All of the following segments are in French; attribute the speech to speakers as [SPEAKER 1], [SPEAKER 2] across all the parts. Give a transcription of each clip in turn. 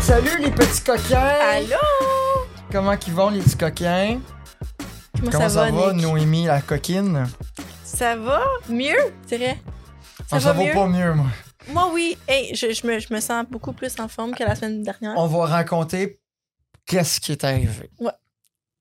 [SPEAKER 1] Salut les petits coquins!
[SPEAKER 2] Allô?
[SPEAKER 1] Comment qu'ils vont les petits coquins?
[SPEAKER 2] Comment,
[SPEAKER 1] Comment ça, va,
[SPEAKER 2] Nick?
[SPEAKER 1] Noémie la coquine?
[SPEAKER 2] Ça va mieux, je dirais. Ça
[SPEAKER 1] Ah,
[SPEAKER 2] va
[SPEAKER 1] vaut
[SPEAKER 2] mieux? Hein?
[SPEAKER 1] pas mieux, moi.
[SPEAKER 2] Moi, oui. Hey, je, je me, je me sens beaucoup plus en forme que la semaine dernière.
[SPEAKER 1] On va raconter qu'est-ce qui est arrivé.
[SPEAKER 2] Ouais.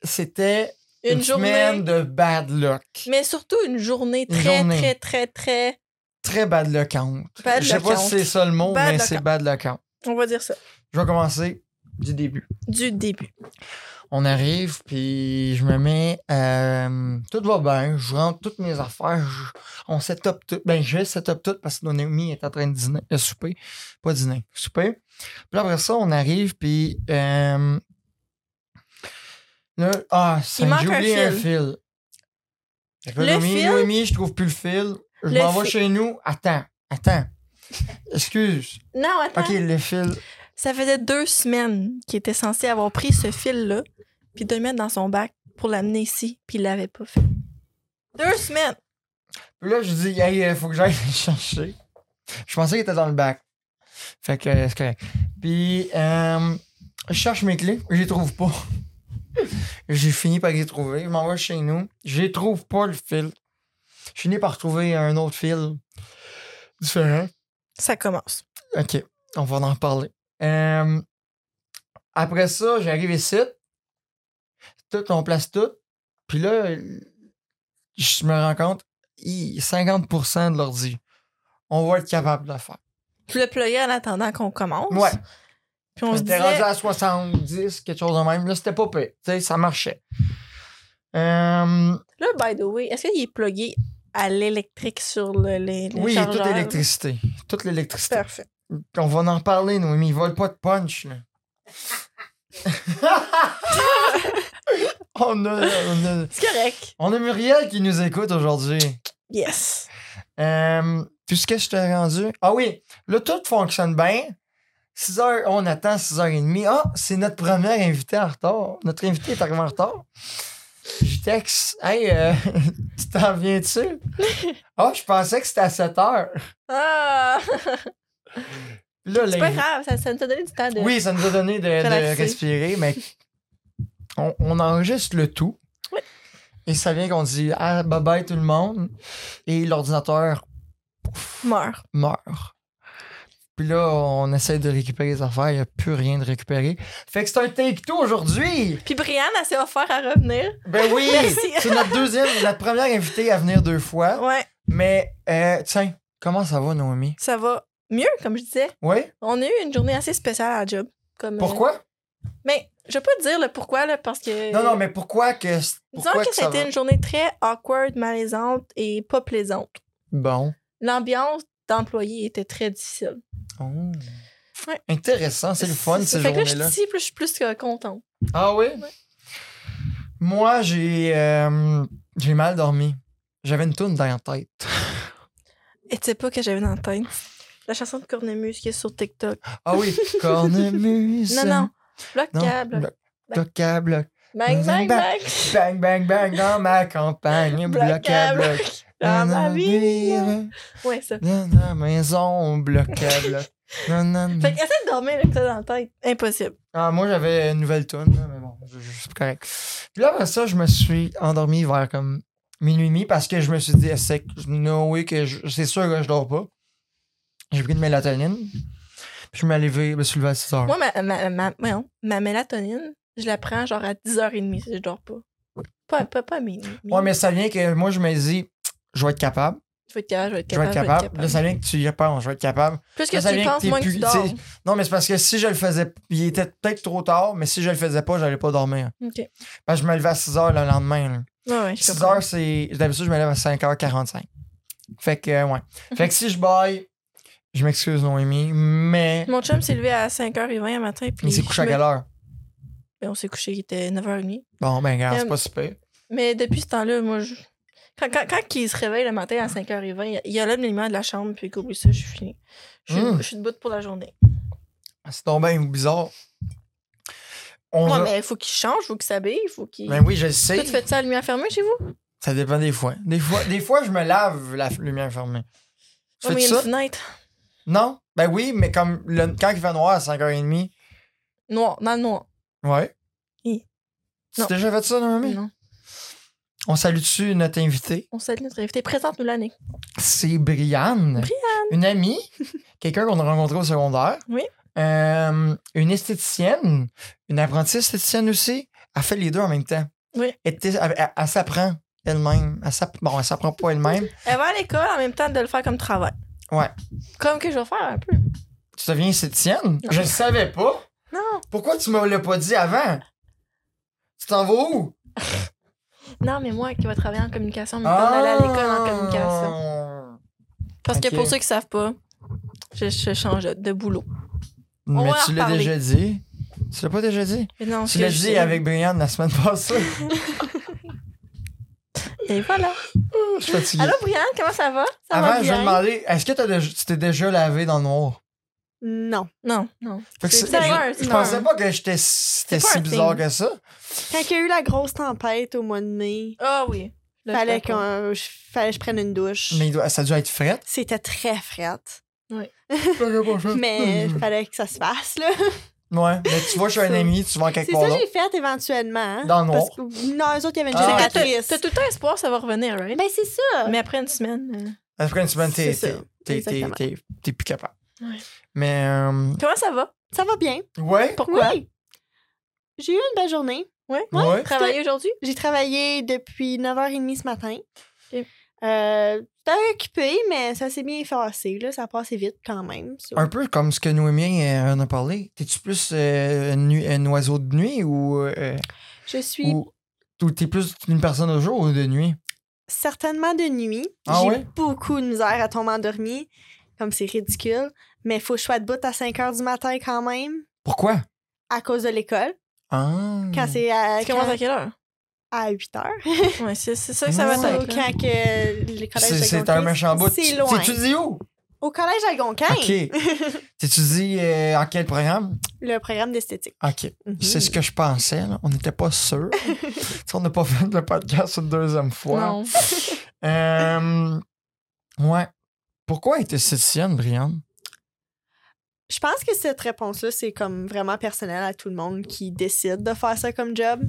[SPEAKER 1] C'était
[SPEAKER 2] une journée.
[SPEAKER 1] semaine de bad luck.
[SPEAKER 2] Mais surtout une journée
[SPEAKER 1] Une
[SPEAKER 2] très,
[SPEAKER 1] journée.
[SPEAKER 2] très, très, très.
[SPEAKER 1] Très bad luckante.
[SPEAKER 2] Bad
[SPEAKER 1] Je sais pas si
[SPEAKER 2] luckante.
[SPEAKER 1] c'est ça le mot,
[SPEAKER 2] Bad
[SPEAKER 1] mais c'est bad luckante.
[SPEAKER 2] On va dire ça.
[SPEAKER 1] Je vais commencer du début.
[SPEAKER 2] Du début.
[SPEAKER 1] On arrive, puis je me mets. euh, tout va bien, je rentre toutes mes affaires. je- on set-up tout. Ben, je set-up tout parce que Noémie est en train de dîner, de souper. Pas dîner, souper. Puis après ça, on arrive, puis. euh, là, ah, ça,
[SPEAKER 2] manque
[SPEAKER 1] j'ai
[SPEAKER 2] un
[SPEAKER 1] oublié un
[SPEAKER 2] fil.
[SPEAKER 1] fil. Fait que
[SPEAKER 2] Le
[SPEAKER 1] là, Noémie,
[SPEAKER 2] fil?
[SPEAKER 1] Noémie, je trouve plus le fil. Je
[SPEAKER 2] Le
[SPEAKER 1] m'en vais
[SPEAKER 2] fil.
[SPEAKER 1] chez nous. Attends, attends. Excuse.
[SPEAKER 2] Non, attends.
[SPEAKER 1] OK, le fil.
[SPEAKER 2] Ça faisait deux semaines qu'il était censé avoir pris ce fil-là, puis de le mettre dans son bac pour l'amener ici, puis il l'avait pas fait. Deux semaines!
[SPEAKER 1] Puis là, je dis, hey, euh, faut que j'aille le chercher. Je pensais qu'il était dans le bac. Fait que euh, c'est correct. Puis, euh, je cherche mes clés, je les trouve pas. J'ai fini par les trouver. Je m'en vais chez nous. Je les trouve pas, le fil. Je finis par trouver un autre fil différent.
[SPEAKER 2] Ça commence.
[SPEAKER 1] OK, on va en parler. Euh, après ça, j'arrive ici. Tout, on place tout. Puis là, je me rends compte, hi, 50% de l'ordi. On va être capable de le faire.
[SPEAKER 2] Tu le ployais en attendant qu'on commence.
[SPEAKER 1] Ouais.
[SPEAKER 2] Puis
[SPEAKER 1] On
[SPEAKER 2] on se
[SPEAKER 1] était
[SPEAKER 2] disait,
[SPEAKER 1] rendu à 70, quelque chose de même. Là, c'était pas pire. Tu sais, ça marchait. Euh,
[SPEAKER 2] là, by the way, est-ce qu'il est plugué à l'électrique sur le, les, les
[SPEAKER 1] oui, toute
[SPEAKER 2] chargeurs?
[SPEAKER 1] l'électricité. Toute l'électricité.
[SPEAKER 2] Parfait.
[SPEAKER 1] On va en parler, Noémie. Ils volent pas de punch, là. on, a, on, a,
[SPEAKER 2] C'est correct.
[SPEAKER 1] on a Muriel qui nous écoute aujourd'hui.
[SPEAKER 2] Yes.
[SPEAKER 1] Euh, puis ce que je t'ai rendu. Ah oui, là, tout fonctionne bien. 6 heures, on attend 6h30. Ah, c'est notre premier invité en retard. Notre invité est arrivé en retard. Je texte. Hey, euh, tu t'en viens-tu? Ah, je pensais que c'était à 7 heures.
[SPEAKER 2] Ah!
[SPEAKER 1] Là,
[SPEAKER 2] C'est
[SPEAKER 1] l'invité-
[SPEAKER 2] pas grave, ça, ça nous a donné du temps de.
[SPEAKER 1] Oui, ça nous a donné de, de
[SPEAKER 2] Relaxer.
[SPEAKER 1] respirer, mais on, on enregistre le tout.
[SPEAKER 2] Oui.
[SPEAKER 1] Et ça vient qu'on dit ah, bye bye tout le monde. Et l'ordinateur
[SPEAKER 2] Meurs.
[SPEAKER 1] meurt. Puis là, on essaie de récupérer les affaires, il n'y a plus rien de récupéré. Fait que c'est un take-two aujourd'hui!
[SPEAKER 2] Puis Brianne, elle s'est offert à revenir.
[SPEAKER 1] Ben oui!
[SPEAKER 2] Merci.
[SPEAKER 1] C'est notre deuxième, la première invitée à venir deux fois.
[SPEAKER 2] Ouais,
[SPEAKER 1] Mais, euh, tiens, comment ça va, Noémie?
[SPEAKER 2] ça va mieux, comme je disais.
[SPEAKER 1] Oui?
[SPEAKER 2] On a eu une journée assez spéciale à la job. Comme, euh,
[SPEAKER 1] Pourquoi?
[SPEAKER 2] Mais je vais pas te dire le pourquoi, là, parce que.
[SPEAKER 1] Non, non, mais pourquoi que.
[SPEAKER 2] Disons
[SPEAKER 1] Pourquoi
[SPEAKER 2] que,
[SPEAKER 1] que
[SPEAKER 2] ça a
[SPEAKER 1] ça
[SPEAKER 2] été
[SPEAKER 1] va?
[SPEAKER 2] une journée très awkward, malaisante et pas plaisante.
[SPEAKER 1] Bon.
[SPEAKER 2] L'ambiance d'employés était très difficile.
[SPEAKER 1] Oh.
[SPEAKER 2] Ouais.
[SPEAKER 1] Intéressant, c'est le fun ces
[SPEAKER 2] Fait que là, je
[SPEAKER 1] journées-là.
[SPEAKER 2] suis ici, plus je suis plus que contente.
[SPEAKER 1] Ah oui?
[SPEAKER 2] Ouais.
[SPEAKER 1] Moi, j'ai euh, j'ai mal dormi. J'avais une toune dans la tête.
[SPEAKER 2] Et tu sais pas que j'avais dans la tête. La chanson de Cornemuse qui est sur TikTok.
[SPEAKER 1] Ah oui, cornemuse.
[SPEAKER 2] Non, non. Bloc,
[SPEAKER 1] Non,
[SPEAKER 2] câble.
[SPEAKER 1] bloc, bloc, bloc.
[SPEAKER 2] Bang,
[SPEAKER 1] Bang.
[SPEAKER 2] bang, bang.
[SPEAKER 1] Bang, bang, bang dans ma campagne. Bloc à bloc.
[SPEAKER 2] Dans ma
[SPEAKER 1] Nanana,
[SPEAKER 2] vie. Ouais, ça.
[SPEAKER 1] Dans la maison, bloc à bloc. Nanana.
[SPEAKER 2] Fait que essaie de dormir avec ça dans la tête. Impossible.
[SPEAKER 1] Ah, moi, j'avais une nouvelle toune, là, mais bon, je- je- c'est correct. Puis là, après ça, je me suis endormi vers comme minuit et demi parce que je me suis dit, eh, c'est no way que je- c'est sûr que je dors pas. J'ai pris de mélatonine. Puis je me levé, je me suis levé à 6 heures.
[SPEAKER 2] Moi, ma, ma, ma, voyons, ma mélatonine, je la prends genre à 10h30 si je dors pas. Pas, pas, pas à minuit.
[SPEAKER 1] Ouais, mais ça vient que moi, je me dis, je vais être capable,
[SPEAKER 2] Je vais être capable, je vais être
[SPEAKER 1] je vais être
[SPEAKER 2] capable. je vais être
[SPEAKER 1] capable. Là,
[SPEAKER 2] capable.
[SPEAKER 1] ça vient que tu y penses, je vais être capable.
[SPEAKER 2] Plus que
[SPEAKER 1] là, ça
[SPEAKER 2] tu y
[SPEAKER 1] vient que
[SPEAKER 2] penses,
[SPEAKER 1] t'es
[SPEAKER 2] moins que
[SPEAKER 1] plus-
[SPEAKER 2] tu dors.
[SPEAKER 1] t'sais- Non, mais c'est parce que si je le faisais, il était peut-être trop tard, mais si je le faisais pas, j'allais pas dormir.
[SPEAKER 2] Ok. Ouais,
[SPEAKER 1] Parce que je me levais à 6 heures le lendemain. là.
[SPEAKER 2] ouais, je
[SPEAKER 1] 6
[SPEAKER 2] comprends.
[SPEAKER 1] heures, c'est. D'habitude, je me lève à 5h45. Fait que, euh, ouais.
[SPEAKER 2] Mhm.
[SPEAKER 1] Fait que si je baille, je m'excuse, Noémie, mais.
[SPEAKER 2] Mon chum s'est levé à 5h20 le matin. Puis
[SPEAKER 1] Il s'est couché à
[SPEAKER 2] je me-
[SPEAKER 1] quelle heure?
[SPEAKER 2] Ben, on s'est couché, il était 9h30.
[SPEAKER 1] Bon, ben, regarde, c'est
[SPEAKER 2] Euh,
[SPEAKER 1] pas super.
[SPEAKER 2] Mais depuis ce temps-là, moi, je... quand, quand, quand il se réveille le matin à 5h20, il y a l'alignement de la chambre, puis oublie ça, je suis fini. Je suis,
[SPEAKER 1] Mm.
[SPEAKER 2] je suis debout pour la journée.
[SPEAKER 1] C'est donc bien bizarre. On
[SPEAKER 2] Ouais,
[SPEAKER 1] re-
[SPEAKER 2] mais il faut qu'il change, il faut qu'il s'habille, il faut qu'il.
[SPEAKER 1] Ben oui, je le
[SPEAKER 2] Toi,
[SPEAKER 1] sais.
[SPEAKER 2] tu fais ça à la lumière fermée chez vous?
[SPEAKER 1] Ça dépend des fois. Des fois, des fois je me lave la f- lumière fermée. Tu
[SPEAKER 2] Ouais, mais
[SPEAKER 1] fais
[SPEAKER 2] il y a
[SPEAKER 1] ça?
[SPEAKER 2] une fenêtre.
[SPEAKER 1] Non? Ben oui, mais comme le- quand il fait noir à 5h30,
[SPEAKER 2] Noir, dans le noir.
[SPEAKER 1] Ouais.
[SPEAKER 2] Oui.
[SPEAKER 1] Tu
[SPEAKER 2] Non.
[SPEAKER 1] t'es déjà fait ça, non, mamie?
[SPEAKER 2] Non.
[SPEAKER 1] On salue dessus notre invité.
[SPEAKER 2] On salue notre invité. Présente-nous l'année.
[SPEAKER 1] C'est Brianne.
[SPEAKER 2] Brianne.
[SPEAKER 1] Une amie, quelqu'un qu'on a rencontré au secondaire.
[SPEAKER 2] Oui.
[SPEAKER 1] Euh, une esthéticienne, une apprentie esthéticienne aussi. Elle fait les deux en même temps.
[SPEAKER 2] Oui.
[SPEAKER 1] Elle, était- elle- elle- elle s'apprend elle-même. Elle s'app- bon, elle s'apprend pas elle-même.
[SPEAKER 2] Elle va à l'école en même temps de le faire comme travail.
[SPEAKER 1] Ouais.
[SPEAKER 2] Comme que je vais faire un peu.
[SPEAKER 1] Tu deviens esthéticienne? Je le savais pas.
[SPEAKER 2] Non.
[SPEAKER 1] Pourquoi tu me l'as pas dit avant? Tu t'en vas où?
[SPEAKER 2] Non, mais moi qui vais travailler en communication, mais on allait à l'école en communication. Parce
[SPEAKER 1] Ah! Ok.
[SPEAKER 2] que pour ceux qui savent pas, je, je change de boulot. On
[SPEAKER 1] Mais
[SPEAKER 2] va en
[SPEAKER 1] tu l'as
[SPEAKER 2] reparler.
[SPEAKER 1] déjà dit. Tu l'as pas déjà dit?
[SPEAKER 2] Mais non,
[SPEAKER 1] Tu
[SPEAKER 2] que
[SPEAKER 1] l'as
[SPEAKER 2] je-
[SPEAKER 1] dit avec Brian la semaine passée.
[SPEAKER 2] Et voilà.
[SPEAKER 1] Je suis fatigué.
[SPEAKER 2] Allô, Brianne, comment ça va? Ça va
[SPEAKER 1] Avant, je vais
[SPEAKER 2] bien?
[SPEAKER 1] demander, est-ce que t'as déjà- tu t'es déjà lavé dans le noir?
[SPEAKER 3] Non.
[SPEAKER 2] Non, non.
[SPEAKER 1] Fait que c'est-
[SPEAKER 2] C'est bizarre,
[SPEAKER 1] je,
[SPEAKER 2] c'est
[SPEAKER 1] je pensais
[SPEAKER 2] bizarre.
[SPEAKER 1] pas que j'étais c'était
[SPEAKER 2] pas
[SPEAKER 1] si
[SPEAKER 2] un
[SPEAKER 1] bizarre
[SPEAKER 2] thing.
[SPEAKER 1] que ça.
[SPEAKER 3] Quand il y a eu la grosse tempête au mois de mai,
[SPEAKER 2] Ah oui. Là, je
[SPEAKER 3] fallait,
[SPEAKER 2] comprends.
[SPEAKER 3] qu'on- je- fallait que je prenne une douche.
[SPEAKER 1] Mais il doit- ça a dû être fret.
[SPEAKER 3] C'était très frette. Mais
[SPEAKER 1] Mais...
[SPEAKER 3] il fallait que ça se fasse, là.
[SPEAKER 1] Ouais, mais tu vas chez un
[SPEAKER 3] C'est-
[SPEAKER 1] ami, tu vas
[SPEAKER 3] C'est
[SPEAKER 1] quelque
[SPEAKER 3] ça
[SPEAKER 1] part
[SPEAKER 3] que
[SPEAKER 1] là.
[SPEAKER 3] j'ai fait éventuellement. hein.
[SPEAKER 1] Dans le noir.
[SPEAKER 3] Parce que, non, eux autres, il y avait une
[SPEAKER 1] Ah.
[SPEAKER 2] T'as-
[SPEAKER 3] génératrice.
[SPEAKER 2] T'as tout le temps espoir, ça va revenir, right?
[SPEAKER 3] Ben, c'est ça.
[SPEAKER 2] Mais après une semaine. euh,
[SPEAKER 1] Après une semaine, t'es-
[SPEAKER 3] C'est
[SPEAKER 1] t'es
[SPEAKER 3] ça,
[SPEAKER 1] t'es- t'es-
[SPEAKER 3] exactement.
[SPEAKER 1] t'es- t'es plus capable.
[SPEAKER 2] Ouais.
[SPEAKER 1] Mais, euh,
[SPEAKER 2] Comment ça va?
[SPEAKER 3] Ça va bien.
[SPEAKER 1] ouais,
[SPEAKER 2] Pourquoi?
[SPEAKER 3] Oui. J'ai eu une belle journée.
[SPEAKER 2] Ouais.
[SPEAKER 1] ouais.
[SPEAKER 2] Travailler aujourd'hui?
[SPEAKER 3] J'ai travaillé depuis 9h30 ce matin.
[SPEAKER 2] Ok.
[SPEAKER 3] Euh, J'étais occupée, mais ça s'est bien effacé. Là. Ça a passé vite quand même. ça.
[SPEAKER 1] Un peu comme ce que Noémie euh, en a parlé. T'es-tu plus euh, un nu- un oiseau de nuit ou, euh,
[SPEAKER 3] Je suis
[SPEAKER 1] ou ou t'es plus une personne de jour ou de nuit?
[SPEAKER 3] certainement de nuit.
[SPEAKER 1] Ah
[SPEAKER 3] J'ai
[SPEAKER 1] ouais?
[SPEAKER 3] beaucoup de misère à tomber endormie, comme c'est ridicule. Mais faut que je sois debout à 5 h du matin quand même,
[SPEAKER 1] Pourquoi?
[SPEAKER 3] à cause de l'école.
[SPEAKER 1] Ah.
[SPEAKER 3] Quand c'est à,
[SPEAKER 2] Tu commences à
[SPEAKER 3] quand-
[SPEAKER 2] quelle heure?
[SPEAKER 3] à 8 h.
[SPEAKER 2] Ouais, c'est c'est ça que ça va
[SPEAKER 1] Ouais.
[SPEAKER 2] être. là.
[SPEAKER 3] Quand que les collèges
[SPEAKER 1] Ah, C'est c'est un
[SPEAKER 3] algonquins,
[SPEAKER 1] méchant bout.
[SPEAKER 3] C'est
[SPEAKER 1] Tu-
[SPEAKER 3] loin. Hein?
[SPEAKER 1] T'étudies où?
[SPEAKER 3] Au collège algonquin,
[SPEAKER 1] OK. T'étudies euh, en quel programme?
[SPEAKER 3] le programme d'esthétique.
[SPEAKER 1] OK.
[SPEAKER 3] Mhm.
[SPEAKER 1] C'est ce que je pensais. là. On n'était pas sûr. on n'a pas fait le podcast une deuxième fois.
[SPEAKER 2] Non.
[SPEAKER 1] Euh, ouais. Pourquoi être esthéticienne, Brianne?
[SPEAKER 3] Je pense que cette réponse-là, c'est comme vraiment personnel à tout le monde qui décide de faire ça comme job.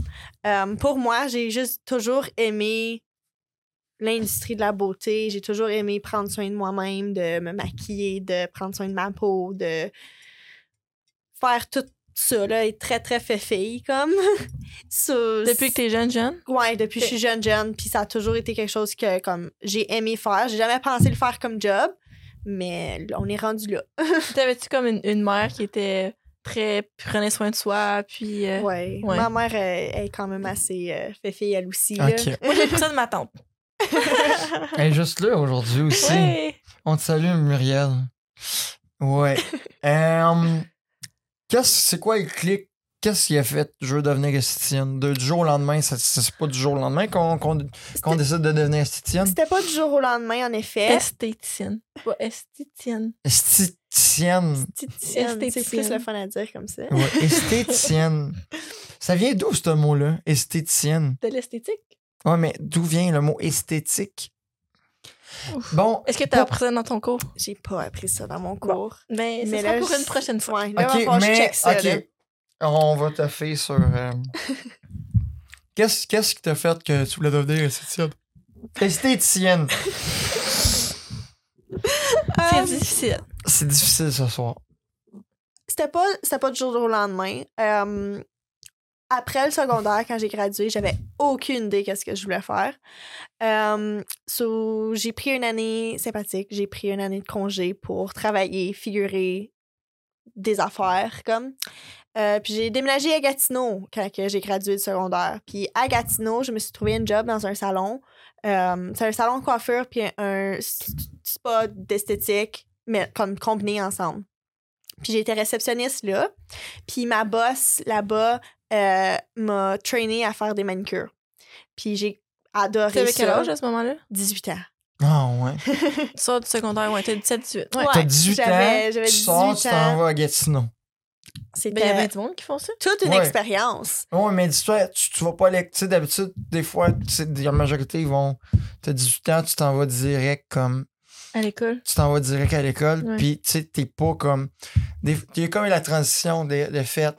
[SPEAKER 3] Euh, pour moi, j'ai juste toujours aimé l'industrie de la beauté. J'ai toujours aimé prendre soin de moi-même, de me maquiller, de prendre soin de ma peau, de faire tout ça, là, être très, très fait fille, comme. So,
[SPEAKER 2] Depuis que t'es jeune, jeune?
[SPEAKER 3] Ouais, depuis que je suis jeune, jeune, puis ça a toujours été quelque chose que comme j'ai aimé faire. J'ai jamais pensé le faire comme job, mais on est rendu là.
[SPEAKER 2] T'avais-tu comme une, une mère qui était très. prenait soin de soi, puis. euh,
[SPEAKER 3] Ouais.
[SPEAKER 2] ouais.
[SPEAKER 3] Ma mère euh, est quand même assez euh, fait-fille, elle aussi. là.
[SPEAKER 1] OK.
[SPEAKER 2] Moi, j'ai pris ça de ma tante.
[SPEAKER 1] Elle est juste là aujourd'hui aussi.
[SPEAKER 2] Ouais.
[SPEAKER 1] On te salue, Muriel. Ouais. Euh, qu'est-ce, c'est quoi le clic? Qu'est-ce qu'il a fait? Je veux devenir esthéticienne. De, du jour au lendemain, ça- ça- c'est pas du jour au lendemain qu'on, qu'on- qu'on
[SPEAKER 3] C'était-
[SPEAKER 1] décide de devenir esthéticienne.
[SPEAKER 3] C'était pas du jour au lendemain, en
[SPEAKER 2] Eh?
[SPEAKER 3] effet.
[SPEAKER 2] Esthéticienne. Pas esthéticienne.
[SPEAKER 1] Esthéticienne.
[SPEAKER 3] Esthéticienne, C'est plus le fun à dire comme ça.
[SPEAKER 1] Ouais, esthéticienne. ça vient d'où ce mot-là? Esthéticienne.
[SPEAKER 2] De l'esthétique?
[SPEAKER 1] Ouais, mais d'où vient le mot esthétique?
[SPEAKER 2] Ouf.
[SPEAKER 1] Bon,
[SPEAKER 2] Est-ce que t'as appris ça dans ton cours?
[SPEAKER 3] J'ai pas appris ça dans mon cours.
[SPEAKER 2] Ben,
[SPEAKER 3] Mais
[SPEAKER 2] ça sera
[SPEAKER 3] là,
[SPEAKER 2] pour
[SPEAKER 3] je-
[SPEAKER 2] une prochaine fois.
[SPEAKER 3] Ouais, là,
[SPEAKER 1] ok,
[SPEAKER 3] va falloir que je
[SPEAKER 1] mais
[SPEAKER 3] check ça,
[SPEAKER 1] ok.
[SPEAKER 3] là.
[SPEAKER 1] on va te faire sur. euh, Qu'est-ce qu'est-ce qui t'a fait que tu voulais devenir esthéticienne? Esthéticienne.
[SPEAKER 2] C'est
[SPEAKER 3] Euh,
[SPEAKER 2] difficile.
[SPEAKER 1] C'est difficile ce soir.
[SPEAKER 3] c'était pas c'était pas du jour au lendemain. Euh, après le secondaire, quand j'ai gradué, j'avais aucune idée qu'est-ce que je voulais faire. Euh, so, j'ai pris une année sympathique, j'ai pris une année de congé pour travailler, figurer des affaires comme. Euh, puis j'ai déménagé à Gatineau quand que j'ai gradué du secondaire. Puis à Gatineau, je me suis trouvé une job dans un salon. Euh, c'est un salon de coiffure puis un s- spa d'esthétique, mais comme combiné ensemble. Puis j'étais réceptionniste là. Puis ma boss là-bas euh, m'a traînée à faire des manicures. Puis j'ai adoré
[SPEAKER 2] T'avais
[SPEAKER 3] ça.
[SPEAKER 2] quel âge à ce moment-là?
[SPEAKER 3] 18 ans.
[SPEAKER 1] Ah ouais.
[SPEAKER 2] Tu sors du secondaire, ouais, t'as 17, 18. Ouais.
[SPEAKER 3] Ouais.
[SPEAKER 1] T'as 18
[SPEAKER 3] j'avais-
[SPEAKER 1] ans.
[SPEAKER 3] j'avais
[SPEAKER 1] tu sors,
[SPEAKER 3] 18
[SPEAKER 1] tu t'en
[SPEAKER 3] ans.
[SPEAKER 1] vas à Gatineau.
[SPEAKER 3] C'était
[SPEAKER 2] Ben, il y avait du monde qui font ça.
[SPEAKER 3] toute une
[SPEAKER 1] Ouais.
[SPEAKER 3] expérience.
[SPEAKER 1] Ouais, mais dis-toi, tu, tu vas pas à l'éc- Tu sais, d'habitude, des fois, tu sais, la majorité, ils vont. T'as 18 ans, tu t'en vas direct comme.
[SPEAKER 2] À l'école.
[SPEAKER 1] Tu t'en vas direct à l'école,
[SPEAKER 2] Ouais.
[SPEAKER 1] puis tu sais, t'es pas comme. des- Il y a comme la transition de, de fait.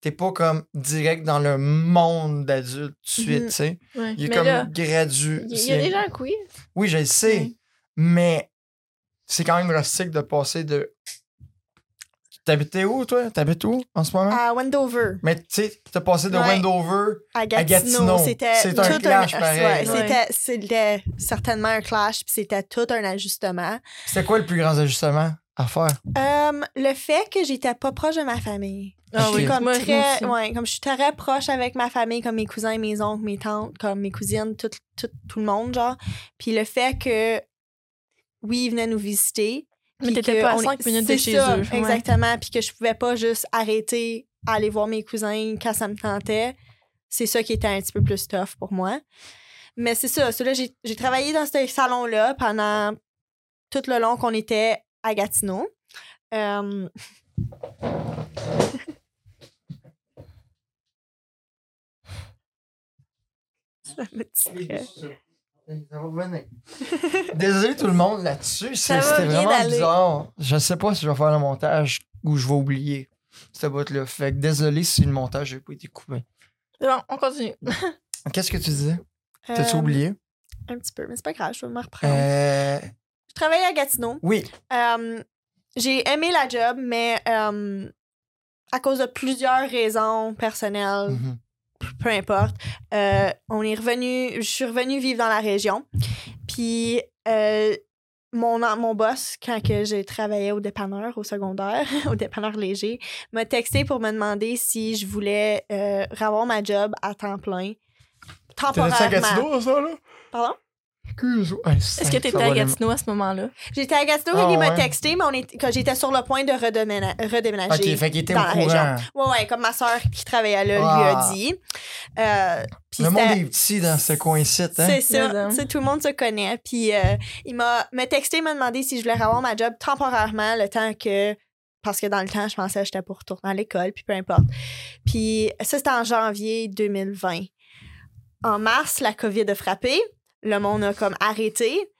[SPEAKER 1] t'es pas comme direct dans le monde d'adulte tout de suite,
[SPEAKER 3] Mhm.
[SPEAKER 1] tu sais.
[SPEAKER 2] Ouais.
[SPEAKER 1] Il est
[SPEAKER 2] Mm-hmm. Mais
[SPEAKER 1] comme
[SPEAKER 2] là,
[SPEAKER 1] gradu.
[SPEAKER 2] il y a
[SPEAKER 1] c'est-
[SPEAKER 2] des gens que oui.
[SPEAKER 1] Oui, je le sais,
[SPEAKER 2] Ouais.
[SPEAKER 1] mais c'est quand même rustique de passer de. T'habitais où, toi? T'habites où en ce
[SPEAKER 2] Ah.
[SPEAKER 1] moment?
[SPEAKER 3] À Wendover,
[SPEAKER 1] Mais tu sais, t'as passé de
[SPEAKER 3] Ouais.
[SPEAKER 1] Wendover
[SPEAKER 3] à
[SPEAKER 1] Gatineau,
[SPEAKER 3] Gatineau, c'était
[SPEAKER 1] c'est un
[SPEAKER 3] tout
[SPEAKER 1] clash
[SPEAKER 3] un
[SPEAKER 1] pareil.
[SPEAKER 3] ouais,
[SPEAKER 2] Ouais.
[SPEAKER 3] c'était- c'était certainement un clash, puis c'était tout un ajustement.
[SPEAKER 1] C'était quoi le plus grand ajustement à faire?
[SPEAKER 3] Euh, le fait que j'étais pas proche de ma famille.
[SPEAKER 1] Ah
[SPEAKER 3] Je suis
[SPEAKER 1] oui,
[SPEAKER 3] comme
[SPEAKER 2] moi, moi
[SPEAKER 3] très,
[SPEAKER 2] aussi.
[SPEAKER 3] ouais, comme je suis très proche avec ma famille, comme mes cousins, mes oncles, mes tantes, comme mes cousines, tout, tout, tout le monde, genre. Puis le fait que, oui, ils venaient nous visiter.
[SPEAKER 2] Mais
[SPEAKER 3] puis
[SPEAKER 2] t'étais
[SPEAKER 3] que
[SPEAKER 2] pas à
[SPEAKER 3] on est-
[SPEAKER 2] 5 minutes de
[SPEAKER 3] c'est
[SPEAKER 2] chez
[SPEAKER 3] ça,
[SPEAKER 2] eux. Ouais.
[SPEAKER 3] Exactement. Puis que je pouvais pas juste arrêter, aller voir mes cousins quand ça me tentait. C'est ça qui était un petit peu plus tough pour moi. Mais c'est ça. ça, là, j'ai j'ai travaillé dans ce salon-là pendant tout le long qu'on était à Gatineau. Euh, ça me distrait.
[SPEAKER 1] Désolé tout le monde là-dessus, c'est-
[SPEAKER 2] va
[SPEAKER 1] c'était
[SPEAKER 2] bien
[SPEAKER 1] vraiment
[SPEAKER 2] aller.
[SPEAKER 1] bizarre. Je sais pas si je vais faire le montage ou je vais oublier ce bout-là. Fait que désolé si le montage n'a pas été coupé.
[SPEAKER 2] Bon, on continue.
[SPEAKER 1] Qu'est-ce que tu disais? T'as-tu
[SPEAKER 3] Euh,
[SPEAKER 1] oublié?
[SPEAKER 3] Un petit peu, mais c'est pas grave, je vais me reprendre.
[SPEAKER 1] Euh,
[SPEAKER 3] Je travaillais à Gatineau.
[SPEAKER 1] oui,
[SPEAKER 3] Um, j'ai aimé la job, mais um, à cause de plusieurs raisons personnelles,
[SPEAKER 1] Mhm.
[SPEAKER 3] peu importe, euh, on est revenu, je suis revenue vivre dans la région. Puis euh, mon, en- mon boss, quand que j'ai travaillé au dépanneur au secondaire, au dépanneur léger, m'a texté pour me demander si je voulais euh, revoir ma job à temps plein.
[SPEAKER 1] T'étais à
[SPEAKER 3] Temporairement.
[SPEAKER 1] Gatineau, ça, là?
[SPEAKER 3] Pardon?
[SPEAKER 1] Excuse-moi.
[SPEAKER 2] Est-ce que t'étais à Gatineau à ce moment-là?
[SPEAKER 3] J'étais à Gatineau
[SPEAKER 1] Ah,
[SPEAKER 3] quand il m'a
[SPEAKER 1] ouais.
[SPEAKER 3] texté, mais on est, quand j'étais sur le point de redéména- redéménager.
[SPEAKER 1] Ok, fait qu'il était au
[SPEAKER 3] dans la
[SPEAKER 1] courant.
[SPEAKER 3] Ouais, ouais, comme ma soeur qui travaillait là
[SPEAKER 1] Ah.
[SPEAKER 3] lui a dit. Euh, puis
[SPEAKER 1] Le monde
[SPEAKER 3] c'était-
[SPEAKER 1] est hein. petit dans ce coin-ci, hein?
[SPEAKER 3] c'est
[SPEAKER 2] Mais,
[SPEAKER 3] ça,
[SPEAKER 2] euh,
[SPEAKER 3] tu sais, tout le monde se connaît. Puis euh, il m'a m'a texté, m'a demandé si je voulais avoir ma job temporairement, le temps que. Parce que dans le temps, je pensais que j'étais pour retourner à l'école, puis peu importe. Puis ça, c'était en janvier 2020. En mars, la COVID a frappé. Le monde a comme arrêté.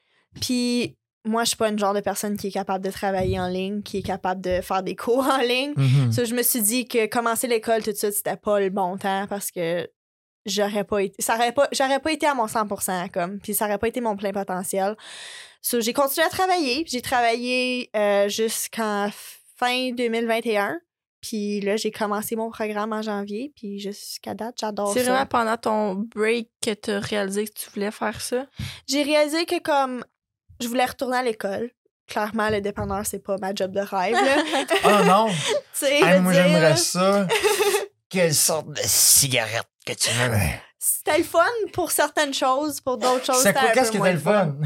[SPEAKER 3] Puis moi, je suis pas une genre de personne qui est capable de travailler en ligne, qui est capable de faire des cours en ligne.
[SPEAKER 1] Mhm.
[SPEAKER 3] Ça, je me suis dit que commencer l'école tout de suite, c'était pas le bon temps parce que j'aurais pas été ça aurait pas j'aurais pas été à mon 100% comme puis ça aurait pas été mon plein potentiel. So, j'ai continué à travailler, j'ai travaillé euh, jusqu'en fin 2021. Puis là, j'ai commencé mon programme en janvier, puis jusqu'à date, j'adore
[SPEAKER 2] C'est
[SPEAKER 3] ça.
[SPEAKER 2] vraiment pendant ton break que t'as réalisé que tu voulais faire ça?
[SPEAKER 3] J'ai réalisé que comme je voulais retourner à l'école, clairement le dépanneur c'est pas ma job de rêve. là.
[SPEAKER 1] Ah non!
[SPEAKER 3] tu sais,
[SPEAKER 1] Hey,
[SPEAKER 3] je
[SPEAKER 1] moi,
[SPEAKER 3] veux dire,
[SPEAKER 1] j'aimerais
[SPEAKER 3] là,
[SPEAKER 1] ça. Quelle sorte de cigarette que tu veux?
[SPEAKER 3] C'était le fun pour certaines choses, pour d'autres choses
[SPEAKER 1] C'est
[SPEAKER 3] c'était
[SPEAKER 1] quoi?
[SPEAKER 3] un
[SPEAKER 1] Qu'est-ce que
[SPEAKER 3] peu moins
[SPEAKER 1] t'as le fun?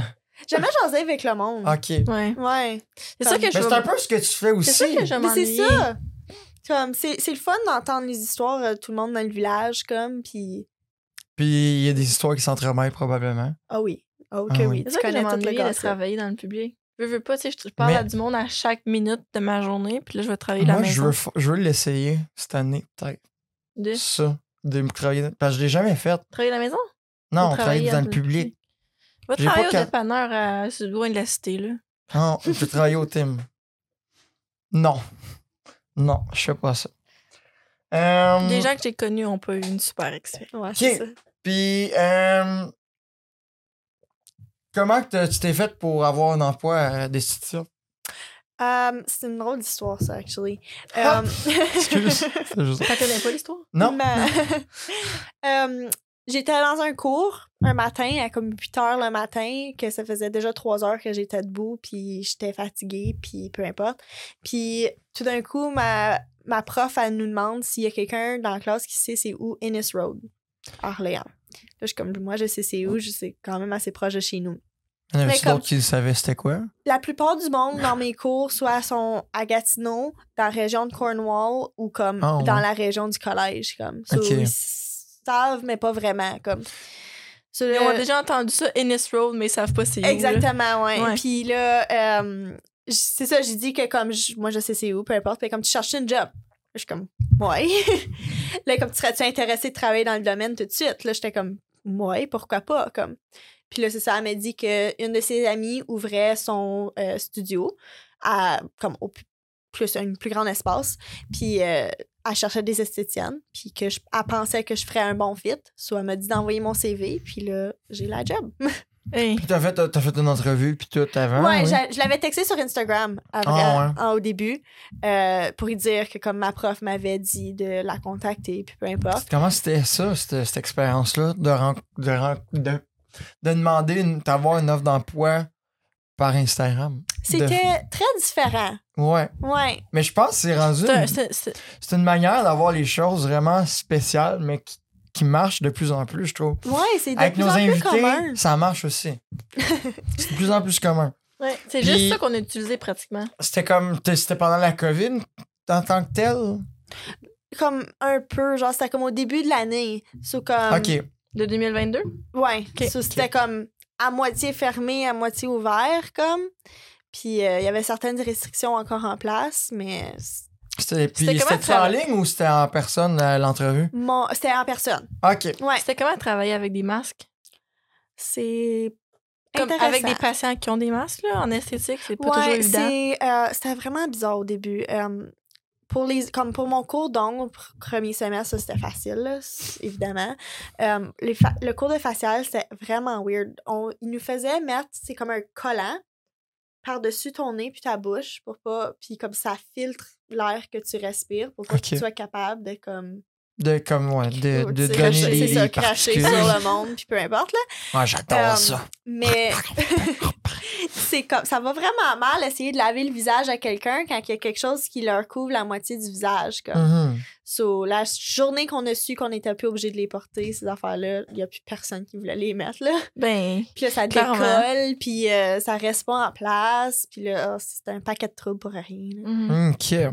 [SPEAKER 3] J'aimais jaser avec le monde.
[SPEAKER 1] Ok. Mais
[SPEAKER 2] Ouais.
[SPEAKER 3] Ouais.
[SPEAKER 2] C'est ça que je
[SPEAKER 1] c'est un peu ce que tu fais aussi.
[SPEAKER 2] C'est ça que je
[SPEAKER 3] Mais c'est
[SPEAKER 2] m'ennuie.
[SPEAKER 3] ça. Comme, c'est, c'est le fun d'entendre les histoires euh, de tout le monde dans le village, comme, puis...
[SPEAKER 1] Puis il y a des histoires qui s'entremêlent probablement.
[SPEAKER 3] Ah oui. Ah, ok,
[SPEAKER 1] Ah oui.
[SPEAKER 3] oui.
[SPEAKER 2] C'est
[SPEAKER 3] Tu
[SPEAKER 2] ça que je
[SPEAKER 3] connais tout le
[SPEAKER 2] m'ennuie de
[SPEAKER 3] gars.
[SPEAKER 2] travailler dans le public. Je veux pas, tu sais, je, je parle
[SPEAKER 1] Mais-
[SPEAKER 2] à du monde à chaque minute de ma journée, puis là, je vais travailler la
[SPEAKER 1] Moi, je
[SPEAKER 2] maison.
[SPEAKER 1] veux, fa- je veux l'essayer cette année, peut-être.
[SPEAKER 2] De...
[SPEAKER 1] Ça, de me travailler. Parce que je l'ai jamais fait.
[SPEAKER 2] Travailler la maison?
[SPEAKER 1] Non,
[SPEAKER 2] Ou
[SPEAKER 1] travailler dans le public.
[SPEAKER 2] Va
[SPEAKER 1] J'ai pas
[SPEAKER 2] travailler au
[SPEAKER 1] qu'à-
[SPEAKER 2] dépanneur à sur le coin de la cité, là.
[SPEAKER 1] Non, je veux travailler au team. Non. Non, je fais pas ça. Euh,
[SPEAKER 2] Les gens que j'ai connus ont pas eu une super expérience.
[SPEAKER 3] Ouais, c'est ça.
[SPEAKER 1] Ok. Puis, euh, comment que t'as- tu t'es fait pour avoir un emploi euh, à Destination?
[SPEAKER 3] Um, c'est une drôle d'histoire, ça, actually.
[SPEAKER 1] Ah.
[SPEAKER 3] Um,
[SPEAKER 1] Excuse. c'est juste-
[SPEAKER 2] T'en connais pas l'histoire?
[SPEAKER 1] Non?
[SPEAKER 3] Mais- Um, j'étais dans un cours un matin, à comme 8 heures le matin, que ça faisait déjà 3 heures que j'étais debout, puis j'étais fatiguée, puis peu importe. Puis tout d'un coup, ma, ma prof, elle nous demande s'il y a quelqu'un dans la classe qui sait c'est où Innis Road, à Orléans. Là, je suis comme, moi, je sais c'est où, je sais quand même assez proche de chez nous.
[SPEAKER 1] Il y en avait
[SPEAKER 3] Mais comme-
[SPEAKER 1] d'autres qui savaient c'était quoi?
[SPEAKER 3] La plupart du monde dans mes cours, soit sont à Gatineau, dans la région de Cornwall, ou comme
[SPEAKER 1] Ah, ouais.
[SPEAKER 3] dans la région du collège. Comme. So,
[SPEAKER 1] Ok.
[SPEAKER 3] Ils savent, mais pas vraiment. Comme. So,
[SPEAKER 2] Ils
[SPEAKER 3] là-
[SPEAKER 2] ont déjà entendu ça, Ennis Road, mais ils savent pas c'est où. là.
[SPEAKER 3] Exactement, ouais.
[SPEAKER 2] Ouais.
[SPEAKER 3] Puis là, euh, j- c'est ça, j'ai dit que comme je- moi je sais c'est où, peu importe, mais comme tu cherches une job. Je suis comme, ouais. là, comme tu serais-tu intéressé de travailler dans le domaine tout de suite? Là, j'étais comme, ouais, pourquoi pas? Comme. Puis là, c'est ça, elle m'a dit qu'une de ses amies ouvrait son euh, studio à, comme, au, pu- plus un plus grand espace. Puis euh, elle cherchait des esthéticiennes, puis que je, elle pensait que je ferais un bon fit. Soit elle m'a dit d'envoyer mon CV, puis là, j'ai la job.
[SPEAKER 2] Hey.
[SPEAKER 1] Puis t'as fait, t'as fait une entrevue, puis tout avant.
[SPEAKER 3] ouais,
[SPEAKER 1] Ah, oui?
[SPEAKER 3] j'a- je l'avais texté sur Instagram à-
[SPEAKER 1] Ah,
[SPEAKER 3] à- au début euh, pour lui dire que comme ma prof m'avait dit de la contacter, puis peu importe.
[SPEAKER 1] Comment c'était ça, cette, cette expérience-là, de, ren- de, ren- de, de demander une- d'avoir une offre d'emploi par Instagram?
[SPEAKER 3] C'était très différent.
[SPEAKER 1] Ouais.
[SPEAKER 3] Ouais.
[SPEAKER 1] Mais je pense que c'est rendu.
[SPEAKER 2] C'est un-
[SPEAKER 1] une-
[SPEAKER 2] c'est- c'est-
[SPEAKER 1] C'est une manière d'avoir les choses vraiment spéciales, mais qui, qui marchent de plus en plus, je trouve.
[SPEAKER 3] Ouais, c'est de
[SPEAKER 1] Avec
[SPEAKER 3] plus
[SPEAKER 1] nos
[SPEAKER 3] en plus commun.
[SPEAKER 1] invités, ça marche aussi. c'est de plus en plus commun.
[SPEAKER 2] ouais, c'est
[SPEAKER 1] Puis-
[SPEAKER 2] juste ça qu'on a utilisé pratiquement.
[SPEAKER 1] C'était comme. t- C'était pendant la COVID en tant que tel?
[SPEAKER 3] Um, Comme un peu, genre, c'était comme au début de l'année. So, comme,
[SPEAKER 1] ok.
[SPEAKER 2] De 2022?
[SPEAKER 3] Ouais.
[SPEAKER 2] Ok.
[SPEAKER 3] So, c'était comme à moitié fermé, à moitié ouvert, comme. Puis euh, il y avait certaines restrictions encore en place, mais c-
[SPEAKER 1] C'était puis
[SPEAKER 2] C'était comment
[SPEAKER 1] c'était
[SPEAKER 2] ça-
[SPEAKER 1] en ligne ou c'était en personne euh, l'entrevue?
[SPEAKER 3] mon- c'était en personne.
[SPEAKER 1] Ok.
[SPEAKER 3] Ouais.
[SPEAKER 2] C'était comment travailler avec des masques?
[SPEAKER 3] C'est.
[SPEAKER 2] Comme
[SPEAKER 3] intéressant.
[SPEAKER 2] avec des patients qui ont des masques, là, en esthétique, c'est pas
[SPEAKER 3] Ouais,
[SPEAKER 2] toujours évident.
[SPEAKER 3] c'est, euh, c'était vraiment bizarre au début. Euh, pour les, comme pour mon cours d'ongles, pr- premier semestre, ça, c'était facile, là, c- évidemment. Euh, les fa- le cours de facial, c'était vraiment weird. On, ils nous faisaient mettre, c'est comme un collant par-dessus ton nez puis ta bouche pour pas. Puis comme ça filtre l'air que tu respires pour pas
[SPEAKER 1] Ok.
[SPEAKER 3] que tu sois capable de comme.
[SPEAKER 1] De, comme, ouais, de, de
[SPEAKER 3] tu
[SPEAKER 1] donner
[SPEAKER 3] sais,
[SPEAKER 1] des,
[SPEAKER 3] cracher- Oh, c'est ça,
[SPEAKER 1] des
[SPEAKER 3] cracher
[SPEAKER 1] particules.
[SPEAKER 3] sur le monde puis peu importe, là.
[SPEAKER 1] Ouais, j'adore
[SPEAKER 3] Euh,
[SPEAKER 1] ça.
[SPEAKER 3] Mais c'est comme ça va vraiment mal essayer de laver le visage à quelqu'un quand il y a quelque chose qui leur couvre la moitié du visage. Comme.
[SPEAKER 1] Mhm.
[SPEAKER 3] So, la journée qu'on a su qu'on était plus obligé de les porter, ces affaires-là, il n'y a plus personne qui voulait les mettre. Là.
[SPEAKER 2] Ben,
[SPEAKER 3] Puis là, ça
[SPEAKER 2] Clairement.
[SPEAKER 3] décolle, puis euh, ça reste pas en place. Puis là, oh, c'est un paquet de troubles pour rien. là.
[SPEAKER 2] mhm.
[SPEAKER 1] Ok. Mais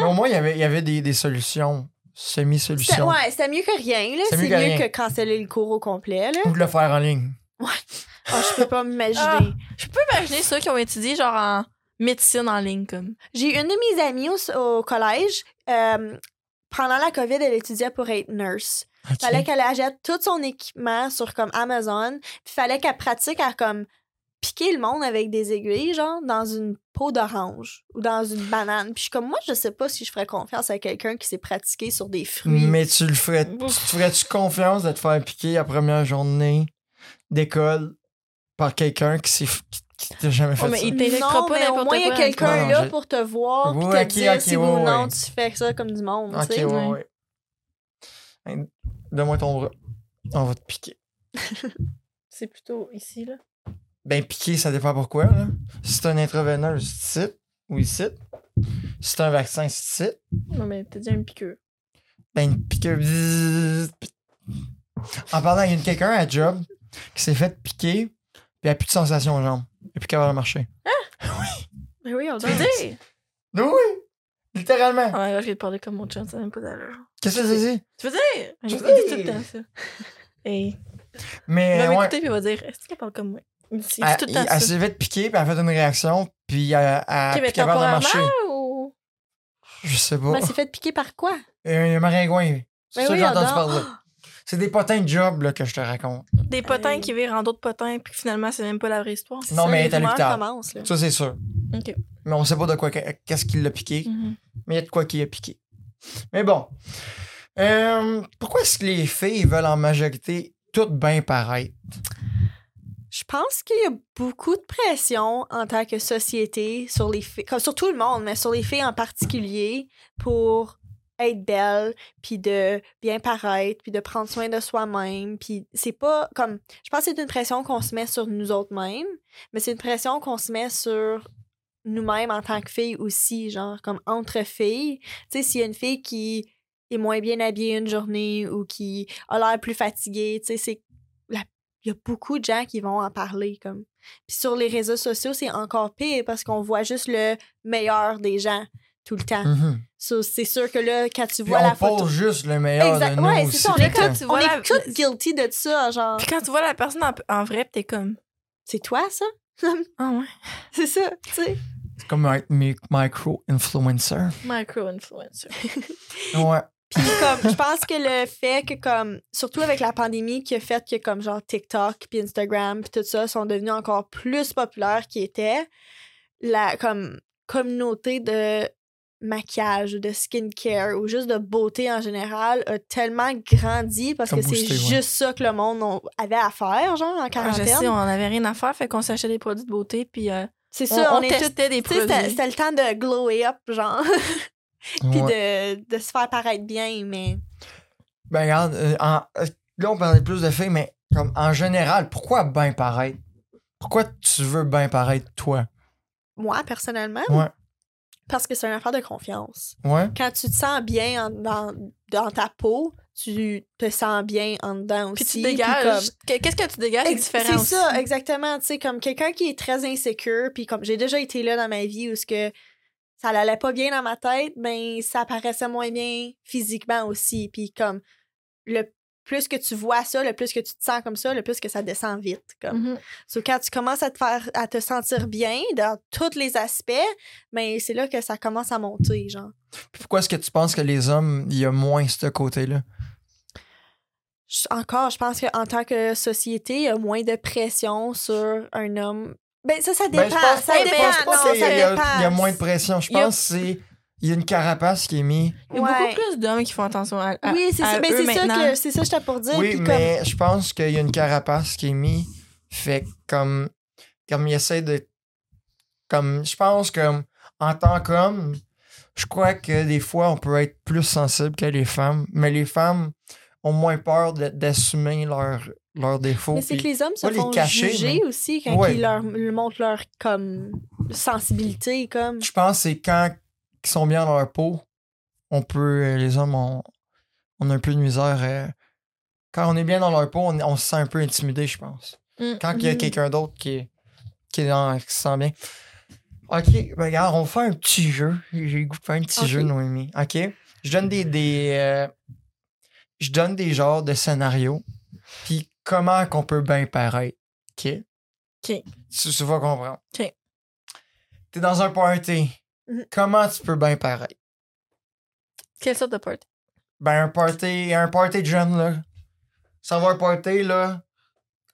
[SPEAKER 3] Hmm.
[SPEAKER 1] au moins, il y avait, il y avait des, des solutions,
[SPEAKER 3] C'était-
[SPEAKER 1] semi-solutions.
[SPEAKER 3] Ouais, c'était mieux que rien. là.
[SPEAKER 1] C'est
[SPEAKER 3] C'est
[SPEAKER 1] mieux
[SPEAKER 3] mieux,
[SPEAKER 1] que rien.
[SPEAKER 3] que canceller le cours au complet. Là.
[SPEAKER 1] Ou de le faire en ligne.
[SPEAKER 3] Oh, je peux pas m'imaginer.
[SPEAKER 2] Ah. je peux imaginer ceux qui ont étudié genre en médecine en ligne comme.
[SPEAKER 3] J'ai une de mes amies au, au collège. euh, pendant la COVID, elle étudiait pour être nurse.
[SPEAKER 1] Ok.
[SPEAKER 3] Fallait qu'elle achète tout son équipement sur comme Amazon. Puis fallait qu'elle pratique à comme piquer le monde avec des aiguilles, genre dans une peau d'orange ou dans une banane. Puis je suis comme moi, je sais pas si je ferais confiance à quelqu'un qui s'est pratiqué sur des fruits.
[SPEAKER 1] Mais tu le ferais, tu te
[SPEAKER 2] Ouf.
[SPEAKER 1] ferais-tu confiance de te faire piquer la première journée d'école par quelqu'un qui s'est f- qui, qui t'a jamais fait
[SPEAKER 2] Oh, mais
[SPEAKER 1] ça?
[SPEAKER 2] il-
[SPEAKER 3] non,
[SPEAKER 2] t'invectera pas
[SPEAKER 3] Oh, mais au
[SPEAKER 2] n'importe
[SPEAKER 3] moins, il y a
[SPEAKER 2] quoi. hein,
[SPEAKER 3] quelqu'un
[SPEAKER 1] Non,
[SPEAKER 3] là
[SPEAKER 1] je-
[SPEAKER 3] pour te voir puis
[SPEAKER 1] Ouais, ok,
[SPEAKER 3] te dire
[SPEAKER 1] ok, ouais,
[SPEAKER 3] si oui ou non
[SPEAKER 1] ouais.
[SPEAKER 3] tu fais ça comme du monde.
[SPEAKER 1] Ok,
[SPEAKER 3] tu sais.
[SPEAKER 1] ouais,
[SPEAKER 2] oui.
[SPEAKER 1] ouais. Hey, Donne-moi ton bras. On va te piquer.
[SPEAKER 2] C'est plutôt ici là.
[SPEAKER 1] Ben, piquer, ça dépend pourquoi. Là. Si c'est un intraveineux, c'est ici ou ici. Si c'est un vaccin, c'est ici.
[SPEAKER 2] Non mais t'as dit un piqueux.
[SPEAKER 1] Ben, une piqueur. Bzzz. En parlant, il y a une- quelqu'un à job qui s'est fait piquer, puis il a plus de sensation aux jambes. Il n'est plus capable de marcher.
[SPEAKER 3] Mais oui, on le
[SPEAKER 2] Tu veux
[SPEAKER 3] dit.
[SPEAKER 2] dire?
[SPEAKER 1] Ben Oui! Littéralement!
[SPEAKER 2] Ah ouais, là, je vais te parler comme mon chum, ça n'a même pas d'allure.
[SPEAKER 1] Qu'est-ce que c'est?
[SPEAKER 2] Tu veux dire?
[SPEAKER 1] Je
[SPEAKER 2] Je
[SPEAKER 1] veux
[SPEAKER 2] dis tout le
[SPEAKER 1] dire.
[SPEAKER 2] temps ça. Hey.
[SPEAKER 1] Mais
[SPEAKER 2] Il va
[SPEAKER 1] Eh, ouais.
[SPEAKER 2] m'écouter puis il va dire Est-ce qu'elle parle comme moi? Il dit il dit
[SPEAKER 1] Elle-
[SPEAKER 2] tout le
[SPEAKER 1] il-
[SPEAKER 2] temps
[SPEAKER 1] Elle
[SPEAKER 2] ça.
[SPEAKER 1] s'est vite piquée, puis elle a fait une réaction, puis elle a
[SPEAKER 2] Ok,
[SPEAKER 1] capable de
[SPEAKER 2] mais temporairement
[SPEAKER 1] marcher.
[SPEAKER 2] ou-
[SPEAKER 1] Je sais pas.
[SPEAKER 3] Mais elle s'est Ben, fait piquer par quoi?
[SPEAKER 1] Un maringouin. C'est
[SPEAKER 3] Ben
[SPEAKER 1] ça que
[SPEAKER 3] oui,
[SPEAKER 1] j'ai entendu
[SPEAKER 3] adore.
[SPEAKER 1] parler. C'est des potins de job là, que je te raconte.
[SPEAKER 2] Des potins
[SPEAKER 3] Hey.
[SPEAKER 2] qui virent en d'autres potins puis que finalement c'est même pas la vraie histoire.
[SPEAKER 1] Non, mais elle est à
[SPEAKER 3] les rumeurs
[SPEAKER 1] l'hôpital.
[SPEAKER 3] commencent, là.
[SPEAKER 1] Ça, c'est sûr.
[SPEAKER 2] Ok.
[SPEAKER 1] Mais on sait pas de quoi qu'est-ce qui l'a piqué,
[SPEAKER 3] Mm.
[SPEAKER 2] Mhm.
[SPEAKER 1] mais il y a de quoi qui l'a piqué. Mais bon. Euh, pourquoi est-ce que les filles veulent en majorité toutes bien pareilles?
[SPEAKER 3] Je pense qu'il y a beaucoup de pression en tant que société sur les filles, comme sur tout le monde, mais sur les filles en particulier pour être belle, puis de bien paraître, puis de prendre soin de soi-même, puis c'est pas comme je pense que c'est une pression qu'on se met sur nous autres mêmes, mais c'est une pression qu'on se met sur nous-mêmes en tant que filles aussi, genre comme entre filles. Tu sais s'il y a une fille qui est moins bien habillée une journée ou qui a l'air plus fatiguée, tu sais c'est il y a beaucoup de gens qui vont en parler comme puis sur les réseaux sociaux c'est encore pire parce qu'on voit juste le meilleur des gens tout le temps
[SPEAKER 1] Mhm.
[SPEAKER 3] So, c'est sûr que là quand tu
[SPEAKER 1] Puis
[SPEAKER 3] vois
[SPEAKER 1] on
[SPEAKER 3] Ah. la photo
[SPEAKER 1] pose juste le meilleur
[SPEAKER 3] Exact-
[SPEAKER 1] de nous
[SPEAKER 3] ouais, c'est
[SPEAKER 1] aussi.
[SPEAKER 3] ça, on
[SPEAKER 1] tout
[SPEAKER 3] est
[SPEAKER 1] le temps.
[SPEAKER 3] comme-
[SPEAKER 2] Tu
[SPEAKER 3] on
[SPEAKER 2] vois la-
[SPEAKER 3] est toutes guilty de ça genre
[SPEAKER 2] Puis quand tu vois la personne en, en vrai, pis t'es comme
[SPEAKER 3] c'est toi ça
[SPEAKER 2] Ah ouais.
[SPEAKER 3] c'est ça tu sais
[SPEAKER 1] C'est comme être mi- micro-influencer.
[SPEAKER 2] Micro-influencer.
[SPEAKER 1] Ouais.
[SPEAKER 3] Puis comme, je pense que le fait que comme, surtout avec la pandémie qui a fait que comme genre TikTok puis Instagram puis tout ça sont devenus encore plus populaires qu'ils étaient, la comme communauté de maquillage ou de skincare ou juste de beauté en général a tellement grandi parce
[SPEAKER 1] A
[SPEAKER 3] que c'est
[SPEAKER 1] boosté, ouais.
[SPEAKER 3] juste ça que le monde on- avait à faire, genre, en
[SPEAKER 2] Ah, je
[SPEAKER 3] quarantaine.
[SPEAKER 2] sais, on n'avait rien à faire, fait qu'on s'achetait des produits de beauté, puis euh,
[SPEAKER 3] C'est
[SPEAKER 2] on,
[SPEAKER 3] ça, on,
[SPEAKER 2] on
[SPEAKER 3] est tous-
[SPEAKER 2] testait des
[SPEAKER 3] tu sais,
[SPEAKER 2] produits.
[SPEAKER 3] C'était c'était le temps de glower up, genre, puis
[SPEAKER 1] Ouais.
[SPEAKER 3] de, de se faire paraître bien, mais
[SPEAKER 1] Ben, regarde, euh, en- euh, là, on parlait plus de filles, mais comme en général, pourquoi bien paraître? Pourquoi tu veux bien paraître, toi?
[SPEAKER 3] moi, personnellement,
[SPEAKER 1] Ouais.
[SPEAKER 3] parce que c'est une affaire de confiance.
[SPEAKER 1] Ouais?
[SPEAKER 3] Quand tu te sens bien en- dans, dans ta peau, tu te sens bien en dedans
[SPEAKER 2] Puis
[SPEAKER 3] aussi.
[SPEAKER 2] tu
[SPEAKER 3] puis comme-
[SPEAKER 2] dégages. Que- Qu'est-ce que tu dégages est
[SPEAKER 3] Ex-
[SPEAKER 2] différent
[SPEAKER 3] C'est
[SPEAKER 2] aussi.
[SPEAKER 3] ça, exactement. Tu sais, comme quelqu'un qui est très insécure, puis comme j'ai déjà été là dans ma vie où ce que ça allait pas bien dans ma tête, ben ça paraissait moins bien physiquement aussi. Puis comme le plus que tu vois ça, le plus que tu te sens comme ça, le plus que ça descend vite. Comme.
[SPEAKER 2] Mhm.
[SPEAKER 3] So, quand tu commences à te faire à te sentir bien dans tous les aspects, ben c'est là que ça commence à monter, genre.
[SPEAKER 1] Puis pourquoi est-ce que tu penses que les hommes, il y a moins ce côté-là?
[SPEAKER 3] je- encore, je pense qu'en tant que société, il y a moins de pression sur un homme. Ben, ça, ça dépend.
[SPEAKER 1] Ben, je pense
[SPEAKER 3] ça
[SPEAKER 1] pas, je
[SPEAKER 3] dépend.
[SPEAKER 1] pense pas
[SPEAKER 3] non,
[SPEAKER 1] qu'il y,
[SPEAKER 3] ça
[SPEAKER 1] a- il y a-
[SPEAKER 3] dépend.
[SPEAKER 1] il y a moins de pression. Je
[SPEAKER 2] Il y a-
[SPEAKER 1] pense que c'est. Il y a une carapace qui est mise.
[SPEAKER 2] Il y a
[SPEAKER 3] Ouais.
[SPEAKER 2] beaucoup plus d'hommes qui font attention à, à-
[SPEAKER 3] Oui, c'est
[SPEAKER 2] à
[SPEAKER 3] ça. Ben,
[SPEAKER 2] Ah, euh, eux
[SPEAKER 3] c'est ça
[SPEAKER 2] maintenant.
[SPEAKER 3] que c'est ça, que j'étais pour dire.
[SPEAKER 1] Oui,
[SPEAKER 3] puis
[SPEAKER 1] mais je pense qu'il y a une carapace qui est mise. Fait que comme. Comme il essaie de. Comme. Je pense que. En tant qu'homme, je crois que des fois, on peut être plus sensible que les femmes. Mais les femmes ont moins peur de- d'assumer leurs leurs défauts.
[SPEAKER 3] comme- Mais c'est
[SPEAKER 1] puis-
[SPEAKER 3] que les hommes se
[SPEAKER 1] pas les
[SPEAKER 3] font
[SPEAKER 1] cacher,
[SPEAKER 3] juger aussi quand
[SPEAKER 1] Ouais.
[SPEAKER 3] ils leur leur montrent leur comme sensibilité, comme.
[SPEAKER 1] Je pense que c'est quand ils sont bien dans leur peau, on peut. euh, Les hommes, on, on a un peu de misère. euh, quand on est bien dans leur peau, on, on se sent un peu intimidé, je pense.
[SPEAKER 2] Mm.
[SPEAKER 1] Quand il y a
[SPEAKER 3] Mhm.
[SPEAKER 1] quelqu'un d'autre qui, est- qui, est dans- qui se sent bien. Ok, ben regarde, on fait un petit jeu. J'ai le goût de faire un petit
[SPEAKER 3] Ok.
[SPEAKER 1] jeu, Noémie. Ok? Je donne des. des euh, je donne des genres de scénarios. Puis comment qu'on peut bien paraître. Ok?
[SPEAKER 2] Ok.
[SPEAKER 1] Tu, tu vas comprendre.
[SPEAKER 2] Ok.
[SPEAKER 1] T'es dans un party.
[SPEAKER 3] Mhm.
[SPEAKER 1] Comment tu peux bien paraître?
[SPEAKER 2] Quelle sorte de porte?
[SPEAKER 1] Ben, un party, un party de jeunes, là. Ça va un party, là.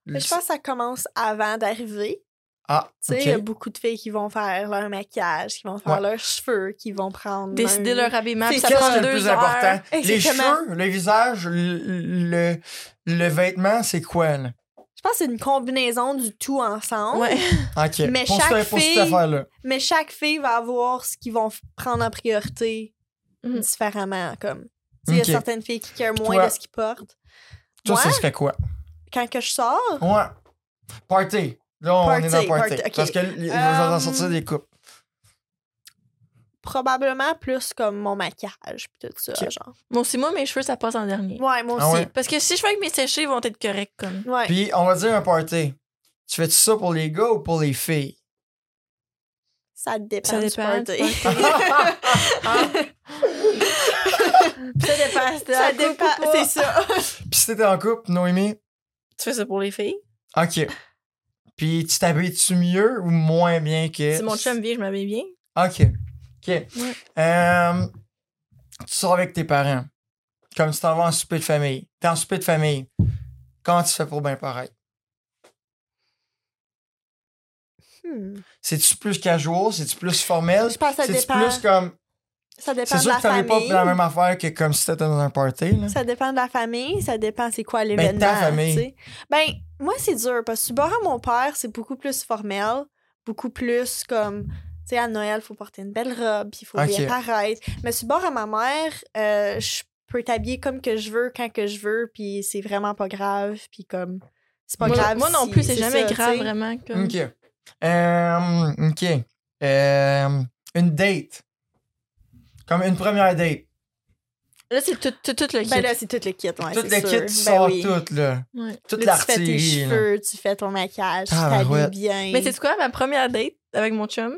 [SPEAKER 3] Mais je pense que ça commence avant d'arriver.
[SPEAKER 1] Ah,
[SPEAKER 3] Tu sais,
[SPEAKER 1] ok.
[SPEAKER 3] il y a beaucoup de filles qui vont faire leur maquillage, qui vont faire
[SPEAKER 1] Ouais.
[SPEAKER 3] leurs cheveux, qui vont prendre.
[SPEAKER 2] Ben, Décider
[SPEAKER 3] un-
[SPEAKER 2] leur habillement,
[SPEAKER 3] C'est
[SPEAKER 2] puis ça
[SPEAKER 1] Qu'est-ce
[SPEAKER 2] prend
[SPEAKER 1] qui est
[SPEAKER 2] deux
[SPEAKER 1] le plus
[SPEAKER 2] heures.
[SPEAKER 1] important? Les
[SPEAKER 3] Exactement.
[SPEAKER 1] cheveux, le visage, le, le, le vêtement, c'est quoi, là?
[SPEAKER 3] Je pense que c'est une combinaison du tout ensemble.
[SPEAKER 2] Ouais.
[SPEAKER 1] Ok.
[SPEAKER 3] Mais
[SPEAKER 1] pour
[SPEAKER 3] chaque
[SPEAKER 1] cette- pour cette
[SPEAKER 3] fille-
[SPEAKER 1] affaire-là.
[SPEAKER 3] Mais chaque fille va avoir ce qu'ils vont f- prendre en priorité
[SPEAKER 2] Mhm.
[SPEAKER 3] différemment. Comme. Tu sais, Il
[SPEAKER 1] Ok.
[SPEAKER 3] y a certaines filles qui carent moins
[SPEAKER 1] Toi-
[SPEAKER 3] de ce qu'ils portent.
[SPEAKER 1] Toi,
[SPEAKER 3] Moi,
[SPEAKER 1] ce serait quoi?
[SPEAKER 3] quand que je sors,
[SPEAKER 1] Ouais. Party. Là, on est dans party.
[SPEAKER 3] Party, party, ok.
[SPEAKER 1] Parce que je vais
[SPEAKER 3] Euh,
[SPEAKER 1] en sortir des coupes.
[SPEAKER 3] probablement plus comme mon maquillage pis tout ça,
[SPEAKER 1] Ok.
[SPEAKER 3] genre.
[SPEAKER 2] Moi aussi, moi, mes cheveux, ça passe en dernier.
[SPEAKER 3] Ouais, moi aussi.
[SPEAKER 1] Ah
[SPEAKER 3] ouais.
[SPEAKER 1] ouais?
[SPEAKER 2] Parce que si je fais avec mes séchés, ils vont être corrects comme.
[SPEAKER 3] Euh,
[SPEAKER 1] Puis, on va dire un party. Tu fais-tu ça pour les gars ou pour les filles?
[SPEAKER 3] Ça dépend
[SPEAKER 2] Ça
[SPEAKER 3] du
[SPEAKER 2] dépend.
[SPEAKER 3] party.
[SPEAKER 2] du party. Puis ça dépend. si t'es en
[SPEAKER 3] ça
[SPEAKER 2] couple ou
[SPEAKER 3] dépend,
[SPEAKER 2] pas.
[SPEAKER 3] c'est ça.
[SPEAKER 1] Puis si t'étais en couple, Noémie,
[SPEAKER 2] Tu fais ça pour les filles?
[SPEAKER 1] ok. Puis tu t'habilles-tu mieux ou moins bien que.
[SPEAKER 2] Si mon chum vient, je m'habille bien.
[SPEAKER 1] Ok. Ok. Euh, tu sors avec tes parents. Comme tu t'en vas en souper de famille. T'es en souper de famille. Comment tu fais pour bien pareil?
[SPEAKER 3] Hmm.
[SPEAKER 1] C'est-tu plus casual? C'est-tu plus formel?
[SPEAKER 3] Je pense que ça
[SPEAKER 1] C'est-tu
[SPEAKER 3] dépend.
[SPEAKER 1] plus comme.
[SPEAKER 3] Ça dépend
[SPEAKER 1] C'est
[SPEAKER 3] de
[SPEAKER 1] sûr
[SPEAKER 3] la
[SPEAKER 1] que t'avais pas
[SPEAKER 3] famille.
[SPEAKER 1] la même affaire que comme si t'étais dans un party, là.
[SPEAKER 3] Ça dépend de la famille, ça dépend c'est quoi
[SPEAKER 1] Ben,
[SPEAKER 3] l'événement.
[SPEAKER 1] ta famille.
[SPEAKER 3] tu sais. Ben, moi, c'est dur parce que tu à mon père, c'est beaucoup plus formel, beaucoup plus comme, tu sais, à Noël, il faut porter une belle robe, puis il faut
[SPEAKER 1] Ok.
[SPEAKER 3] bien paraître. Mais tu à ma mère, euh, je peux t'habiller comme que je veux, quand que je veux, puis c'est vraiment pas grave, puis comme, c'est pas
[SPEAKER 2] moi,
[SPEAKER 3] grave.
[SPEAKER 2] moi non
[SPEAKER 3] si-
[SPEAKER 2] plus, c'est jamais
[SPEAKER 3] ça,
[SPEAKER 2] grave
[SPEAKER 3] tu sais.
[SPEAKER 2] vraiment. Comme...
[SPEAKER 1] Ok. Euh, ok. Euh, une date. Comme une première date.
[SPEAKER 2] Là, c'est tout, tout, tout le kit.
[SPEAKER 3] Ben là, c'est tout le kit, ouais,
[SPEAKER 1] Tout le
[SPEAKER 3] c'est sûr.
[SPEAKER 1] kit,
[SPEAKER 3] Ben
[SPEAKER 1] tu sors
[SPEAKER 3] oui.
[SPEAKER 1] tout, là.
[SPEAKER 2] Ouais.
[SPEAKER 1] Toute
[SPEAKER 3] Là, tu fais tes
[SPEAKER 1] l'artillerie, là.
[SPEAKER 3] cheveux, tu fais ton maquillage,
[SPEAKER 1] Ah,
[SPEAKER 3] tu t'habilles
[SPEAKER 1] ouais.
[SPEAKER 3] bien.
[SPEAKER 2] Mais c'est quoi, ma première date avec mon chum,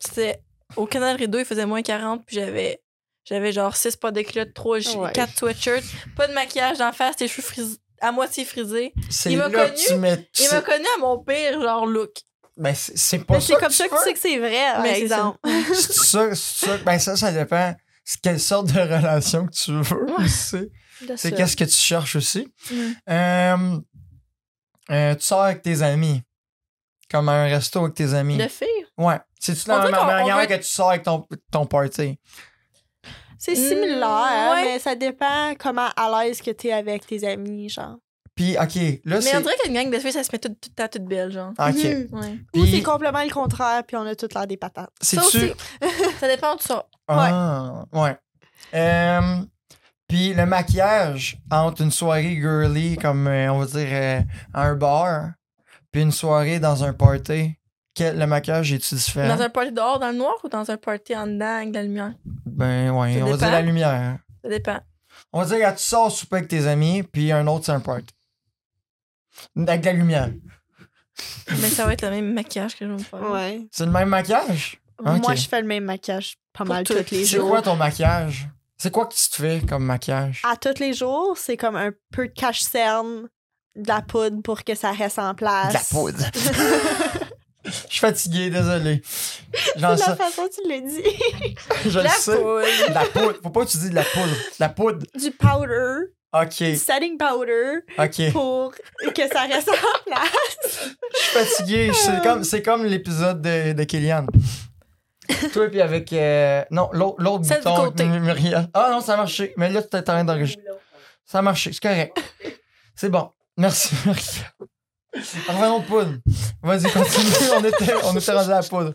[SPEAKER 2] c'était au Canal Rideau, il faisait moins 40, puis j'avais j'avais genre 6 pas de culottes, 3
[SPEAKER 3] Ouais.
[SPEAKER 2] 4 sweatshirts, pas de maquillage d'en face, tes cheveux frisés, à moitié frisés.
[SPEAKER 1] C'est
[SPEAKER 2] Il
[SPEAKER 1] là
[SPEAKER 2] m'a
[SPEAKER 1] que
[SPEAKER 2] connu,
[SPEAKER 1] tu mets.
[SPEAKER 2] Il m'a
[SPEAKER 1] c'est-
[SPEAKER 2] connu à mon pire genre look.
[SPEAKER 1] Ben, c'est c'est pas
[SPEAKER 3] Ben,
[SPEAKER 1] ça.
[SPEAKER 3] c'est comme ça que tu sais que Ben, c'est vrai, par
[SPEAKER 2] Mais c'est ça.
[SPEAKER 3] exemple.
[SPEAKER 1] que c'est ça. ça. Ben, ça, ça dépend. C'est quelle sorte de relation que tu veux aussi.
[SPEAKER 3] De
[SPEAKER 1] C'est
[SPEAKER 3] ça.
[SPEAKER 1] qu'est-ce que tu cherches aussi.
[SPEAKER 2] Ouais.
[SPEAKER 1] Euh, euh, tu sors avec tes amis. Comme à un resto avec tes amis.
[SPEAKER 2] De filles.
[SPEAKER 1] Ouais. C'est-tu
[SPEAKER 3] On
[SPEAKER 1] la
[SPEAKER 3] dirait
[SPEAKER 1] même
[SPEAKER 3] qu'on- on
[SPEAKER 1] manière
[SPEAKER 3] veut-
[SPEAKER 1] que tu sors avec ton, ton party?
[SPEAKER 3] C'est
[SPEAKER 2] Mm,
[SPEAKER 3] similaire,
[SPEAKER 2] ouais.
[SPEAKER 3] mais ça dépend comment à l'aise que t'es avec tes amis, genre.
[SPEAKER 1] Puis, OK, là,
[SPEAKER 2] Mais
[SPEAKER 1] c'est... Ah.
[SPEAKER 2] on dirait Mm. qu'une gang de filles, ça se met toute tout, le temps toute belle, genre.
[SPEAKER 1] OK.
[SPEAKER 3] Mhm.
[SPEAKER 2] Ouais.
[SPEAKER 3] Ou c'est
[SPEAKER 1] Puis,
[SPEAKER 3] complètement le contraire, puis on a toutes l'air des patates.
[SPEAKER 2] Ça
[SPEAKER 1] c'est-tu...
[SPEAKER 2] aussi, ça dépend de ça.
[SPEAKER 1] Ah, ouais. Euh, puis, le maquillage entre une soirée girly, comme, euh, on va dire, euh, à un bar, puis une soirée dans un party, quel, le maquillage est-tu différent?
[SPEAKER 2] Dans un party dehors, dans le noir ou dans un party en dedans avec de la lumière?
[SPEAKER 1] Ben, ouais, on
[SPEAKER 2] Ça
[SPEAKER 1] va dire
[SPEAKER 2] dépend.
[SPEAKER 1] la lumière.
[SPEAKER 2] Ça dépend.
[SPEAKER 1] On va dire, ah, tu sors souper avec tes amis, puis un autre, c'est un party. Avec de la lumière.
[SPEAKER 2] Mais ça va être le même maquillage que je vais me faire.
[SPEAKER 3] Ouais.
[SPEAKER 1] C'est le même maquillage?
[SPEAKER 3] hein. Moi,
[SPEAKER 1] Ok.
[SPEAKER 3] je fais le même maquillage pas
[SPEAKER 2] Pour
[SPEAKER 3] mal
[SPEAKER 2] toutes.
[SPEAKER 3] tous les
[SPEAKER 1] C'est quoi
[SPEAKER 3] jours.
[SPEAKER 1] ton maquillage? C'est quoi que tu te fais comme maquillage?
[SPEAKER 3] À tous les jours, c'est comme un peu de cache-cerne, de la poudre pour que ça reste en place.
[SPEAKER 1] De la poudre. Je suis fatigué, désolé. J'en
[SPEAKER 3] C'est
[SPEAKER 1] sais,
[SPEAKER 3] la façon que tu le dis.
[SPEAKER 1] je
[SPEAKER 2] La
[SPEAKER 1] le sais.
[SPEAKER 2] poudre.
[SPEAKER 1] De la poudre. Faut pas que tu dis de la poudre. De la poudre.
[SPEAKER 3] Du powder,
[SPEAKER 1] OK,
[SPEAKER 3] du setting powder
[SPEAKER 1] OK.
[SPEAKER 3] pour que ça reste en place.
[SPEAKER 1] Je suis fatigué. C'est comme, c'est comme l'épisode de, de Kéliane. Toi, puis avec. euh, non, l'autre l'autre
[SPEAKER 2] Celle du
[SPEAKER 1] bouton,
[SPEAKER 2] côté.
[SPEAKER 1] Muriel. Ah non, ça a marché. Mais là, tu t'es en train d'enregistrer. Ça a marché, c'est correct. C'est bon. Merci, Muriel. Revenons aux poudres. Vas-y, continue. on, était, on était rendu à la poudre.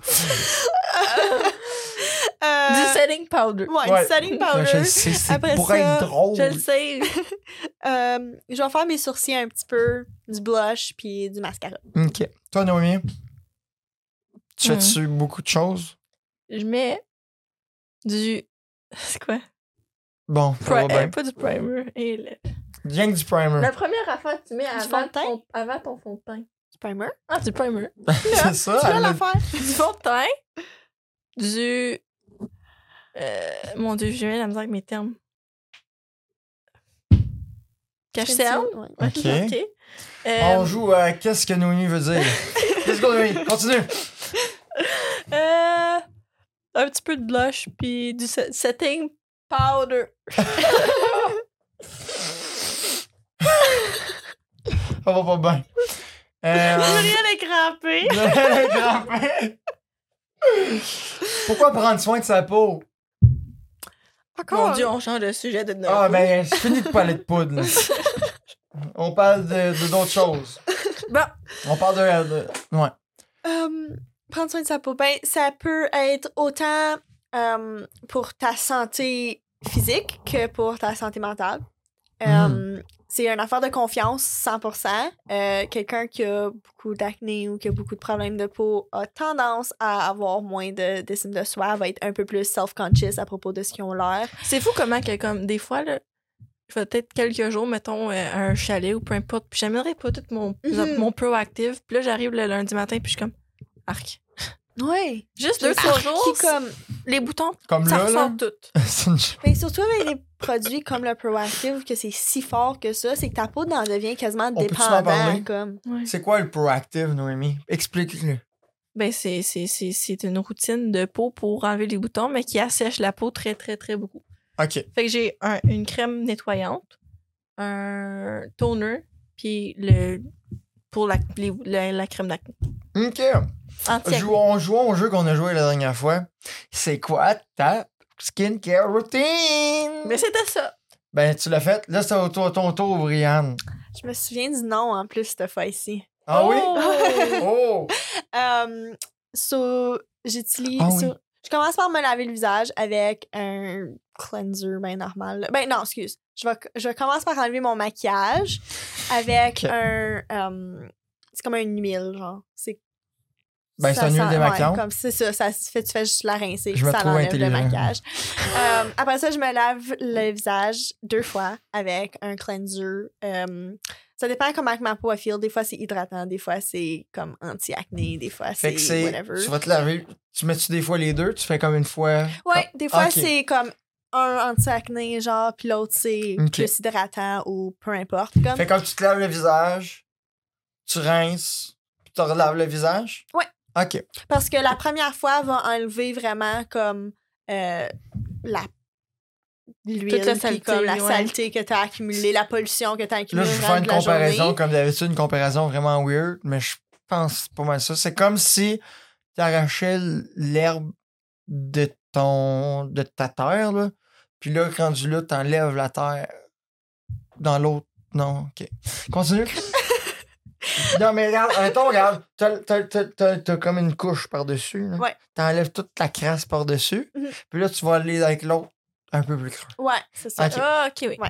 [SPEAKER 3] Euh,
[SPEAKER 2] Du setting powder.
[SPEAKER 3] ouais,
[SPEAKER 1] Ouais.
[SPEAKER 3] du setting
[SPEAKER 2] Ah,
[SPEAKER 1] Ouais, je
[SPEAKER 3] powder.
[SPEAKER 1] le sais, c'est
[SPEAKER 3] Après
[SPEAKER 1] pour
[SPEAKER 3] ça,
[SPEAKER 1] être drôle.
[SPEAKER 2] Je le sais.
[SPEAKER 3] Euh, je vais faire mes sourcils un petit peu, du blush puis du mascara.
[SPEAKER 1] OK. Toi, Noémie, tu
[SPEAKER 2] Mm.
[SPEAKER 1] fais-tu beaucoup de choses?
[SPEAKER 2] Je mets du. C'est quoi?
[SPEAKER 1] Bon, ça va
[SPEAKER 2] Pri- euh,
[SPEAKER 1] bien.
[SPEAKER 2] pas du primer. Et le-
[SPEAKER 1] Rien que du primer.
[SPEAKER 2] Hum. La première affaire que tu mets
[SPEAKER 3] fond de
[SPEAKER 2] avant
[SPEAKER 3] teint?
[SPEAKER 2] ton, avant ton fond de teint.
[SPEAKER 3] Du primer.
[SPEAKER 2] Ah, du primer.
[SPEAKER 1] c'est
[SPEAKER 2] hein. Ah,
[SPEAKER 1] ça?
[SPEAKER 3] Tu
[SPEAKER 1] elle
[SPEAKER 3] vois
[SPEAKER 1] l'a-
[SPEAKER 3] l'affaire?
[SPEAKER 2] du fond de teint. Du. euh, mon Dieu, j'ai eu la misère avec mes termes. Cache-cerne.
[SPEAKER 3] Ouais.
[SPEAKER 1] OK.
[SPEAKER 2] OK. Euh,
[SPEAKER 1] On joue à qu'est-ce que Noémie veut dire. Qu'est-ce qu'on Noémie? Continue.
[SPEAKER 2] euh, un petit peu de blush, puis du se- setting powder.
[SPEAKER 1] Ça va pas bien. Euh,
[SPEAKER 2] Muriel est crampée.
[SPEAKER 1] le grand-père. Pourquoi prendre soin de sa peau?
[SPEAKER 3] Encore.
[SPEAKER 2] Mon Dieu, on change de sujet de nouveau.
[SPEAKER 1] Ah, ben, c'est fini de parler de poudre, là. On parle de de- d'autres choses.
[SPEAKER 2] Bon.
[SPEAKER 1] On parle de. de- ouais.
[SPEAKER 3] Euh, prendre soin de sa peau. Ben, ça peut être autant euh, pour ta santé physique que pour ta santé mentale. Euh,
[SPEAKER 2] Hmm.
[SPEAKER 3] C'est une affaire de confiance, 100%. Euh, Quelqu'un qui a beaucoup d'acné ou qui a beaucoup de problèmes de peau a tendance à avoir moins de- d'estime de, soi, va être un peu plus self-conscious à propos de ce qu'ils ont l'air.
[SPEAKER 2] C'est fou comment que, comme, des fois, là, je vais peut-être quelques jours, mettons, euh, à un chalet ou peu importe, puis j'amènerai pas tout mon,
[SPEAKER 3] Mhm.
[SPEAKER 2] mon proactive. Puis là, j'arrive le lundi matin, puis je suis comme, arc.
[SPEAKER 3] Oui.
[SPEAKER 2] Juste deux, trois jours,
[SPEAKER 3] Qui comme
[SPEAKER 2] les boutons,
[SPEAKER 1] Comme
[SPEAKER 2] ça
[SPEAKER 1] là, là.
[SPEAKER 2] ressort tout.
[SPEAKER 1] C'est une-
[SPEAKER 3] Mais surtout avec des produits comme le Proactive, que c'est si fort que ça, c'est que ta peau en devient quasiment
[SPEAKER 1] peut-tu en parler?
[SPEAKER 3] dépendante. Comme...
[SPEAKER 1] C'est quoi le proactive, Noémie? Explique-le.
[SPEAKER 2] Ben, c'est, c'est, c'est, c'est une routine de peau pour enlever les boutons, mais qui assèche la peau très, très, très beaucoup.
[SPEAKER 1] OK.
[SPEAKER 2] Fait que j'ai un- une crème nettoyante, un toner, puis le pour la, les- la, la crème d'acné.
[SPEAKER 1] OK.
[SPEAKER 2] Anti-acné.
[SPEAKER 1] Jouons, jouons au jeu qu'on a joué la dernière fois. C'est quoi ta skincare routine?
[SPEAKER 2] Mais c'était ça.
[SPEAKER 1] Ben, tu l'as fait. Là, c'est au tour- ton tour, Brianne.
[SPEAKER 3] Je me souviens du nom en plus cette fois-ci.
[SPEAKER 1] Ah oui?
[SPEAKER 2] Oh!
[SPEAKER 1] Oh!
[SPEAKER 3] Euh, so, j'utilise.
[SPEAKER 1] Ah oui.
[SPEAKER 3] so- je commence par me laver le visage avec un cleanser bien normal. là. Ben non, excuse. Je, vais, je commence par enlever mon maquillage avec
[SPEAKER 1] Ok.
[SPEAKER 3] un. euh, c'est comme une huile, genre. C'est
[SPEAKER 1] Ben, c'est
[SPEAKER 3] ça
[SPEAKER 1] un huile
[SPEAKER 3] sent-
[SPEAKER 1] démaquillante.
[SPEAKER 3] ouais, comme c'est ça, ça se fait, tu fais juste la rincer,
[SPEAKER 1] Je me
[SPEAKER 3] ça
[SPEAKER 1] trouve
[SPEAKER 3] l'enlève le
[SPEAKER 1] intelligent.
[SPEAKER 3] maquillage. Euh, après ça, je me lave le visage deux fois avec un cleanser. Euh, ça dépend comment que ma peau a feel. Des fois, c'est hydratant, des fois, c'est comme anti-acné, des fois,
[SPEAKER 1] Fait
[SPEAKER 3] c'est
[SPEAKER 1] que c'est.
[SPEAKER 3] whatever.
[SPEAKER 1] Tu vas te laver. Tu mets-tu des fois les deux? Tu fais comme une fois.
[SPEAKER 3] Ouais, des fois,
[SPEAKER 1] Ah, ok.
[SPEAKER 3] c'est comme un anti-acné, genre, puis l'autre, c'est
[SPEAKER 1] Ok.
[SPEAKER 3] plus hydratant ou peu importe. Comme...
[SPEAKER 1] Fait que quand tu te laves le visage, tu rinces, puis tu te relaves le visage?
[SPEAKER 3] Ouais.
[SPEAKER 1] OK.
[SPEAKER 3] Parce que la première fois va enlever vraiment comme euh, la l'huile,
[SPEAKER 2] la
[SPEAKER 3] puis
[SPEAKER 2] saleté,
[SPEAKER 3] comme la
[SPEAKER 2] ouais.
[SPEAKER 3] saleté que tu as accumulée, la pollution que tu as
[SPEAKER 1] Là,
[SPEAKER 3] accumulée
[SPEAKER 1] je vais
[SPEAKER 3] au
[SPEAKER 1] faire une
[SPEAKER 3] de la
[SPEAKER 1] comparaison,
[SPEAKER 3] journée.
[SPEAKER 1] comme d'habitude, une comparaison vraiment weird, mais je pense pas mal ça. C'est comme si tu arrachais l'herbe de ton de ta terre, là. Puis là, rendu là, t'enlèves la terre dans l'autre. Non, ok. Continue. non, mais regarde, attends, regarde. T'as- T'as t'as- t'as- t'as comme une couche par-dessus. là.
[SPEAKER 3] Ouais.
[SPEAKER 1] T'enlèves toute la crasse par-dessus.
[SPEAKER 3] Mhm.
[SPEAKER 1] Puis là, tu vas aller avec l'autre un peu plus creux.
[SPEAKER 3] Ouais, c'est ça.
[SPEAKER 1] Ok.
[SPEAKER 2] Ah, ok, oui.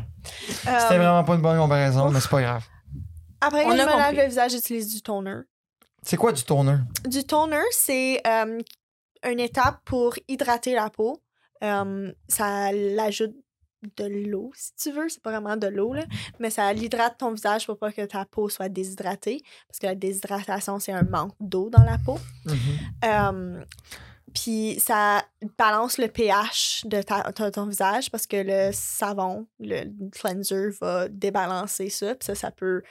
[SPEAKER 1] C'était
[SPEAKER 3] Euh,
[SPEAKER 1] vraiment pas une bonne comparaison, mais c'est pas grave.
[SPEAKER 3] Après que
[SPEAKER 2] On
[SPEAKER 3] je
[SPEAKER 2] a
[SPEAKER 3] me lave
[SPEAKER 2] compris.
[SPEAKER 3] le visage, j'utilise du toner.
[SPEAKER 1] C'est quoi du toner?
[SPEAKER 3] Du toner, c'est euh, une étape pour hydrater la peau. Euh, ça l'ajoute de l'eau, si tu veux. C'est pas vraiment de l'eau, là. Mais ça l'hydrate ton visage pour pas que ta peau soit déshydratée. Parce que la déshydratation, c'est un manque d'eau dans la peau.
[SPEAKER 1] Mm-hmm.
[SPEAKER 3] Euh, puis ça balance le pH de ta- ton- ton visage parce que le savon, le cleanser va débalancer ça. Puis ça, ça peut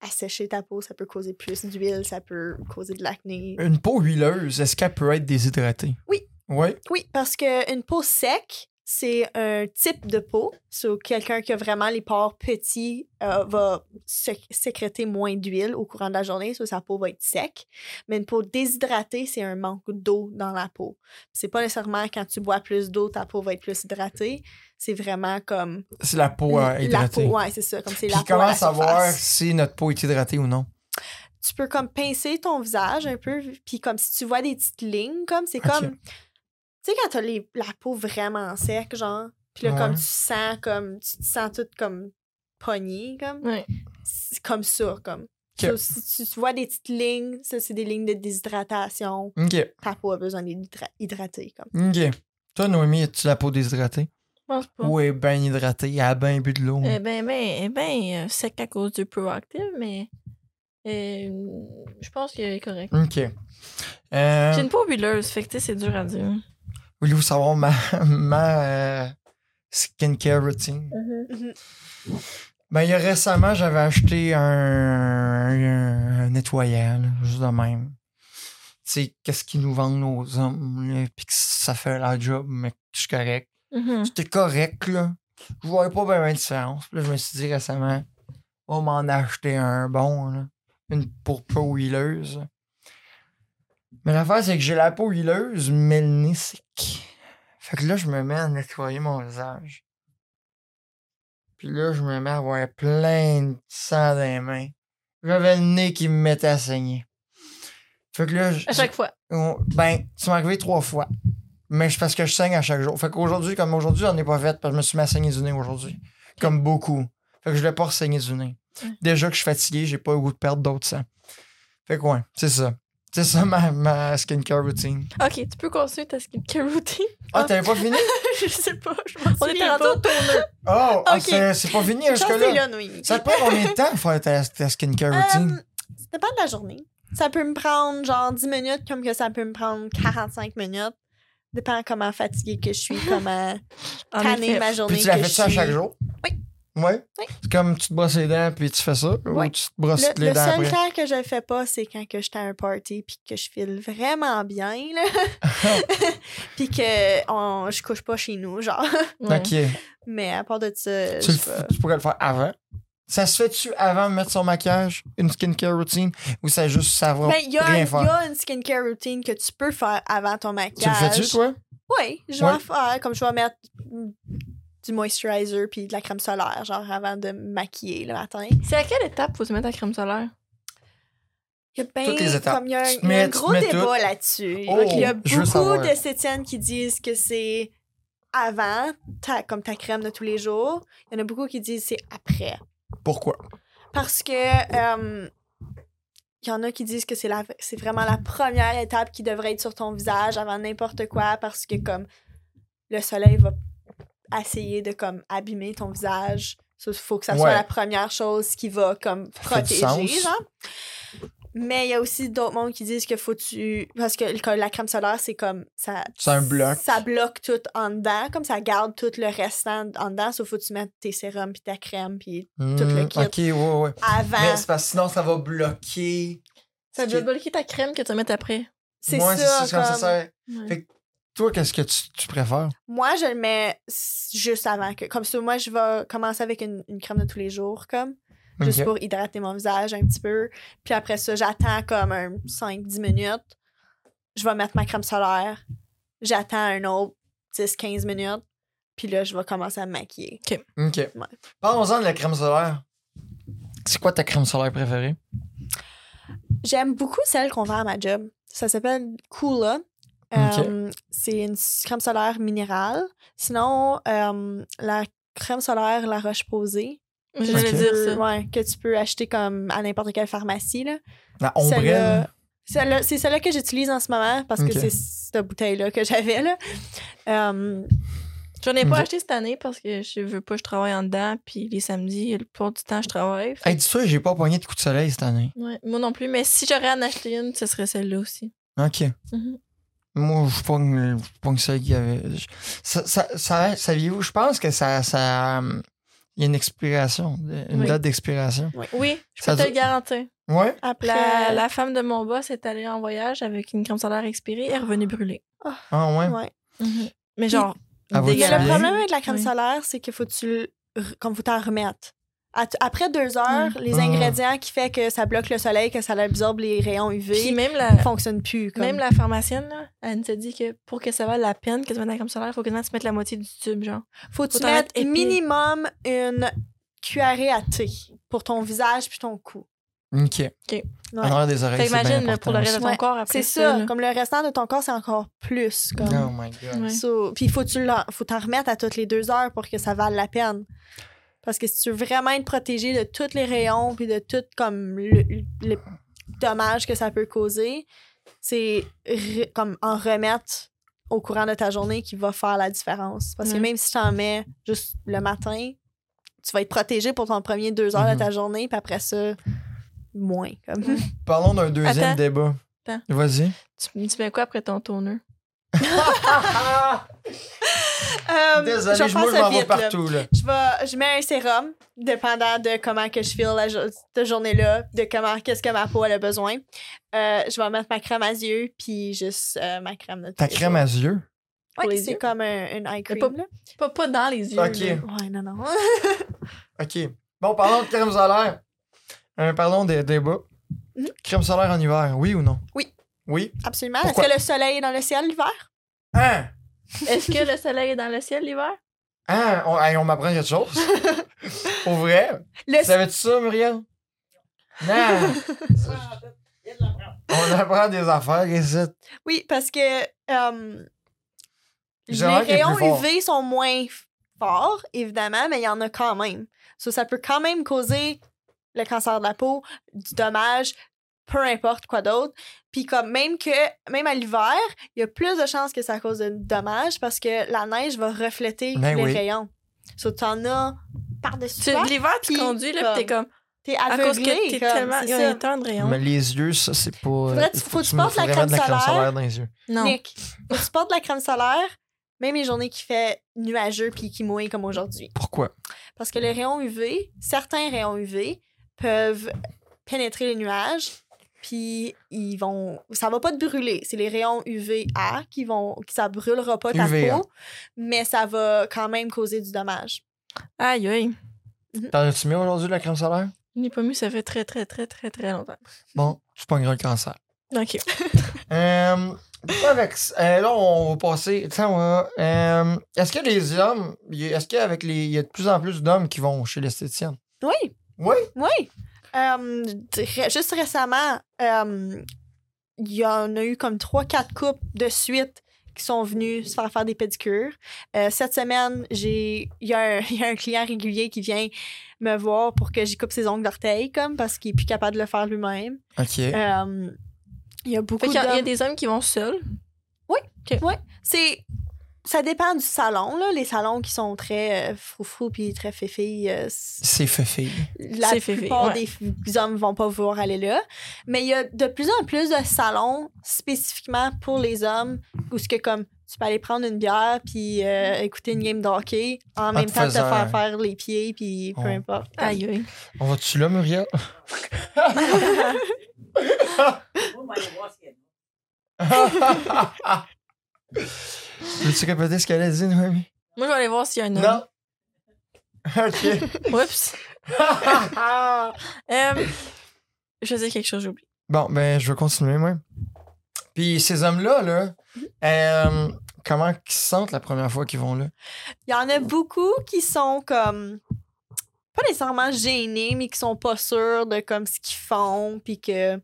[SPEAKER 3] assécher ta peau, ça peut causer plus d'huile, ça peut causer de l'acné.
[SPEAKER 1] Une peau huileuse, est-ce qu'elle peut être déshydratée?
[SPEAKER 3] Oui.
[SPEAKER 1] Oui?
[SPEAKER 3] Oui, parce qu'une peau sec, c'est un type de peau. So, quelqu'un qui a vraiment les pores petits euh, va sé- sécréter moins d'huile au courant de la journée, so sa peau va être sec. Mais une peau déshydratée, c'est un manque d'eau dans la peau. C'est pas nécessairement quand tu bois plus d'eau, ta peau va être plus hydratée. C'est vraiment comme
[SPEAKER 1] C'est la peau euh, hydratée.
[SPEAKER 3] la peau, ouais, c'est ça, comme c'est
[SPEAKER 1] Puis
[SPEAKER 3] la peau. à
[SPEAKER 1] comment
[SPEAKER 3] la
[SPEAKER 1] savoir
[SPEAKER 3] surface.
[SPEAKER 1] si notre peau est hydratée ou non?
[SPEAKER 3] tu peux comme pincer ton visage un peu, puis comme si tu vois des petites lignes, comme c'est
[SPEAKER 1] Ok.
[SPEAKER 3] comme. Tu sais, quand t'as les- la peau vraiment sec, genre, puis là, comme
[SPEAKER 1] Ouais.
[SPEAKER 3] tu sens comme. Tu te sens toute comme pognée, comme.
[SPEAKER 2] Ouais.
[SPEAKER 3] C'est comme ça, comme.
[SPEAKER 1] Ok.
[SPEAKER 3] So, si tu vois des petites lignes, ça, c'est des lignes de déshydratation.
[SPEAKER 1] OK.
[SPEAKER 3] Ta peau a besoin d'être hydra- hydratée, comme.
[SPEAKER 1] OK. Toi, Noémie, as-tu la peau déshydratée?
[SPEAKER 2] Je pense pas.
[SPEAKER 1] Ou est bien hydratée? Elle a bien bu de l'eau.
[SPEAKER 2] Eh ben, ben, eh ben, euh, sec à cause du proactive, mais euh, je pense qu'il est correct.
[SPEAKER 1] OK. Euh,
[SPEAKER 2] J'ai une peau huileuse, fait que tu sais, c'est dur à dire.
[SPEAKER 1] Voulez-vous savoir ma, ma euh, skincare routine?
[SPEAKER 2] Mm-hmm.
[SPEAKER 3] Mhm.
[SPEAKER 1] Ben, il y a récemment, j'avais acheté un, un- un nettoyant, là, juste de même. Tu sais, qu'est-ce qu'ils nous vendent nos hommes, là, puis que ça fait la job, mais que je suis correct.
[SPEAKER 2] Mhm.
[SPEAKER 1] C'était correct, là. Je voyais pas bien de différence. Puis là, je me suis dit récemment, on va m'en acheter un bon, là. Une pour peau huileuse. Mais l'affaire, c'est que j'ai la peau huileuse, mais le nez sec. Fait que là, je me mets à nettoyer mon visage. Puis là, je me mets à avoir plein de sang dans les mains. J'avais le nez qui me mettait à saigner. Fait que là, je-
[SPEAKER 2] À chaque fois.
[SPEAKER 1] on- Ben, tu m'es arrivé trois fois. Mais c'est parce que je saigne à chaque jour. Fait qu'aujourd'hui, comme aujourd'hui, j'en ai pas fait parce que je me suis mis à saigner du nez aujourd'hui. Comme beaucoup. Fait que je l'ai pas saigner du nez.
[SPEAKER 2] Ouais.
[SPEAKER 1] Déjà que je suis fatigué, j'ai pas le goût de perdre d'autres sang. Fait que ouais, c'est ça. C'est ça ma, ma skincare routine.
[SPEAKER 2] Ok, tu peux continuer ta skincare routine.
[SPEAKER 1] Ah,
[SPEAKER 2] Ah.
[SPEAKER 1] t'avais pas fini?
[SPEAKER 2] je sais pas, je m'en
[SPEAKER 3] On était rendu au toner.
[SPEAKER 1] Oh, ah,
[SPEAKER 3] Ok.
[SPEAKER 1] c'est- c'est pas fini
[SPEAKER 3] Je pense que c'est
[SPEAKER 1] jusque-là.
[SPEAKER 3] là, Noémie.
[SPEAKER 1] Ça te prend combien de temps faire ta, ta skincare routine?
[SPEAKER 3] Euh, ça dépend de la journée. Ça peut me prendre genre 10 minutes, comme que ça peut me prendre 45 minutes. Dépend comment fatiguée que je suis, comment tanner ma journée.
[SPEAKER 1] Puis tu la
[SPEAKER 3] que
[SPEAKER 1] fais
[SPEAKER 3] je
[SPEAKER 1] ça à
[SPEAKER 3] suis.
[SPEAKER 1] chaque jour?
[SPEAKER 3] Oui.
[SPEAKER 1] Ouais?
[SPEAKER 3] Oui.
[SPEAKER 1] C'est comme tu te brosses les dents puis tu fais ça? Ou
[SPEAKER 3] Ouais.
[SPEAKER 1] tu te brosses
[SPEAKER 3] Le,
[SPEAKER 1] les
[SPEAKER 3] le
[SPEAKER 1] dents
[SPEAKER 3] seul
[SPEAKER 1] après?
[SPEAKER 3] temps que je le fais pas, c'est quand que j'étais à un party puis que je file vraiment bien, là. puis que on, je couche pas chez nous, genre.
[SPEAKER 1] Ok.
[SPEAKER 3] Mais à part de ça,
[SPEAKER 1] Tu,
[SPEAKER 3] Euh, je
[SPEAKER 1] le
[SPEAKER 3] sais
[SPEAKER 1] f-
[SPEAKER 3] pas.
[SPEAKER 1] tu pourrais le faire avant. Ça se fait-tu avant de mettre son maquillage, une skincare routine, ou ça juste savoir
[SPEAKER 3] Ben, il y, a un-
[SPEAKER 1] rien
[SPEAKER 3] il y
[SPEAKER 1] faire?
[SPEAKER 3] a une skincare routine que tu peux faire avant ton
[SPEAKER 1] Tu le
[SPEAKER 3] maquillage.
[SPEAKER 1] fais-tu, toi?
[SPEAKER 3] Oui, je vais
[SPEAKER 1] Ouais.
[SPEAKER 3] en faire. Comme je vais mettre mm, du moisturizer puis de la crème solaire, genre avant de me maquiller le matin.
[SPEAKER 2] C'est à quelle étape faut se mettre la crème solaire?
[SPEAKER 3] Il y a ben-
[SPEAKER 1] Toutes les étapes.
[SPEAKER 3] Comme il y a un,
[SPEAKER 1] Tu te
[SPEAKER 3] il y a un
[SPEAKER 1] mets- tu te
[SPEAKER 3] gros
[SPEAKER 1] mets
[SPEAKER 3] débat là-dessus.
[SPEAKER 1] Oh,
[SPEAKER 3] il y a
[SPEAKER 1] je veux
[SPEAKER 3] beaucoup
[SPEAKER 1] savoir.
[SPEAKER 3] de Sétiennes qui disent que c'est avant, ta- comme ta crème de tous les jours. Il y en a beaucoup qui disent que c'est après.
[SPEAKER 1] Pourquoi?
[SPEAKER 3] Parce que euh, il y en a qui disent que c'est la c'est vraiment la première étape qui devrait être sur ton visage avant n'importe quoi parce que comme le soleil va essayer de comme abîmer ton visage. Il faut que ça soit
[SPEAKER 1] Ouais.
[SPEAKER 3] la première chose qui va comme
[SPEAKER 1] fait du
[SPEAKER 3] protéger,
[SPEAKER 1] sens.
[SPEAKER 3] genre. Mais il y a aussi d'autres mondes qui disent que faut tu parce que le- la crème solaire c'est comme ça
[SPEAKER 1] C'est un bloc.
[SPEAKER 3] ça bloque tout en dedans, comme ça garde tout le restant en dedans, sauf faut que tu mettes tes sérums puis ta crème puis le
[SPEAKER 1] Hmm,
[SPEAKER 3] kit.
[SPEAKER 1] ok, ouais, ouais.
[SPEAKER 3] avant.
[SPEAKER 1] Mais c'est parce que sinon, ça va bloquer.
[SPEAKER 2] Ça
[SPEAKER 1] Ce
[SPEAKER 2] doit
[SPEAKER 1] qui-
[SPEAKER 2] bloquer ta crème que tu vas mettre après.
[SPEAKER 3] C'est
[SPEAKER 1] Ouais,
[SPEAKER 3] ça.
[SPEAKER 1] c'est comme ça
[SPEAKER 3] comme-
[SPEAKER 1] sert.
[SPEAKER 2] Ouais.
[SPEAKER 1] Fait Toi, qu'est-ce que tu, tu préfères?
[SPEAKER 3] Moi, je le mets s- juste avant que. Comme ça, moi, je vais commencer avec une, une crème de tous les jours, comme. Juste
[SPEAKER 1] Ok.
[SPEAKER 3] pour hydrater mon visage un petit peu. Puis après ça, j'attends comme un 5-10 minutes. je vais mettre ma crème solaire, j'attends un autre 10-15 minutes, puis là, je vais commencer à me maquiller.
[SPEAKER 1] OK. Parlons-en de la crème solaire. C'est quoi ta crème solaire préférée?
[SPEAKER 3] J'aime beaucoup celle qu'on vend à ma job. Ça s'appelle Kula. Euh, c'est une crème solaire minérale. Sinon, euh, la crème solaire La Roche-Posay.
[SPEAKER 2] J'allais
[SPEAKER 1] Ok.
[SPEAKER 2] dire ça.
[SPEAKER 3] Ouais, que tu peux acheter comme à n'importe quelle pharmacie. Là.
[SPEAKER 1] La
[SPEAKER 3] Celle-là-
[SPEAKER 1] ombrelle?
[SPEAKER 3] celle-là- c'est celle-là que j'utilise en ce moment parce
[SPEAKER 1] Ok.
[SPEAKER 3] que c'est cette bouteille-là que j'avais. Là. Euh,
[SPEAKER 2] J'en ai pas
[SPEAKER 1] Ok.
[SPEAKER 2] acheté cette année parce que je veux pas, je travaille en dedans. Puis les samedis, le plupart du temps, je travaille. Fait-
[SPEAKER 1] Hey, dis ça, j'ai pas pogné de coup de soleil cette année.
[SPEAKER 2] Ouais, moi non plus. Mais si j'aurais à en acheter une, ce serait celle-là aussi.
[SPEAKER 1] OK.
[SPEAKER 2] Mhm.
[SPEAKER 1] Moi, je pogne, je pogne celle qui avait. je- Ça, ça, ça, saviez-vous? Je pense que ça. ça euh, il y a une expiration, une
[SPEAKER 2] Oui.
[SPEAKER 1] date d'expiration.
[SPEAKER 2] Oui, je
[SPEAKER 1] Ça
[SPEAKER 2] peux te le
[SPEAKER 1] dure-
[SPEAKER 2] garantir.
[SPEAKER 1] Ouais?
[SPEAKER 3] après,
[SPEAKER 2] La, la femme de mon boss est allée en voyage avec une crème solaire expirée et est revenue brûlée.
[SPEAKER 1] Ah, ouais?
[SPEAKER 3] ouais.
[SPEAKER 2] Mais genre,
[SPEAKER 1] Ah, vous
[SPEAKER 3] Mais
[SPEAKER 1] Dégueulasse.
[SPEAKER 3] le problème avec la crème
[SPEAKER 2] Oui.
[SPEAKER 3] solaire, c'est qu'il faut que tu le re- comme faut t'en remettre. À t- Après deux heures,
[SPEAKER 2] Mm.
[SPEAKER 3] les
[SPEAKER 1] Ah.
[SPEAKER 3] ingrédients qui fait que ça bloque le soleil, que ça absorbe les rayons
[SPEAKER 2] Puis
[SPEAKER 3] UV,
[SPEAKER 2] même la,
[SPEAKER 3] ne fonctionnent plus. Comme...
[SPEAKER 2] même la pharmacienne, là, elle nous a dit que pour que ça vaille la peine que tu mettes la crème solaire, il faut quasiment que tu mettes la moitié du tube, genre.
[SPEAKER 3] faut que
[SPEAKER 2] faut
[SPEAKER 3] tu
[SPEAKER 2] t'en
[SPEAKER 3] mettes
[SPEAKER 2] mettre épais.
[SPEAKER 3] minimum une cuillerée à thé pour ton visage puis ton cou.
[SPEAKER 1] OK. En arrière des
[SPEAKER 2] Fait
[SPEAKER 1] oreilles. c'est bien
[SPEAKER 2] imagine, là, pour
[SPEAKER 1] important
[SPEAKER 2] le reste de ton
[SPEAKER 3] Ouais,
[SPEAKER 2] corps, après
[SPEAKER 3] C'est ça.
[SPEAKER 2] là.
[SPEAKER 3] Comme le restant de ton corps, c'est encore plus. Comme...
[SPEAKER 1] aussi. Oh my god.
[SPEAKER 2] Ouais.
[SPEAKER 3] So, puis il faut que tu l'en- faut t'en remettre à toutes les deux heures pour que ça vale la peine. Parce que si tu veux vraiment être protégé de tous les rayons puis de tout comme le, le dommage que ça peut causer, c'est re- comme en remettre au courant de ta journée qui va faire la différence. Parce que
[SPEAKER 2] Ouais.
[SPEAKER 3] même si tu en mets juste le matin, tu vas être protégé pour ton premier deux heures
[SPEAKER 1] Mhm.
[SPEAKER 3] de ta journée, puis après ça, moins. Comme.
[SPEAKER 2] Ouais.
[SPEAKER 1] Parlons d'un deuxième
[SPEAKER 2] Attends.
[SPEAKER 1] débat.
[SPEAKER 2] Attends.
[SPEAKER 1] Vas-y.
[SPEAKER 2] Tu, tu mets quoi après ton toner?
[SPEAKER 3] Euh, je
[SPEAKER 1] Désolé, je
[SPEAKER 3] vais faire
[SPEAKER 1] moi, je
[SPEAKER 3] ça
[SPEAKER 1] m'en vais
[SPEAKER 3] vite, là.
[SPEAKER 1] partout. Là.
[SPEAKER 3] je vais je mets un sérum dépendant de comment que je feel la jo- cette journée-là de comment qu'est-ce que ma peau elle a besoin Euh, je vais mettre ma crème à yeux puis juste euh, ma crème de
[SPEAKER 1] Ta crème à yeux?
[SPEAKER 3] ouais,
[SPEAKER 2] pour les
[SPEAKER 3] c'est
[SPEAKER 2] yeux.
[SPEAKER 3] comme un, une eye cream
[SPEAKER 2] pas-
[SPEAKER 3] là.
[SPEAKER 2] Pas, pas dans les yeux.
[SPEAKER 1] Ok.
[SPEAKER 2] là.
[SPEAKER 3] ouais non non
[SPEAKER 1] OK. Bon, parlons de crème solaire. Euh, parlons des débats.
[SPEAKER 3] Mhm.
[SPEAKER 1] Crème solaire en hiver, oui ou non?
[SPEAKER 3] Oui.
[SPEAKER 1] Oui?
[SPEAKER 3] absolument
[SPEAKER 1] Pourquoi?
[SPEAKER 3] est-ce que le soleil est dans le ciel l'hiver
[SPEAKER 1] Hein?
[SPEAKER 2] Est-ce que le soleil est dans le ciel l'hiver?
[SPEAKER 1] Hein? On, hey, on m'apprend quelque chose? Au vrai?
[SPEAKER 3] le
[SPEAKER 1] Savais-tu ça, Muriel? Non! on apprend des affaires ici.
[SPEAKER 3] oui parce que euh, les
[SPEAKER 1] Genre qu'il est
[SPEAKER 3] rayons
[SPEAKER 1] plus fort.
[SPEAKER 3] UV sont moins forts évidemment mais il y en a quand même So, ça peut quand même causer le cancer de la peau, du dommage, peu importe quoi d'autre. Puis comme même que même à l'hiver, il y a plus de chances que ça cause de dommages parce que la neige va refléter
[SPEAKER 1] Ben
[SPEAKER 3] les
[SPEAKER 1] oui.
[SPEAKER 3] rayons. So, t'en as par-dessus
[SPEAKER 2] Tu-
[SPEAKER 3] toi,
[SPEAKER 2] L'hiver, tu
[SPEAKER 3] Puis,
[SPEAKER 2] conduis, là, pis t'es comme.
[SPEAKER 3] t'es
[SPEAKER 2] À cause que
[SPEAKER 3] aveuglé.
[SPEAKER 2] t'es
[SPEAKER 3] comme,
[SPEAKER 2] tellement.
[SPEAKER 3] c'est
[SPEAKER 2] Il y
[SPEAKER 3] ça.
[SPEAKER 2] a un temps de rayon.
[SPEAKER 1] Mais les yeux, ça, c'est pas.
[SPEAKER 3] Faudrait- faut que tu portes la
[SPEAKER 1] faudrait
[SPEAKER 3] crème
[SPEAKER 1] mettre de la crème
[SPEAKER 3] solaire.
[SPEAKER 1] solaire dans les yeux.
[SPEAKER 2] Non.
[SPEAKER 3] Nick, faut que tu portes la crème solaire, même les journées qui fait nuageux puis qui mouille comme aujourd'hui.
[SPEAKER 1] Pourquoi?
[SPEAKER 3] Parce que les rayons UV, certains rayons UV peuvent pénétrer les nuages, puis ils vont, ça va pas te brûler. C'est les rayons UVA qui vont, qui ça brûlera pas ta
[SPEAKER 1] UVA.
[SPEAKER 3] peau, mais ça va quand même causer du dommage.
[SPEAKER 2] Aïe, aïe.
[SPEAKER 1] T'en as-tu mis aujourd'hui de la crème solaire?
[SPEAKER 2] Je n'ai pas mis, ça fait très, très, très, très, très longtemps.
[SPEAKER 1] Bon, tu pogneras le cancer.
[SPEAKER 2] Ok.
[SPEAKER 1] Euh, avec, euh, là, on va passer. Tiens, on va, euh, est-ce que les hommes. y- Est-ce qu'avec les. Il y a de plus en plus d'hommes qui vont chez l'esthétienne?
[SPEAKER 3] Oui.
[SPEAKER 1] Oui?
[SPEAKER 3] Oui. Euh, je dirais- juste récemment, euh, il y en a eu comme trois, quatre couples de suite qui sont venus se faire faire des pédicures. Euh, cette semaine, j'ai il y, a un- il y a un client régulier qui vient me voir pour que j'y coupe ses ongles d'orteil, comme parce qu'il est plus capable de le faire lui-même.
[SPEAKER 1] OK.
[SPEAKER 3] Euh, il y a beaucoup
[SPEAKER 2] Fait qu'il y a, il y a
[SPEAKER 3] de...
[SPEAKER 2] des hommes qui vont seuls.
[SPEAKER 3] C'est... Ça dépend du salon, là. Les salons qui sont très euh, froufrou puis très fifi, euh,
[SPEAKER 1] C'est fait
[SPEAKER 3] la
[SPEAKER 2] C'est février,
[SPEAKER 3] plupart
[SPEAKER 2] ouais.
[SPEAKER 3] des f- des hommes vont pas vouloir aller là. Mais il y a de plus en plus de salons spécifiquement pour les hommes où ce que comme tu peux aller prendre une bière puis euh,
[SPEAKER 1] Mm.
[SPEAKER 3] écouter une game de hockey en même
[SPEAKER 1] te
[SPEAKER 3] temps de te
[SPEAKER 1] faisant-
[SPEAKER 3] faire faire les pieds puis peu
[SPEAKER 1] Oh.
[SPEAKER 3] importe.
[SPEAKER 2] Aïe, aïe.
[SPEAKER 1] On va-tu là, Muriel? Veux-tu répéter ce qu'elle a dit, Noémie?
[SPEAKER 2] Moi, je vais aller voir s'il y a un homme.
[SPEAKER 1] Non. OK.
[SPEAKER 2] Oups. Euh, je vais dire quelque chose, j'ai oublié.
[SPEAKER 1] bon, ben, je vais continuer, moi. Puis ces hommes-là, là, euh, comment ils se sentent la première fois qu'ils vont là?
[SPEAKER 3] Il y en a beaucoup qui sont comme pas nécessairement gênés, mais qui sont pas sûrs de comme ce qu'ils font, puis que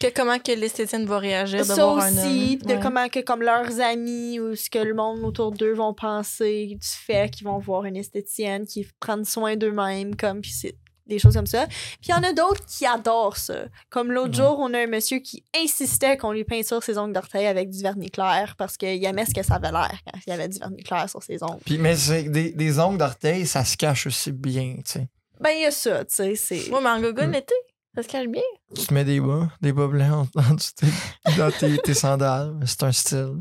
[SPEAKER 2] Que comment que l'esthétienne va réagir de
[SPEAKER 3] ça
[SPEAKER 2] voir un
[SPEAKER 3] aussi,
[SPEAKER 2] homme.
[SPEAKER 3] puis de
[SPEAKER 2] Ouais.
[SPEAKER 3] comment que comme leurs amis ou ce que le monde autour d'eux vont penser du fait qu'ils vont voir une esthéticienne qui prennent soin d'eux-mêmes comme puis c'est des choses comme ça. Puis il y en a d'autres qui adorent ça. Comme l'autre
[SPEAKER 1] Ouais.
[SPEAKER 3] jour, on a un monsieur qui insistait qu'on lui peinture ses ongles d'orteil avec du vernis clair parce qu'il aimait ce que ça avait l'air quand il y avait du vernis clair sur ses ongles.
[SPEAKER 1] Puis, mais c'est des, des ongles d'orteil, ça se cache aussi bien, tu sais.
[SPEAKER 3] Ben il y a ça, tu sais, c'est
[SPEAKER 2] Moi, mais en gogoon
[SPEAKER 1] Mm.
[SPEAKER 2] l'été, ça se cache bien.
[SPEAKER 1] Tu te mets des bas, des bas blancs en- en dessous de tes- dans tes, tes sandales. C'est un style.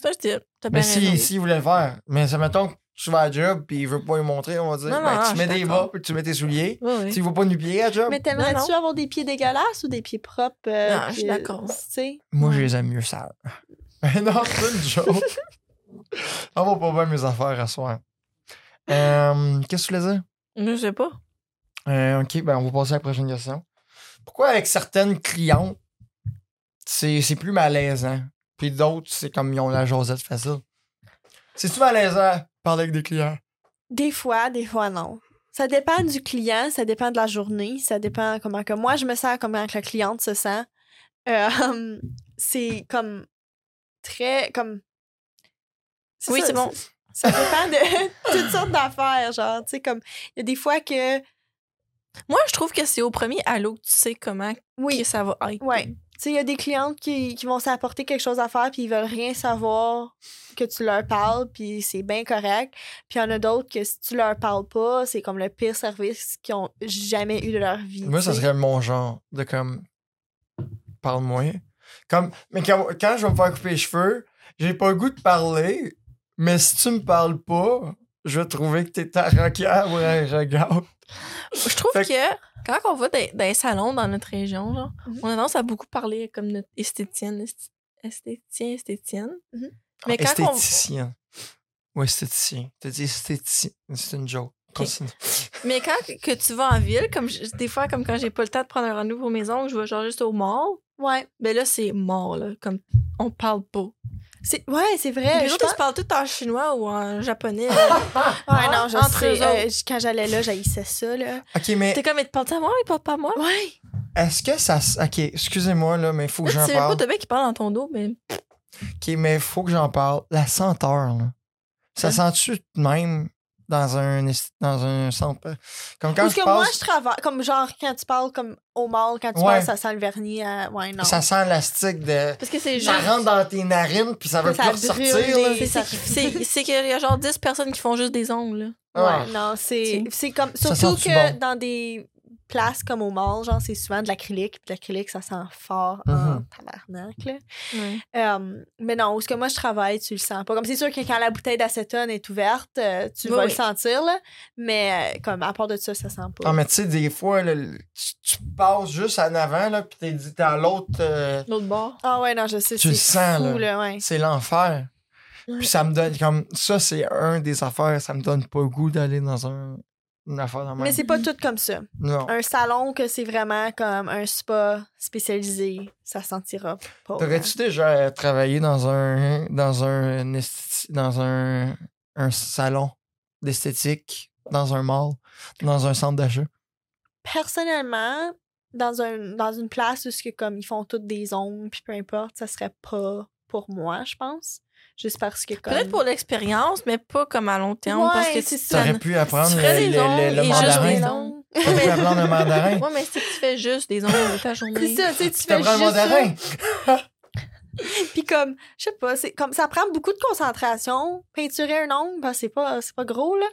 [SPEAKER 2] Ça, je dis, t'as bien
[SPEAKER 1] Mais si,
[SPEAKER 2] raison.
[SPEAKER 1] si voulait le faire, mais ça mettons que tu vas à job puis il veut pas lui montrer, on va dire
[SPEAKER 2] Non, non,
[SPEAKER 1] ben,
[SPEAKER 2] non,
[SPEAKER 1] tu
[SPEAKER 2] je
[SPEAKER 1] mets
[SPEAKER 2] suis
[SPEAKER 1] des bas,
[SPEAKER 2] d'accord.
[SPEAKER 1] puis tu mets tes souliers.
[SPEAKER 2] Oui, oui.
[SPEAKER 1] Tu vas pas nu pied à job.
[SPEAKER 3] Mais
[SPEAKER 2] Non,
[SPEAKER 3] t'aimerais-tu avoir des pieds dégueulasses ou des pieds propres? euh,
[SPEAKER 2] Non, je suis
[SPEAKER 3] puis,
[SPEAKER 2] d'accord.
[SPEAKER 3] Tu sais?
[SPEAKER 1] Moi, je les aime mieux sales. Mais non, c'est une joke. on va pas bien mes affaires à soir. Euh, Qu'est-ce que tu voulais dire?
[SPEAKER 2] Je sais pas.
[SPEAKER 1] Euh, ok, ben on va passer à la prochaine question. Pourquoi avec certaines clientes, c'est c'est plus malaisant? Puis d'autres, c'est comme ils ont la Josette facile. C'est-tu malaisant parler avec des clients?
[SPEAKER 3] Des fois, des fois non. Ça dépend du client, ça dépend de la journée, ça dépend comment que moi je me sens, comment que la cliente se sent. Euh, c'est comme très comme.
[SPEAKER 2] Oui,
[SPEAKER 3] ça,
[SPEAKER 2] c'est bon.
[SPEAKER 3] Ça dépend de toutes sortes d'affaires, genre, tu sais, comme, il y a des fois que,
[SPEAKER 2] Moi, je trouve que c'est au premier halo que tu sais comment
[SPEAKER 3] oui,
[SPEAKER 2] que ça va être.
[SPEAKER 3] Ouais. Tu sais, il y a des clientes qui, qui vont s'apporter quelque chose à faire, puis ils veulent rien savoir que tu leur parles, puis c'est bien correct. Puis il y en a d'autres que si tu leur parles pas, c'est comme le pire service qu'ils ont jamais eu de leur vie.
[SPEAKER 1] Moi, ça
[SPEAKER 3] tu sais.
[SPEAKER 1] serait mon genre de comme. Parle-moi. Comme, mais quand, quand je vais me faire couper les cheveux, j'ai pas le goût de parler, mais si tu me parles pas, je vais trouver que t'es taroquère ou un regard.
[SPEAKER 2] Je trouve
[SPEAKER 1] Fait
[SPEAKER 2] que quand on va dans, dans les salons dans notre région, genre,
[SPEAKER 3] Mhm.
[SPEAKER 2] on a tendance à beaucoup parler comme notre esthétienne, esth- esthétien, esthétienne.
[SPEAKER 3] Mhm.
[SPEAKER 2] Mais
[SPEAKER 1] Ah,
[SPEAKER 2] quand on...
[SPEAKER 1] esthéticien. Ou esthéticien. T'as dit esthéticien. C'est une joke. Continue.
[SPEAKER 2] Mais quand que tu vas en ville, comme je- des fois, comme quand j'ai pas le temps de prendre un rendez-vous pour mes ongles, je vais genre juste au mall.
[SPEAKER 3] Ouais.
[SPEAKER 2] Ben là, c'est mort, là. Comme on parle pas.
[SPEAKER 3] C'est... Ouais, c'est vrai.
[SPEAKER 2] les
[SPEAKER 3] je
[SPEAKER 2] autres, ils
[SPEAKER 3] pense-
[SPEAKER 2] se parlent tout en chinois ou en japonais.
[SPEAKER 3] Ouais, non, je
[SPEAKER 2] entre
[SPEAKER 3] sais.
[SPEAKER 2] eux autres.
[SPEAKER 3] Euh, je- quand j'allais là, j'haïssais ça, là.
[SPEAKER 1] Ok, mais
[SPEAKER 2] T'es comme, ils te parlent à moi, ils parlent pas à moi.
[SPEAKER 3] Ouais.
[SPEAKER 1] est-ce que ça. s- Ok, excusez-moi, là, mais faut que
[SPEAKER 2] Là,
[SPEAKER 1] j'en
[SPEAKER 2] tu sais pas,
[SPEAKER 1] parle.
[SPEAKER 2] t'as bien qui parle dans ton dos, mais
[SPEAKER 1] Ok, mais faut que j'en parle. La senteur, là. Ça
[SPEAKER 2] Hein?
[SPEAKER 1] sent-tu de même dans un, est- dans un centre. Comme quand
[SPEAKER 3] Parce
[SPEAKER 1] je
[SPEAKER 3] que moi,
[SPEAKER 1] passe,
[SPEAKER 3] je travaille. Comme genre, quand tu parles comme au mall, quand tu
[SPEAKER 1] Ouais.
[SPEAKER 3] parles, ça sent le vernis. à- Ouais, non.
[SPEAKER 1] ça sent l'élastique de.
[SPEAKER 2] parce que c'est
[SPEAKER 1] Ça
[SPEAKER 2] juste.
[SPEAKER 1] rentre dans tes narines, puis ça veut
[SPEAKER 3] Ça
[SPEAKER 1] plus
[SPEAKER 3] brûle
[SPEAKER 1] ressortir. là.
[SPEAKER 3] les-
[SPEAKER 2] c'est- C'est c'est- c'est qu'il y a genre 10 personnes qui font juste des ongles, là.
[SPEAKER 1] Ah.
[SPEAKER 3] Ouais, non, c'est
[SPEAKER 2] Tu
[SPEAKER 3] c'est comme.
[SPEAKER 1] Ça
[SPEAKER 3] Surtout
[SPEAKER 1] sent-tu
[SPEAKER 3] que
[SPEAKER 1] bon?
[SPEAKER 3] dans des places comme au mall, genre, c'est souvent de l'acrylique, puis l'acrylique, ça sent fort
[SPEAKER 1] Mhm.
[SPEAKER 3] en tabarnak, là. Euh, mais non, où ce que moi je travaille, tu le sens pas. Comme c'est sûr que quand la bouteille d'acétone est ouverte, euh, tu
[SPEAKER 1] Bah
[SPEAKER 2] Oui,
[SPEAKER 3] vas
[SPEAKER 2] oui.
[SPEAKER 3] le sentir, là. Mais euh, comme, à part de ça, ça sent pas.
[SPEAKER 1] Non, mais tu sais, des fois, là, tu, tu passes juste en avant, là, puis t'es dit dans l'autre. euh,
[SPEAKER 2] L'autre bord.
[SPEAKER 3] Ah ouais, non, je sais,
[SPEAKER 1] Tu
[SPEAKER 3] c'est
[SPEAKER 1] le sens,
[SPEAKER 3] fou,
[SPEAKER 1] là.
[SPEAKER 3] là, ouais.
[SPEAKER 1] c'est l'enfer.
[SPEAKER 2] Ouais.
[SPEAKER 1] Puis ça me donne comme ça, c'est un des affaires, ça me donne pas le goût d'aller dans un une affaire normale.
[SPEAKER 3] Mais c'est pas tout comme ça.
[SPEAKER 1] non.
[SPEAKER 3] Un salon que c'est vraiment comme un spa spécialisé, ça sentira pas.
[SPEAKER 1] T'aurais-tu déjà travaillé dans un dans un esthé- dans un, un salon d'esthétique, dans un mall, dans un centre d'achat?
[SPEAKER 3] personnellement, dans, un, dans une place où ce que, comme, ils font toutes des ongles, puis peu importe, ça serait pas pour moi, je pense. Juste parce que, comme...
[SPEAKER 2] Peut-être pour l'expérience, mais pas comme à long terme.
[SPEAKER 3] Ouais,
[SPEAKER 2] parce que
[SPEAKER 3] c'est
[SPEAKER 2] tu
[SPEAKER 3] ça.
[SPEAKER 1] T'aurais pu apprendre
[SPEAKER 2] tu
[SPEAKER 1] le,
[SPEAKER 2] ferais des
[SPEAKER 1] le- le- le
[SPEAKER 2] ongles et juste
[SPEAKER 3] des
[SPEAKER 1] mandarin.
[SPEAKER 2] ongles.
[SPEAKER 1] T'aurais pu apprendre le mandarin.
[SPEAKER 2] Ouais, mais si tu fais juste des ongles de ta journée.
[SPEAKER 3] C'est ça, tu sais, tu
[SPEAKER 1] Tu
[SPEAKER 3] fais
[SPEAKER 1] t'apprends le
[SPEAKER 3] juste
[SPEAKER 1] mandarin.
[SPEAKER 3] ça. Puis comme, je sais pas, c'est comme ça prend beaucoup de concentration. Peinturer un ongle, ben, c'est pas c'est pas gros là.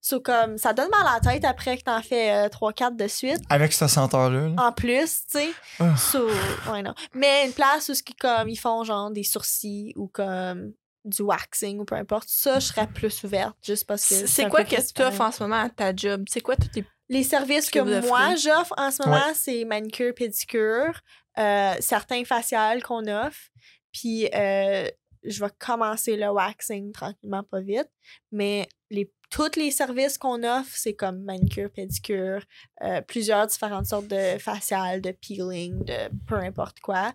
[SPEAKER 3] So, comme ça donne mal à la tête après que t'en fais euh, trois 3 4 de suite
[SPEAKER 1] Avec ce senteur-là. là.
[SPEAKER 3] en plus, tu sais.
[SPEAKER 1] Ah.
[SPEAKER 3] So, ouais non. Mais une place où ce qui comme ils font genre des sourcils ou comme du waxing ou peu importe, ça je serais plus ouverte juste parce que
[SPEAKER 2] C'est
[SPEAKER 3] un
[SPEAKER 2] c'est quoi
[SPEAKER 3] peu
[SPEAKER 2] que
[SPEAKER 3] plus
[SPEAKER 2] tu offres
[SPEAKER 3] différent.
[SPEAKER 2] en ce moment à ta job? C'est quoi tous tes.
[SPEAKER 3] Les services
[SPEAKER 2] ce
[SPEAKER 3] que
[SPEAKER 2] que vous offrez?
[SPEAKER 3] moi j'offre en ce moment, c'est manicure, pédicure, euh, certains faciales qu'on offre, puis euh, je vais commencer le waxing tranquillement, pas vite, mais les, tous les services qu'on offre, c'est comme manicure, pédicure, euh, plusieurs différentes sortes de faciales, de peeling, de peu importe quoi.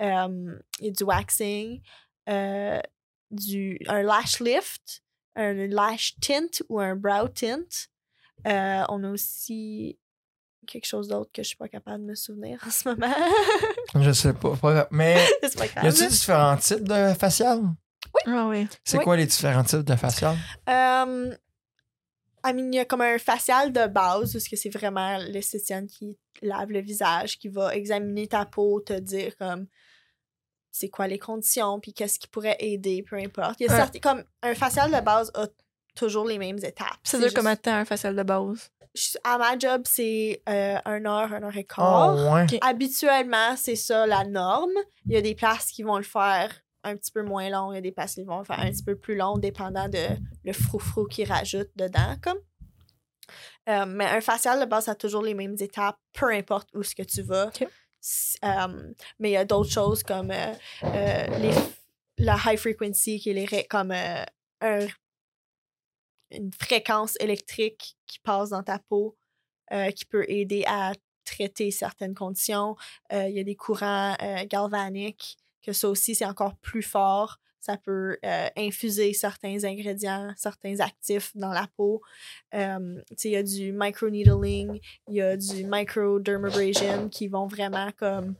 [SPEAKER 3] Euh, Il y a du waxing, euh, du, un lash lift, un lash tint ou un brow tint. Euh, on a aussi quelque chose d'autre que je suis pas capable de me souvenir en ce moment.
[SPEAKER 1] Je sais pas. pas- Mais
[SPEAKER 3] c'est pas
[SPEAKER 1] y
[SPEAKER 3] grave.
[SPEAKER 1] a-t-il différents types de faciales?
[SPEAKER 2] Ah oui.
[SPEAKER 1] C'est
[SPEAKER 3] Oui.
[SPEAKER 1] quoi les différents types de faciales?
[SPEAKER 3] Euh, I mean, il y a comme un facial de base, parce que c'est vraiment l'esthéticienne qui lave le visage, qui va examiner ta peau, te dire comme c'est quoi les conditions, puis qu'est-ce qui pourrait aider, peu importe. Il y a
[SPEAKER 2] Ouais.
[SPEAKER 3] certes- comme un facial de base a toujours les mêmes étapes.
[SPEAKER 2] Ça dure
[SPEAKER 3] juste-
[SPEAKER 2] combien de temps un facial de base?
[SPEAKER 3] je- à ma job, c'est euh, un heure, un heure et quart.
[SPEAKER 1] Oh, ouais.
[SPEAKER 2] Ok.
[SPEAKER 3] Habituellement, c'est ça la norme. Il y a des places qui vont le faire un petit peu moins long, il y a des places qui vont le faire un petit peu plus long, dépendant de le froufrou qu'ils rajoutent dedans, comme. Euh, mais un facial de base a toujours les mêmes étapes, peu importe où ce que tu vas.
[SPEAKER 2] Ok.
[SPEAKER 3] S- euh, mais il y a d'autres choses comme euh, euh, les f- la high frequency, qui est les ré- comme euh, un- une fréquence électrique qui passe dans ta peau, euh, qui peut aider à traiter certaines conditions. Euh, il y a des courants euh, galvaniques, que ça aussi, c'est encore plus fort. Ça peut euh, infuser certains ingrédients, certains actifs dans la peau. Euh, tu sais, il y a du microneedling, il y a du microdermabrasion qui vont vraiment comme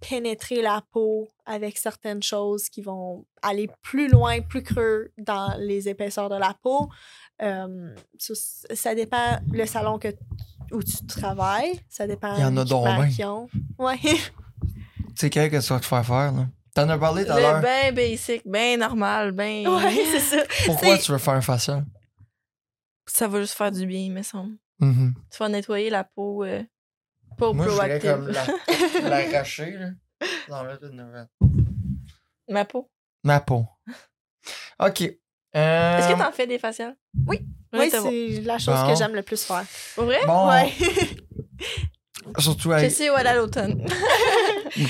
[SPEAKER 3] pénétrer la peau avec certaines choses qui vont aller plus loin, plus creux dans les épaisseurs de la peau. Euh, ça, ça dépend le salon que, où tu travailles. Ça dépend
[SPEAKER 1] Il y en a donc
[SPEAKER 3] l'équipement
[SPEAKER 1] bien.
[SPEAKER 3] qu'ils ont. Ouais.
[SPEAKER 1] C'est quel que tu vas te faire faire, là? T'en as parlé tout à
[SPEAKER 2] Le
[SPEAKER 1] l'heure.
[SPEAKER 2] ben basic, ben normal, ben.
[SPEAKER 3] ouais, c'est ça.
[SPEAKER 1] Pourquoi
[SPEAKER 3] c'est-
[SPEAKER 1] tu veux faire un facial?
[SPEAKER 2] Ça va juste faire du bien, me semble.
[SPEAKER 1] Mhm.
[SPEAKER 2] Tu vas nettoyer la peau. euh, pas au
[SPEAKER 1] Moi, je voudrais
[SPEAKER 2] proactive.
[SPEAKER 1] comme la- L'arracher, là. J'enlève une nouvelle.
[SPEAKER 2] Ma peau.
[SPEAKER 1] Ma peau. OK. Euh,
[SPEAKER 2] Est-ce que t'en fais des faciales?
[SPEAKER 3] Oui.
[SPEAKER 2] Oui,
[SPEAKER 3] Oui,
[SPEAKER 2] t'as-
[SPEAKER 3] c'est la chose
[SPEAKER 1] Bon. Oh,
[SPEAKER 3] que j'aime le plus faire.
[SPEAKER 2] Pour vrai?
[SPEAKER 1] Bon,
[SPEAKER 3] Ouais.
[SPEAKER 1] surtout
[SPEAKER 2] Je
[SPEAKER 1] avec...
[SPEAKER 2] sais où aller à l'automne.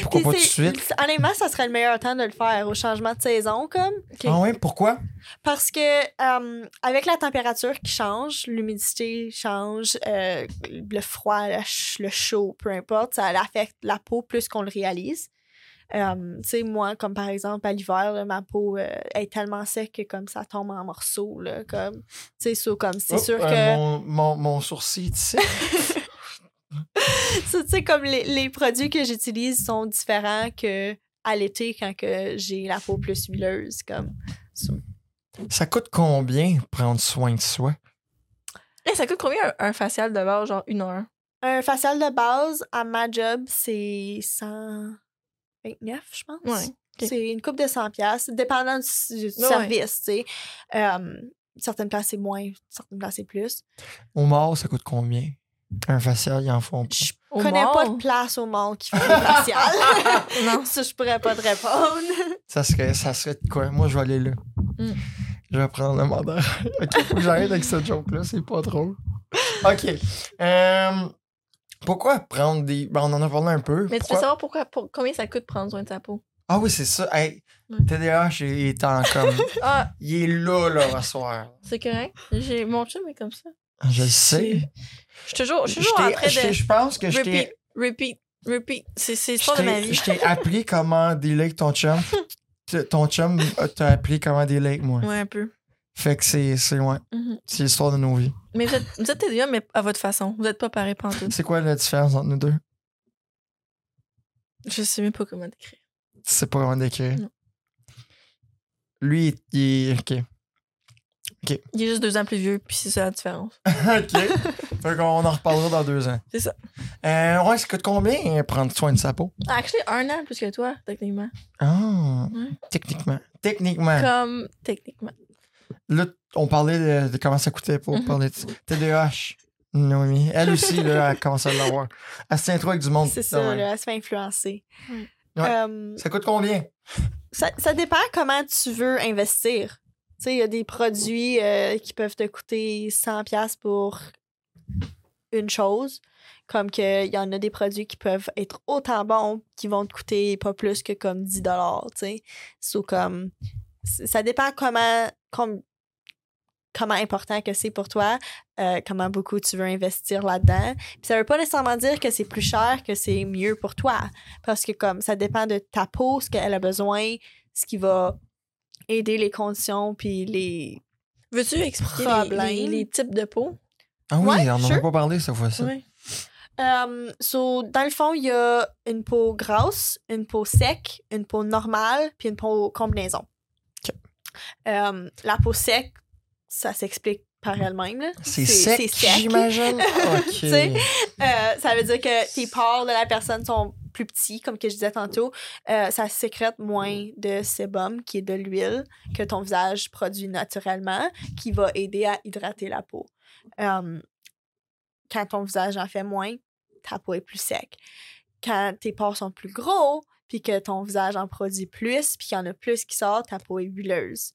[SPEAKER 1] Pourquoi pas tout de
[SPEAKER 3] Puis c'est-
[SPEAKER 1] suite?
[SPEAKER 3] Honnêtement, ça serait le meilleur temps de le faire au changement de saison, comme.
[SPEAKER 2] c'est-
[SPEAKER 1] Ah ouais, pourquoi?
[SPEAKER 3] Parce que euh, avec la température qui change, l'humidité change, euh, le froid, le, ch- le chaud, peu importe, ça affecte la peau plus qu'on le réalise. Euh, tu sais, moi, comme par exemple, à l'hiver, là, ma peau euh, est tellement sec que comme ça tombe en morceaux, là, comme, tu sais, so, comme c'est
[SPEAKER 1] Oh,
[SPEAKER 3] sûr
[SPEAKER 1] euh,
[SPEAKER 3] que...
[SPEAKER 1] Mon, mon, mon sourcil, tu sais.
[SPEAKER 3] Ça, tu sais, comme les, les produits que j'utilise sont différents que à l'été quand que j'ai la peau plus huileuse. Comme.
[SPEAKER 1] Ça coûte combien prendre soin de soi?
[SPEAKER 2] Eh, ça coûte combien un, un facial de base, genre une heure?
[SPEAKER 3] Un facial de base à ma job, c'est 129, je pense.
[SPEAKER 2] Ouais, ok.
[SPEAKER 3] C'est une coupe de 100 pièces, dépendant du, du
[SPEAKER 2] Ouais,
[SPEAKER 3] service, tu sais. Euh, certaines places, c'est moins, certaines places, c'est plus.
[SPEAKER 1] Au mort, ça coûte combien? Un facial, ils en font pas.
[SPEAKER 3] Je
[SPEAKER 2] Au
[SPEAKER 3] connais
[SPEAKER 2] mall?
[SPEAKER 3] pas de place au monde qui fait des faciales.
[SPEAKER 2] Non.
[SPEAKER 3] ça, je pourrais pas te répondre.
[SPEAKER 1] Ça serait, ça serait de quoi? Moi, je vais aller là.
[SPEAKER 2] Mm.
[SPEAKER 1] Je vais prendre le mandat. ok, faut que j'arrête avec cette joke-là, c'est pas drôle. Ok. euh, pourquoi prendre des. Ben, on en a parlé un peu.
[SPEAKER 2] Mais tu veux
[SPEAKER 1] Pourquoi-
[SPEAKER 2] savoir pourquoi, pour- combien ça coûte prendre soin de sa peau?
[SPEAKER 1] Ah oui, c'est ça. Hey,
[SPEAKER 2] Ouais.
[SPEAKER 1] TDAH, il est en comme.
[SPEAKER 2] Ah,
[SPEAKER 1] il est là, là, ce soir.
[SPEAKER 2] c'est correct. J'ai mon chum est comme ça.
[SPEAKER 1] Je le sais.
[SPEAKER 2] Je suis Ah, toujours, je suis
[SPEAKER 1] Je
[SPEAKER 2] toujours en
[SPEAKER 1] t'ai-
[SPEAKER 2] train
[SPEAKER 1] je t'ai-
[SPEAKER 2] de
[SPEAKER 1] je pense que je
[SPEAKER 2] repeat,
[SPEAKER 1] t'ai.
[SPEAKER 2] repeat, repeat. C'est c'est
[SPEAKER 1] Je
[SPEAKER 2] l'histoire de ma
[SPEAKER 1] t'ai-
[SPEAKER 2] vie.
[SPEAKER 1] je t'ai appris comment dealer avec ton chum. T- ton chum euh, t'a appris comment dealer avec moi.
[SPEAKER 2] Ouais, un peu.
[SPEAKER 1] Fait que c'est c'est ouais,
[SPEAKER 2] Mhm.
[SPEAKER 1] c'est l'histoire de nos vies.
[SPEAKER 2] Mais vous êtes, vous êtes TDA, mais à votre façon. Vous êtes pas pareil pantoute.
[SPEAKER 1] C'est quoi la différence entre nous deux?
[SPEAKER 2] Je sais même pas comment décrire.
[SPEAKER 1] Tu sais pas comment décrire.
[SPEAKER 2] Non.
[SPEAKER 1] Lui, il est. Ok.
[SPEAKER 2] Il est juste deux ans plus vieux, puis c'est ça la différence.
[SPEAKER 1] ok. Fait qu'on en reparlera dans deux ans.
[SPEAKER 2] C'est ça.
[SPEAKER 1] Euh, ouais, ça coûte combien euh, prendre soin de sa peau?
[SPEAKER 2] Ah, Actually, un an plus que toi, techniquement.
[SPEAKER 1] Ah,
[SPEAKER 2] Ouais.
[SPEAKER 1] techniquement. Techniquement.
[SPEAKER 2] Comme techniquement.
[SPEAKER 1] Là, on parlait de, de comment ça coûtait pour
[SPEAKER 2] Mhm.
[SPEAKER 1] parler de TDAH. Noémie. Elle aussi, là, elle commence à l'avoir. Elle se tient trop avec du monde.
[SPEAKER 3] C'est
[SPEAKER 1] de
[SPEAKER 3] ça,
[SPEAKER 1] même.
[SPEAKER 3] là, elle se fait influencer.
[SPEAKER 2] Ouais.
[SPEAKER 1] Ouais.
[SPEAKER 3] Euh,
[SPEAKER 1] Ça coûte combien?
[SPEAKER 3] ça, ça dépend comment tu veux investir. Tu sais, il y a des produits euh, qui peuvent te coûter 100$ pour une chose, comme qu'il y en a des produits qui peuvent être autant bons qui vont te coûter pas plus que comme 10$, tu sais. So, comme, c- ça dépend comment, com- comment important que c'est pour toi, euh, comment beaucoup tu veux investir là-dedans. Puis ça veut pas nécessairement dire que c'est plus cher, que c'est mieux pour toi, parce que comme ça dépend de ta peau, ce qu'elle a besoin, ce qui va aider les conditions, puis les...
[SPEAKER 2] Veux-tu expliquer les- les,
[SPEAKER 3] Problème.
[SPEAKER 2] les types de peau?
[SPEAKER 1] Ah oui,
[SPEAKER 3] Ouais,
[SPEAKER 1] on n'en a
[SPEAKER 3] sure.
[SPEAKER 1] pas parlé cette fois-ci.
[SPEAKER 2] Ouais.
[SPEAKER 3] Um, so, dans le fond, il y a une peau grasse, une peau sec, une peau normale, puis une peau combinaison.
[SPEAKER 1] Ok.
[SPEAKER 3] Um, la peau sec, ça s'explique par elle-même. là.
[SPEAKER 1] C'est sec,
[SPEAKER 3] c'est sec.
[SPEAKER 1] j'imagine.
[SPEAKER 3] Tu sais.
[SPEAKER 1] OK.
[SPEAKER 3] Euh, ça veut dire que tes pores de la personne sont plus petits, comme que je disais tantôt. Euh, ça sécrète moins de sébum, qui est de l'huile que ton visage produit naturellement, qui va aider à hydrater la peau. Euh, quand ton visage en fait moins, ta peau est plus sec. Quand tes pores sont plus gros, puis que ton visage en produit plus, puis qu'il y en a plus qui sort, ta peau est huileuse.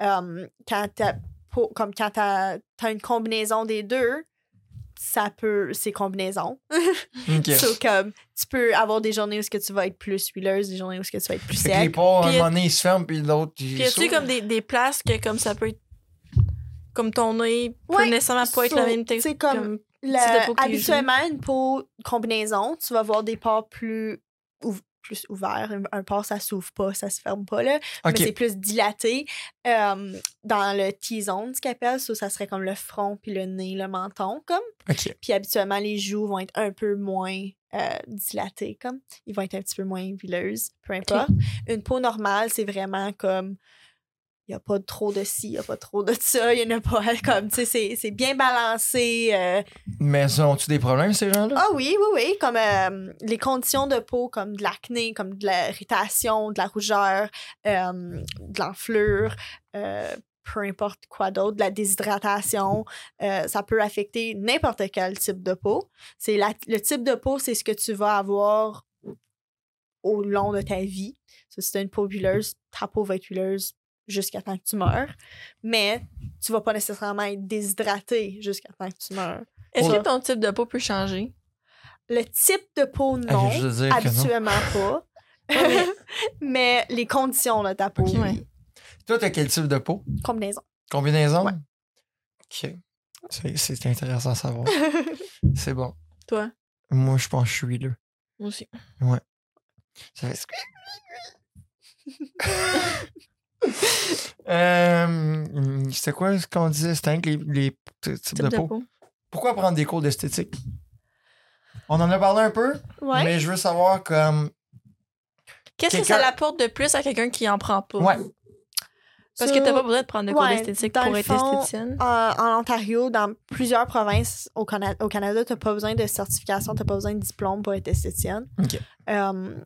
[SPEAKER 3] Euh, quand ta peau, comme quand t'as as une combinaison des deux, ça peut, c'est combinaison.
[SPEAKER 1] OK.
[SPEAKER 3] So, comme, tu peux avoir des journées où ce que tu vas être plus huileuse, des journées où ce que tu vas être plus
[SPEAKER 1] Fait que les
[SPEAKER 3] sec.
[SPEAKER 1] porcs, à un
[SPEAKER 2] Puis y a-
[SPEAKER 1] moment donné, ils se ferment, puis l'autre, ils
[SPEAKER 2] Puis y a-tu
[SPEAKER 1] s'ouvrent.
[SPEAKER 2] comme des, des places que comme ça peut être. Comme ton nez peut
[SPEAKER 3] Ouais,
[SPEAKER 2] nécessairement pas être
[SPEAKER 3] so,
[SPEAKER 2] la même texture.
[SPEAKER 3] c'est comme Le-
[SPEAKER 2] c'est de peau que les
[SPEAKER 3] habituellement, une peau combinaison, tu vas voir des pores plus, ouv- plus ouverts. Un, un pore, ça s'ouvre pas, ça se ferme pas, là.
[SPEAKER 1] OK.
[SPEAKER 3] Mais c'est plus dilaté euh, dans le T-zone, ce qu'ils appellent. So, ça serait comme le front, puis le nez, le menton, comme.
[SPEAKER 1] OK.
[SPEAKER 3] Puis habituellement, les joues vont être un peu moins euh, dilatées, comme. Ils vont être un petit peu moins huileuses, peu importe. Une peau normale, c'est vraiment comme. Il n'y a pas de- trop de ci, il n'y a pas trop de ça, il n'y en a pas. Comme, tu sais, c'est- c'est bien balancé. euh.
[SPEAKER 1] Mais ça, ont-tu des problèmes, ces gens-là?
[SPEAKER 3] Ah oui, oui, oui. Comme euh, les conditions de peau, comme de l'acné, comme de l'irritation, de la rougeur, euh, de l'enflure, euh, peu importe quoi d'autre, de la déshydratation. euh, ça peut affecter n'importe quel type de peau. C'est la- le type de peau, c'est ce que tu vas avoir au long de ta vie. So, si tu une peau huileuse, ta peau va être huileuse jusqu'à temps que tu meurs. Mais tu vas pas nécessairement être déshydraté jusqu'à temps que tu meurs.
[SPEAKER 2] Est-ce
[SPEAKER 3] Ouais.
[SPEAKER 2] que ton type de peau peut changer?
[SPEAKER 3] Le type de peau,
[SPEAKER 1] Ah,
[SPEAKER 3] non.
[SPEAKER 1] je veux dire que non.
[SPEAKER 3] habituellement pas.
[SPEAKER 2] Ouais,
[SPEAKER 3] mais les conditions de ta peau,
[SPEAKER 1] OK.
[SPEAKER 2] Ouais.
[SPEAKER 1] Toi, t'as quel type de peau?
[SPEAKER 3] combinaison.
[SPEAKER 1] Combinaison?
[SPEAKER 3] Ouais.
[SPEAKER 1] OK. C'est- C'est intéressant à savoir. C'est bon.
[SPEAKER 2] Toi?
[SPEAKER 1] Moi, je pense que je suis là.
[SPEAKER 2] Moi aussi.
[SPEAKER 1] Ça fait Euh, C'était quoi ce qu'on disait? C'était un que les, les t- types
[SPEAKER 2] Type
[SPEAKER 1] de, peau. Pourquoi prendre des cours d'esthétique? On en a parlé un peu,
[SPEAKER 3] Ouais.
[SPEAKER 1] mais je veux savoir comme.
[SPEAKER 2] Qu'est-ce que
[SPEAKER 1] Quelqu'un-
[SPEAKER 2] ça apporte de plus à quelqu'un qui en prend pas?
[SPEAKER 1] Ouais.
[SPEAKER 2] Parce
[SPEAKER 3] So,
[SPEAKER 2] que t'as pas besoin de prendre de cours
[SPEAKER 3] Ouais,
[SPEAKER 2] d'esthétique
[SPEAKER 3] dans
[SPEAKER 2] pour
[SPEAKER 3] le
[SPEAKER 2] être
[SPEAKER 3] fond,
[SPEAKER 2] esthéticienne.
[SPEAKER 3] en- en Ontario, dans plusieurs provinces au, Cana- au Canada, tu n'as pas besoin de certification, tu n'as pas besoin de diplôme pour être esthétienne.
[SPEAKER 1] Ok.
[SPEAKER 3] Euh,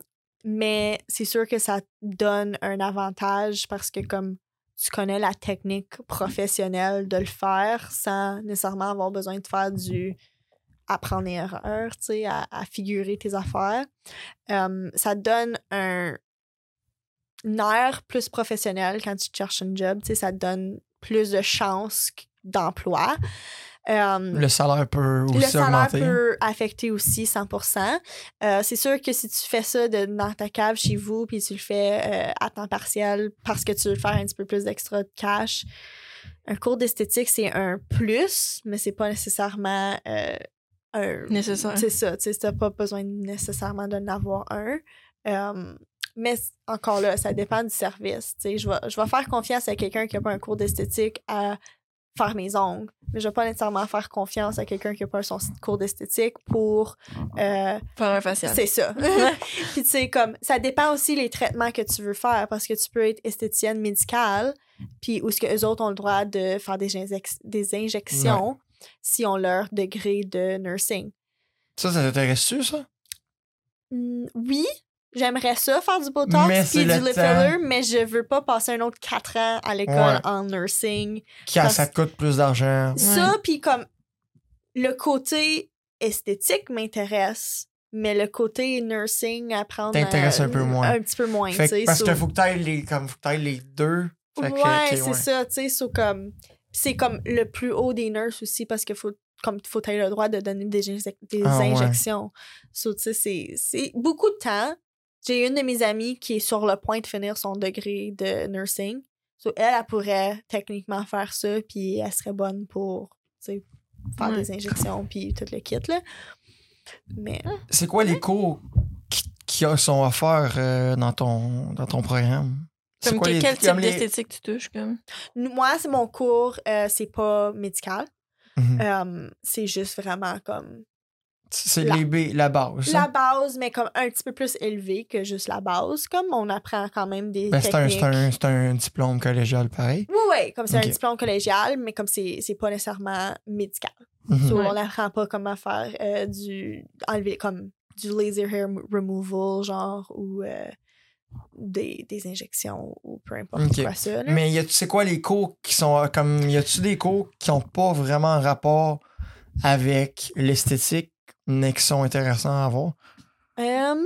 [SPEAKER 3] mais c'est sûr que ça te donne un avantage parce que comme tu connais la technique professionnelle de le faire sans nécessairement avoir besoin de faire du apprendre et erreur, tu sais, à, à figurer tes affaires. Euh, ça te donne un, une air plus professionnelle quand tu cherches un job. Tu sais, ça te donne plus de chances qu- d'emploi. Euh,
[SPEAKER 1] Le salaire peut aussi
[SPEAKER 3] le salaire
[SPEAKER 1] augmenter.
[SPEAKER 3] peut affecter aussi 100%. Euh, c'est sûr que si tu fais ça de- dans ta cave chez vous, puis tu le fais euh, à temps partiel parce que tu veux faire un petit peu plus d'extra de cash, un cours d'esthétique, c'est un plus, mais c'est pas nécessairement euh, un,
[SPEAKER 2] Nécessaire.
[SPEAKER 3] c'est ça, tu sais, t'as pas besoin nécessairement d'en avoir un. Euh, mais c- encore là, ça dépend du service. tu sais, Je vais, je vais faire confiance à quelqu'un qui a pas un cours d'esthétique à faire mes ongles, mais je vais pas nécessairement faire confiance à quelqu'un qui a pas son cours d'esthétique pour... euh,
[SPEAKER 2] Faire un facial.
[SPEAKER 3] c'est ça. Puis tu sais, comme, ça dépend aussi les traitements que tu veux faire parce que tu peux être esthétienne médicale, puis où ce que eux autres ont le droit de faire des, injec- des injections si on leur degré de nursing.
[SPEAKER 1] Ça, ça t'intéresse-tu, ça?
[SPEAKER 3] Mm, oui, j'aimerais ça faire du Botox
[SPEAKER 1] Mais c'est
[SPEAKER 3] puis du
[SPEAKER 1] le
[SPEAKER 3] lip
[SPEAKER 1] temps.
[SPEAKER 3] filler, mais je veux pas passer un autre 4 ans à l'école
[SPEAKER 1] Ouais.
[SPEAKER 3] en nursing.
[SPEAKER 1] Quand
[SPEAKER 3] Parce-
[SPEAKER 1] ça te coûte plus d'argent.
[SPEAKER 3] Ça, puis comme le côté esthétique m'intéresse, mais le côté nursing, apprendre.
[SPEAKER 1] T'intéresse
[SPEAKER 3] à-
[SPEAKER 1] un peu moins.
[SPEAKER 3] Un petit peu moins, tu
[SPEAKER 1] Fait que-
[SPEAKER 3] sais.
[SPEAKER 1] parce
[SPEAKER 3] so-
[SPEAKER 1] qu'il faut que t'ailles les, comme, faut que t'ailles les deux. Fait que,
[SPEAKER 3] ouais,
[SPEAKER 1] ok,
[SPEAKER 3] c'est ça, tu sais, so comme c'est comme le plus haut des nurses aussi parce que faut comme faut t'avoir le droit de donner des, injec- des
[SPEAKER 1] Ah, ouais.
[SPEAKER 3] injections. So, tu sais, c'est- c'est beaucoup de temps. J'ai une de mes amies qui est sur le point de finir son degré de nursing. So, elle, elle pourrait techniquement faire ça, puis elle serait bonne pour tu sais, faire
[SPEAKER 2] Ouais.
[SPEAKER 3] des injections, puis tout le kit. Là. Mais
[SPEAKER 1] C'est quoi les cours qui, qui sont offerts euh, dans, ton, dans ton programme? C'est
[SPEAKER 2] Comme
[SPEAKER 1] quoi
[SPEAKER 2] que-
[SPEAKER 1] les-
[SPEAKER 2] quel type
[SPEAKER 1] comme les-
[SPEAKER 2] d'esthétique tu touches, comme.
[SPEAKER 3] nous- moi, c'est mon cours, euh, c'est pas médical.
[SPEAKER 1] Mhm.
[SPEAKER 3] Euh, c'est juste vraiment comme
[SPEAKER 1] C'est
[SPEAKER 3] la-
[SPEAKER 1] les B, la base.
[SPEAKER 3] la
[SPEAKER 1] hein?
[SPEAKER 3] base, mais comme un petit peu plus élevée que juste la base. Comme on apprend quand même des
[SPEAKER 1] Ben, c'est un,
[SPEAKER 3] techniques.
[SPEAKER 1] c'est un- c'est un diplôme collégial pareil.
[SPEAKER 3] Oui, oui, comme c'est
[SPEAKER 1] Ok.
[SPEAKER 3] un diplôme collégial, mais comme c'est c'est pas nécessairement médical.
[SPEAKER 1] Mhm.
[SPEAKER 3] So,
[SPEAKER 2] Ouais.
[SPEAKER 3] On n'apprend pas comment faire euh, du. enlever comme du laser hair m- removal, genre, ou euh, des, des injections, ou peu importe
[SPEAKER 1] Ok.
[SPEAKER 3] quoi ça. là.
[SPEAKER 1] Mais y a c'est quoi les cours qui sont euh, comme y a-tu des cours qui ont pas vraiment rapport avec l'esthétique mais qui sont intéressants à voir
[SPEAKER 3] Euh,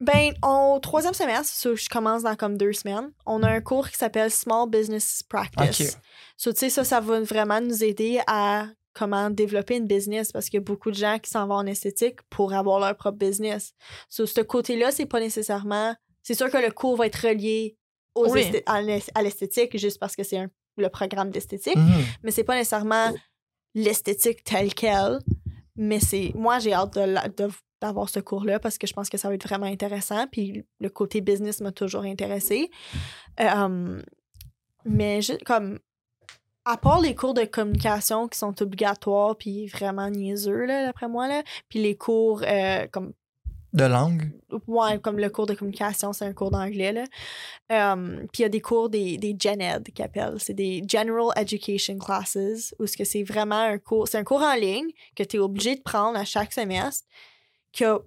[SPEAKER 3] ben, au troisième semestre, so, je commence dans comme deux semaines, on a un cours qui s'appelle Small Business Practice.
[SPEAKER 1] Ok.
[SPEAKER 3] So, tu sais, ça, ça va vraiment nous aider à comment développer une business parce qu'il y a beaucoup de gens qui s'en vont en esthétique pour avoir leur propre business. So, ce côté-là, c'est pas nécessairement. C'est sûr que le cours va être relié aux
[SPEAKER 2] Oui.
[SPEAKER 3] esthé- à l'es- à l'esthétique juste parce que c'est un- le programme d'esthétique,
[SPEAKER 1] Mhm.
[SPEAKER 3] mais c'est pas nécessairement l'esthétique telle quelle. Mais c'est. Moi, j'ai hâte de la- de- d'avoir ce cours-là parce que je pense que ça va être vraiment intéressant. Puis le côté business m'a toujours intéressée. Euh, mais je- comme à part les cours de communication qui sont obligatoires puis vraiment niaiseux là d'après moi là puis les cours euh, comme
[SPEAKER 1] de langue
[SPEAKER 3] ouais, comme le cours de communication c'est un cours d'anglais là Euh, puis il y a des cours des des gen ed qu'ils appellent c'est des general education classes où ce que c'est vraiment un cours c'est un cours en ligne que tu es obligé de prendre à chaque semestre qui a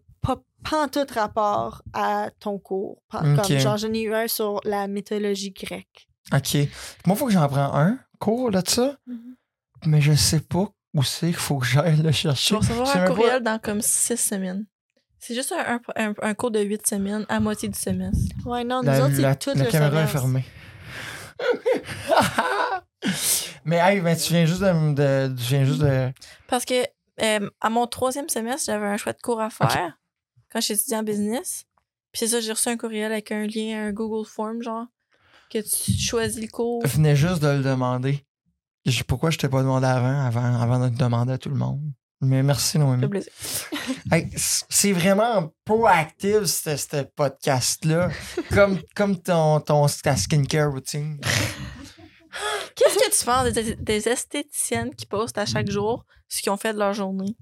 [SPEAKER 3] pas tout rapport à ton cours Pas-
[SPEAKER 1] Ok.
[SPEAKER 3] comme genre j'en ai eu un sur la mythologie grecque
[SPEAKER 1] OK. Moi faut que j'en prends un cours là de ça,
[SPEAKER 3] Mm-hmm.
[SPEAKER 1] mais je sais pas où c'est qu'il faut que j'aille le
[SPEAKER 2] Je
[SPEAKER 1] chercher.
[SPEAKER 2] vais recevoir
[SPEAKER 1] C'est
[SPEAKER 2] un
[SPEAKER 1] même pas-
[SPEAKER 2] courriel dans comme six semaines. C'est juste un, un- un- un cours de huit semaines à moitié du semestre.
[SPEAKER 3] ouais non nous
[SPEAKER 1] La,
[SPEAKER 3] autres
[SPEAKER 1] la-
[SPEAKER 3] c'est tout
[SPEAKER 1] la
[SPEAKER 3] le
[SPEAKER 1] caméra est
[SPEAKER 3] semestre.
[SPEAKER 1] fermée. mais hey, ben, tu viens juste de, me- de- tu viens juste de
[SPEAKER 2] Parce que euh, à mon troisième semestre, j'avais un choix de cours à faire quand j'étudiais en business. Puis c'est ça, j'ai reçu un courriel avec un lien, un Google Form, genre, que tu choisis le cours.
[SPEAKER 1] venais juste de le demander. Je- Pourquoi je t'ai pas demandé avant, avant, avant de le demander à tout le monde? Mais merci, Noémie.
[SPEAKER 2] Le plaisir.
[SPEAKER 1] Hey, c- c'est vraiment proactive, ce, ce podcast-là. comme comme ton, ton, ta skincare routine.
[SPEAKER 2] Qu'est-ce que tu penses des, des esthéticiennes qui postent à chaque jour ce qu'ils ont fait de leur journée?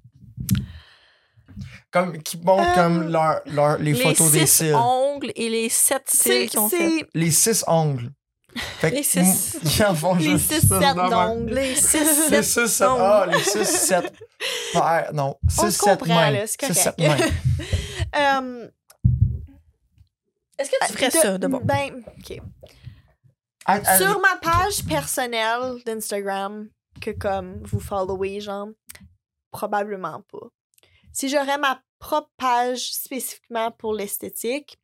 [SPEAKER 1] Comme, qui montre
[SPEAKER 3] Euh,
[SPEAKER 1] comme leur, leur, les, photos des
[SPEAKER 2] six
[SPEAKER 1] cils.
[SPEAKER 2] ongles et les sept
[SPEAKER 3] c'est
[SPEAKER 2] cils qu'ils ont fait.
[SPEAKER 3] c'est-
[SPEAKER 1] Les six ongles. Fait que
[SPEAKER 2] Les six-
[SPEAKER 1] m- Ils en font
[SPEAKER 3] les
[SPEAKER 1] juste
[SPEAKER 3] 6
[SPEAKER 1] Oh, ça
[SPEAKER 3] 7
[SPEAKER 1] de même.
[SPEAKER 3] d'ongles.
[SPEAKER 2] Les six,
[SPEAKER 1] Les 6,
[SPEAKER 2] sept
[SPEAKER 1] 7.
[SPEAKER 2] ongles.
[SPEAKER 1] Ah, les 6, 7. Paires. Non,
[SPEAKER 3] On
[SPEAKER 1] 6,
[SPEAKER 3] se
[SPEAKER 1] 7
[SPEAKER 3] comprend,
[SPEAKER 1] mains.
[SPEAKER 3] là, c'est
[SPEAKER 1] 6, 7
[SPEAKER 3] correct.
[SPEAKER 1] mains.
[SPEAKER 3] Euh,
[SPEAKER 2] Est-ce que tu ferais
[SPEAKER 3] Ah, de-
[SPEAKER 2] ça Ah, de bon? Euh,
[SPEAKER 3] Ben, OK.
[SPEAKER 1] Ah, ah,
[SPEAKER 3] Sur ma page personnelle d'Instagram, que comme vous followez, genre, probablement pas. Si j'aurais ma propre page spécifiquement pour l'esthétique,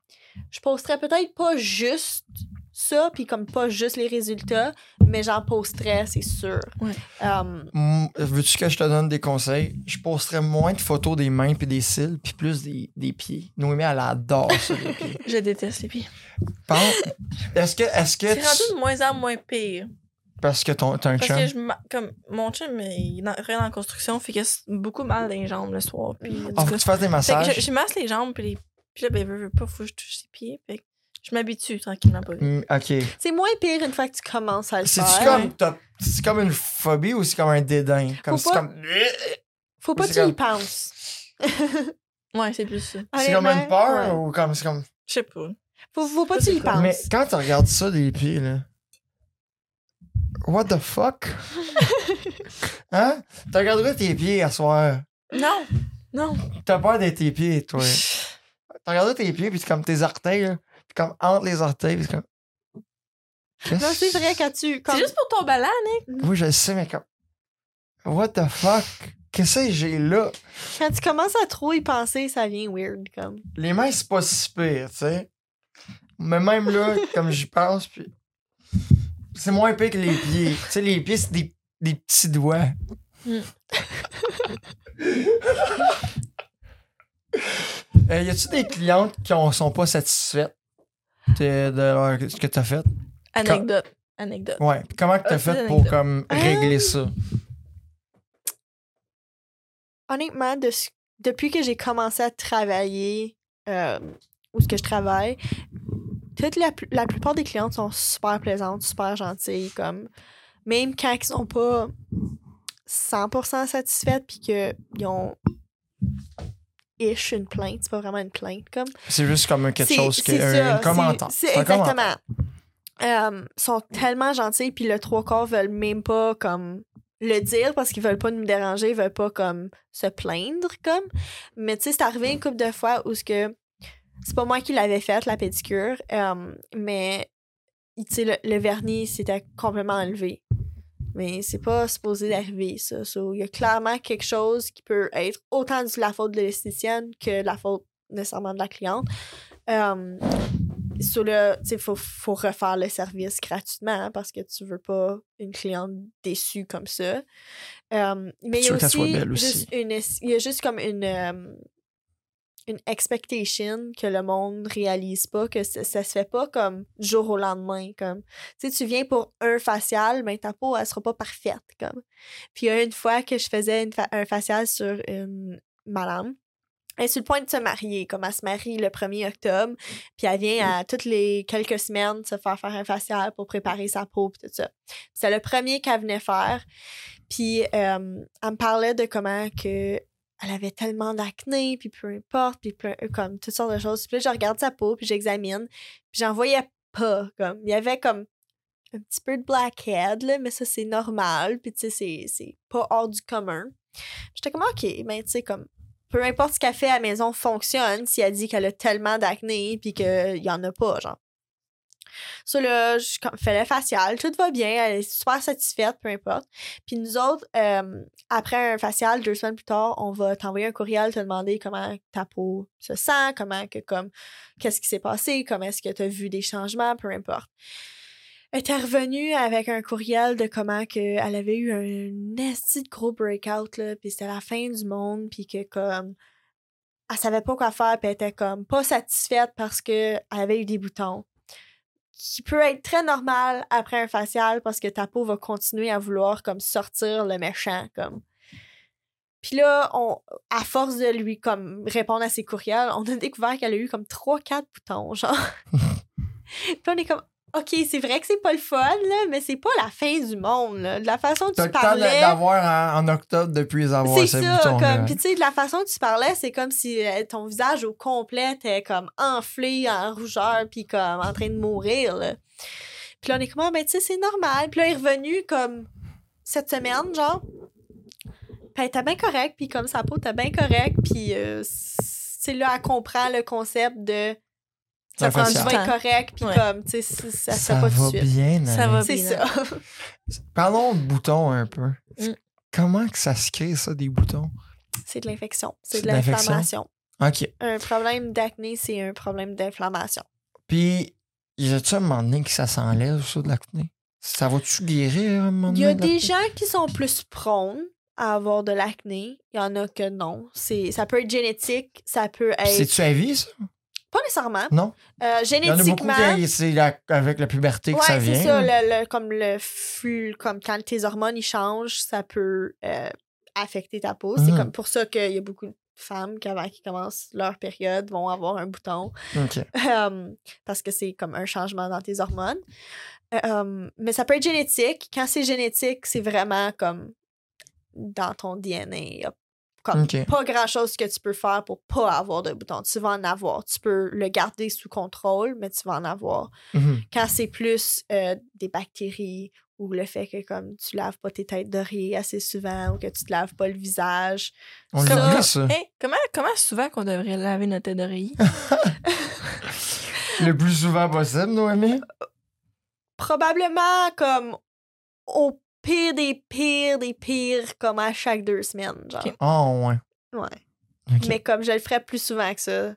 [SPEAKER 3] je posterais peut-être pas juste ça, puis comme pas juste les résultats, mais j'en posterais, c'est sûr.
[SPEAKER 2] Ouais.
[SPEAKER 3] Euh,
[SPEAKER 1] Mm, Veux-tu que je te donne des conseils? Je posterai moins de photos des mains puis des cils, puis plus des, des pieds. Noémie, elle adore ça, les pieds.
[SPEAKER 2] Je déteste les pieds.
[SPEAKER 1] Pense- Est-ce que, est-ce que,
[SPEAKER 2] C'est rendu
[SPEAKER 1] tu-
[SPEAKER 2] de moins en moins pire.
[SPEAKER 1] parce que ton, t'as un
[SPEAKER 2] Parce
[SPEAKER 1] chum,
[SPEAKER 2] que je m'a- comme mon chum, il est en- rien en construction, fait qu'il a beaucoup mal dans les jambes le soir. Puis,
[SPEAKER 3] Mm.
[SPEAKER 1] Ah,
[SPEAKER 2] en tout
[SPEAKER 1] faut que
[SPEAKER 2] cas,
[SPEAKER 1] tu fasses des
[SPEAKER 2] fait que
[SPEAKER 1] massages.
[SPEAKER 2] je, je masse les jambes, puis, les, puis là, ben, veux, veux pas, faut que je touche ses pieds. Fait que je m'habitue tranquillement. Pas vite.
[SPEAKER 1] Mm, ok.
[SPEAKER 3] c'est moins pire une fois que tu commences à le
[SPEAKER 1] C'est-tu
[SPEAKER 3] faire.
[SPEAKER 1] comme, t'as- c'est comme une phobie ou c'est comme un dédain? Comme, c'est
[SPEAKER 3] Faut pas-
[SPEAKER 1] comme,
[SPEAKER 3] Faut pas
[SPEAKER 1] C'est
[SPEAKER 3] que tu y
[SPEAKER 1] comme-
[SPEAKER 3] penses.
[SPEAKER 2] Ouais, c'est plus ça.
[SPEAKER 1] c'est comme une
[SPEAKER 3] Honnêtement,
[SPEAKER 1] peur hein?
[SPEAKER 3] ouais.
[SPEAKER 1] ou comme, c'est comme.
[SPEAKER 2] Je sais pas.
[SPEAKER 3] Faut, faut pas que
[SPEAKER 2] Ça,
[SPEAKER 3] tu
[SPEAKER 2] c'est
[SPEAKER 3] y
[SPEAKER 2] quoi?
[SPEAKER 3] penses.
[SPEAKER 1] Mais quand tu regardes ça des pieds, là. What the fuck? hein? Tu regarderas tes pieds à soir.
[SPEAKER 2] Non! Non!
[SPEAKER 1] T'as peur de tes pieds, toi. T'as regardé tes pieds, puis c'est comme tes orteils, là. Puis comme entre les orteils, puis c'est comme. Qu'est-ce
[SPEAKER 3] Non, c'est vrai quand tu. Comme...
[SPEAKER 2] C'est juste pour ton ballon, hein?
[SPEAKER 1] Oui, je le sais, mais comme. What the fuck? Qu'est-ce que j'ai là?
[SPEAKER 3] Quand tu commences à trop y penser, ça vient weird. Comme.
[SPEAKER 1] Les mains, c'est pas si pire, tu sais. Mais même là, comme j'y pense, puis. C'est moins pire que les pieds. Tu sais, les pieds, c'est des, des petits doigts.
[SPEAKER 2] Mm.
[SPEAKER 1] Euh, y a-tu des clientes qui ne sont pas satisfaites de, de leur- ce que t'as fait?
[SPEAKER 2] Anecdote. Anecdote.
[SPEAKER 1] Ouais. Puis comment que t'as
[SPEAKER 2] Ah, c'est
[SPEAKER 1] fait
[SPEAKER 2] une
[SPEAKER 1] pour
[SPEAKER 2] anecdote.
[SPEAKER 1] comme
[SPEAKER 3] Ah.
[SPEAKER 1] régler ça?
[SPEAKER 3] honnêtement, de ce- depuis que j'ai commencé à travailler euh, où ce que je travaille, toute la, plu- la plupart des clientes sont super plaisantes, super gentilles, comme même quand ils sont pas 100% satisfaites puis qu'ils ont ish une plainte, c'est pas vraiment une plainte comme
[SPEAKER 1] C'est juste comme quelque
[SPEAKER 3] c'est-
[SPEAKER 1] chose que.
[SPEAKER 3] c'est
[SPEAKER 1] un
[SPEAKER 3] ça,
[SPEAKER 1] commentaire.
[SPEAKER 3] C'est
[SPEAKER 1] C'est
[SPEAKER 3] c'est
[SPEAKER 1] un commentaire.
[SPEAKER 3] exactement. Euh, sont tellement gentils, puis le trois quarts veulent même pas comme le dire parce qu'ils veulent pas nous déranger, ils veulent pas comme se plaindre comme. Mais tu sais, c'est arrivé une couple de fois où ce que c'est pas moi qui l'avais faite la pédicure, euh, mais tu sais le, le vernis c'était complètement enlevé. Mais c'est pas supposé d'arriver, ça. So, Il y a clairement quelque chose qui peut être autant de la faute de l'esthéticienne que de la faute nécessairement de la cliente. Um, sur le, tu sais, faut, faut refaire le service gratuitement hein, parce que tu veux pas une cliente déçue comme ça. Um, mais il y
[SPEAKER 1] Tu
[SPEAKER 3] a
[SPEAKER 1] veux qu'elle
[SPEAKER 3] aussi,
[SPEAKER 1] soit belle aussi.
[SPEAKER 3] juste une es- il y a juste comme une, um, une expectation que le monde réalise pas, que ça, ça se fait pas comme du jour au lendemain. Comme, tu sais, tu viens pour un facial, mais ta peau, elle sera pas parfaite. Comme. Puis une fois que je faisais une fa- un facial sur une madame, elle est sur le point de se marier, comme elle se marie le 1er octobre, puis elle vient à toutes les quelques semaines se faire faire un facial pour préparer sa peau, puis tout ça. Puis C'est le premier qu'elle venait faire. Puis euh, elle me parlait de comment que elle avait tellement d'acné, puis peu importe, puis plein- comme toutes sortes de choses. Puis là, je regarde sa peau, puis j'examine, puis j'en voyais pas, comme. Il y avait comme un petit peu de blackhead, là, mais ça, c'est normal, puis tu sais, c'est- c'est pas hors du commun. J'étais comme, OK, mais tu sais, comme peu importe ce qu'elle fait à la maison fonctionne si elle dit qu'elle a tellement d'acné puis qu'il y en a pas, genre. Ça, là, je com- fais le facial, tout va bien, elle est super satisfaite, peu importe. Puis nous autres, euh, après un facial, deux semaines plus tard, on va t'envoyer un courriel, te demander comment ta peau se sent, comment que, comme, qu'est-ce qui s'est passé, comment est-ce que tu as vu des changements, peu importe. Elle était revenue avec un courriel de comment que elle avait eu un nasty de gros breakout, là, puis c'était la fin du monde, puis que comme elle savait pas quoi faire, puis elle était comme pas satisfaite parce que elle avait eu des boutons. Qui peut être très normal après un facial parce que ta peau va continuer à vouloir comme sortir le méchant, comme. Puis là, on, à force de lui comme répondre à ses courriels, on a découvert qu'elle a eu comme 3-4 boutons, genre. puis on est comme, OK, c'est vrai que c'est pas le fun, là, mais c'est pas la fin du monde, là. De la façon dont
[SPEAKER 1] T'as
[SPEAKER 3] tu
[SPEAKER 1] le temps
[SPEAKER 3] parlais...
[SPEAKER 1] d'a- d'avoir en, en octobre depuis les avoir,
[SPEAKER 3] Ah C'est
[SPEAKER 1] ces
[SPEAKER 3] ça,
[SPEAKER 1] boutons-là.
[SPEAKER 3] comme. Puis, tu sais, de la façon que tu parlais, c'est comme si euh, ton visage au complet était comme enflé en rougeur, puis comme en train de mourir, là. Puis là, on est comme, Ah, ben, tu sais, c'est normal. Puis là, il est revenu comme cette semaine, genre. Puis elle était bien correcte, puis comme sa peau était bien correcte, puis euh, c'est là, elle comprend le concept de. Ça
[SPEAKER 1] Un
[SPEAKER 3] prend du
[SPEAKER 1] facial.
[SPEAKER 3] vin correct, puis
[SPEAKER 2] Ouais.
[SPEAKER 3] comme, tu sais, ça, ça, se fait
[SPEAKER 1] va
[SPEAKER 3] pas tout de suite.
[SPEAKER 1] bien,
[SPEAKER 2] Ça
[SPEAKER 1] Alex.
[SPEAKER 2] va
[SPEAKER 3] C'est
[SPEAKER 2] bien.
[SPEAKER 3] ça.
[SPEAKER 1] Parlons de boutons un peu.
[SPEAKER 2] Mm.
[SPEAKER 1] Comment que ça se crée, ça, des boutons?
[SPEAKER 3] c'est de l'infection. C'est
[SPEAKER 1] C'est
[SPEAKER 3] de
[SPEAKER 1] de l'infection?
[SPEAKER 3] l'inflammation.
[SPEAKER 1] OK.
[SPEAKER 3] Un problème d'acné, c'est un problème d'inflammation.
[SPEAKER 1] Puis, y a-tu un moment donné que ça s'enlève, ça, de l'acné? Ça va-tu guérir à un moment
[SPEAKER 3] Il
[SPEAKER 1] donné?
[SPEAKER 3] y a
[SPEAKER 1] de l'acné?
[SPEAKER 3] des gens qui sont plus prônes à avoir de l'acné. Il y en a que non. C'est, ça peut être génétique, ça peut
[SPEAKER 1] Puis
[SPEAKER 3] être.
[SPEAKER 1] C'est-tu à vie, ça?
[SPEAKER 3] Pas nécessairement.
[SPEAKER 1] Non?
[SPEAKER 3] Euh,
[SPEAKER 1] Il y en a beaucoup
[SPEAKER 3] génétiquement.
[SPEAKER 1] qui, c'est la- avec la puberté que
[SPEAKER 3] ouais,
[SPEAKER 1] ça
[SPEAKER 3] c'est
[SPEAKER 1] vient.
[SPEAKER 3] ça. Le, le- comme le flux, comme quand tes hormones ils changent, ça peut euh, affecter ta peau. C'est
[SPEAKER 1] Mhm.
[SPEAKER 3] comme pour ça qu'il y a beaucoup de femmes qui, avant qu'ils commencent leur période, vont avoir un bouton.
[SPEAKER 1] OK.
[SPEAKER 3] Euh, parce que c'est comme un changement dans tes hormones. Euh, euh, mais ça peut être génétique. Quand c'est génétique, c'est vraiment comme dans ton DNA. Il y a comme
[SPEAKER 1] Ok.
[SPEAKER 3] pas grand-chose que tu peux faire pour pas avoir de bouton. Tu vas en avoir. Tu peux le garder sous contrôle, mais tu vas en avoir.
[SPEAKER 1] Mhm.
[SPEAKER 3] Quand c'est plus euh, des bactéries ou le fait que comme tu laves pas tes têtes d'oreiller assez souvent ou que tu te laves pas le visage.
[SPEAKER 1] On le
[SPEAKER 3] Ça-
[SPEAKER 1] l'oublie, ça.
[SPEAKER 2] Ah, Hey, comment, comment souvent qu'on devrait laver notre tête d'oreiller?
[SPEAKER 1] Le plus souvent possible, Noémie.
[SPEAKER 3] Probablement comme au pire des pires des pires comme à chaque deux semaines, genre.
[SPEAKER 2] Ok.
[SPEAKER 1] Oh, ouais.
[SPEAKER 3] Ouais.
[SPEAKER 1] Ok.
[SPEAKER 3] Mais comme je le ferais plus souvent que ça,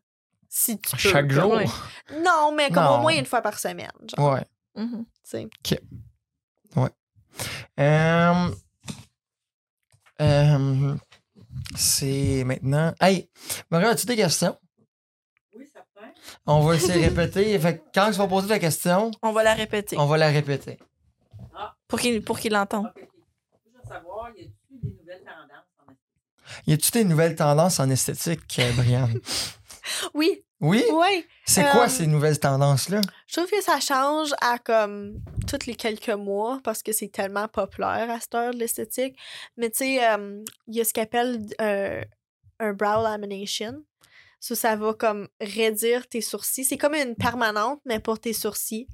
[SPEAKER 3] si tu peux.
[SPEAKER 1] Chaque
[SPEAKER 3] comme-
[SPEAKER 1] jour?
[SPEAKER 2] Ouais.
[SPEAKER 3] Non, mais comme au
[SPEAKER 1] Non.
[SPEAKER 3] moins une fois par semaine, genre,
[SPEAKER 1] Ouais.
[SPEAKER 2] Mhm.
[SPEAKER 3] tu sais.
[SPEAKER 1] Euh, euh, c'est maintenant. Hey, Marie, as-tu des questions?
[SPEAKER 4] Oui, certain.
[SPEAKER 1] On va essayer de répéter. Fait que quand tu vas poser la question,
[SPEAKER 2] On va la répéter
[SPEAKER 1] on va la répéter.
[SPEAKER 2] pour qu'il pour qu'il l'entende.
[SPEAKER 4] Ah, Ok. Je veux savoir, y a-t-il des nouvelles tendances en esthétique?
[SPEAKER 1] Y a-tu des nouvelles tendances en esthétique, euh, Brianne?
[SPEAKER 3] Oui,
[SPEAKER 1] Oui?
[SPEAKER 3] oui.
[SPEAKER 1] C'est quoi
[SPEAKER 3] Euh,
[SPEAKER 1] ces nouvelles tendances-là?
[SPEAKER 3] Je trouve que ça change à comme tous les quelques mois parce que c'est tellement populaire à cette heure de l'esthétique. Mais tu sais, euh, il y a ce qu'on appelle euh, un brow lamination. Ça, ça va comme raidir tes sourcils. C'est comme une permanente, mais pour tes sourcils.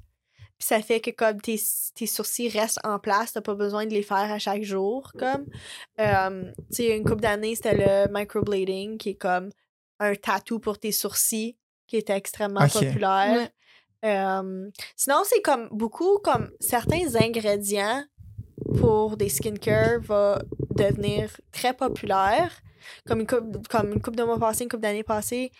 [SPEAKER 3] Puis ça fait que comme tes, tes sourcils restent en place, t'as pas besoin de les faire à chaque jour. Comme, Euh, tu sais, il y a une couple d'années, c'était le microblading qui est comme un tatou pour tes sourcils qui était extrêmement
[SPEAKER 1] Ok.
[SPEAKER 3] populaire. Euh, sinon, c'est comme beaucoup comme certains ingrédients pour des skincare va devenir très populaire. Comme une coupe, comme une coupe de mois passé, une coupe d'années passée,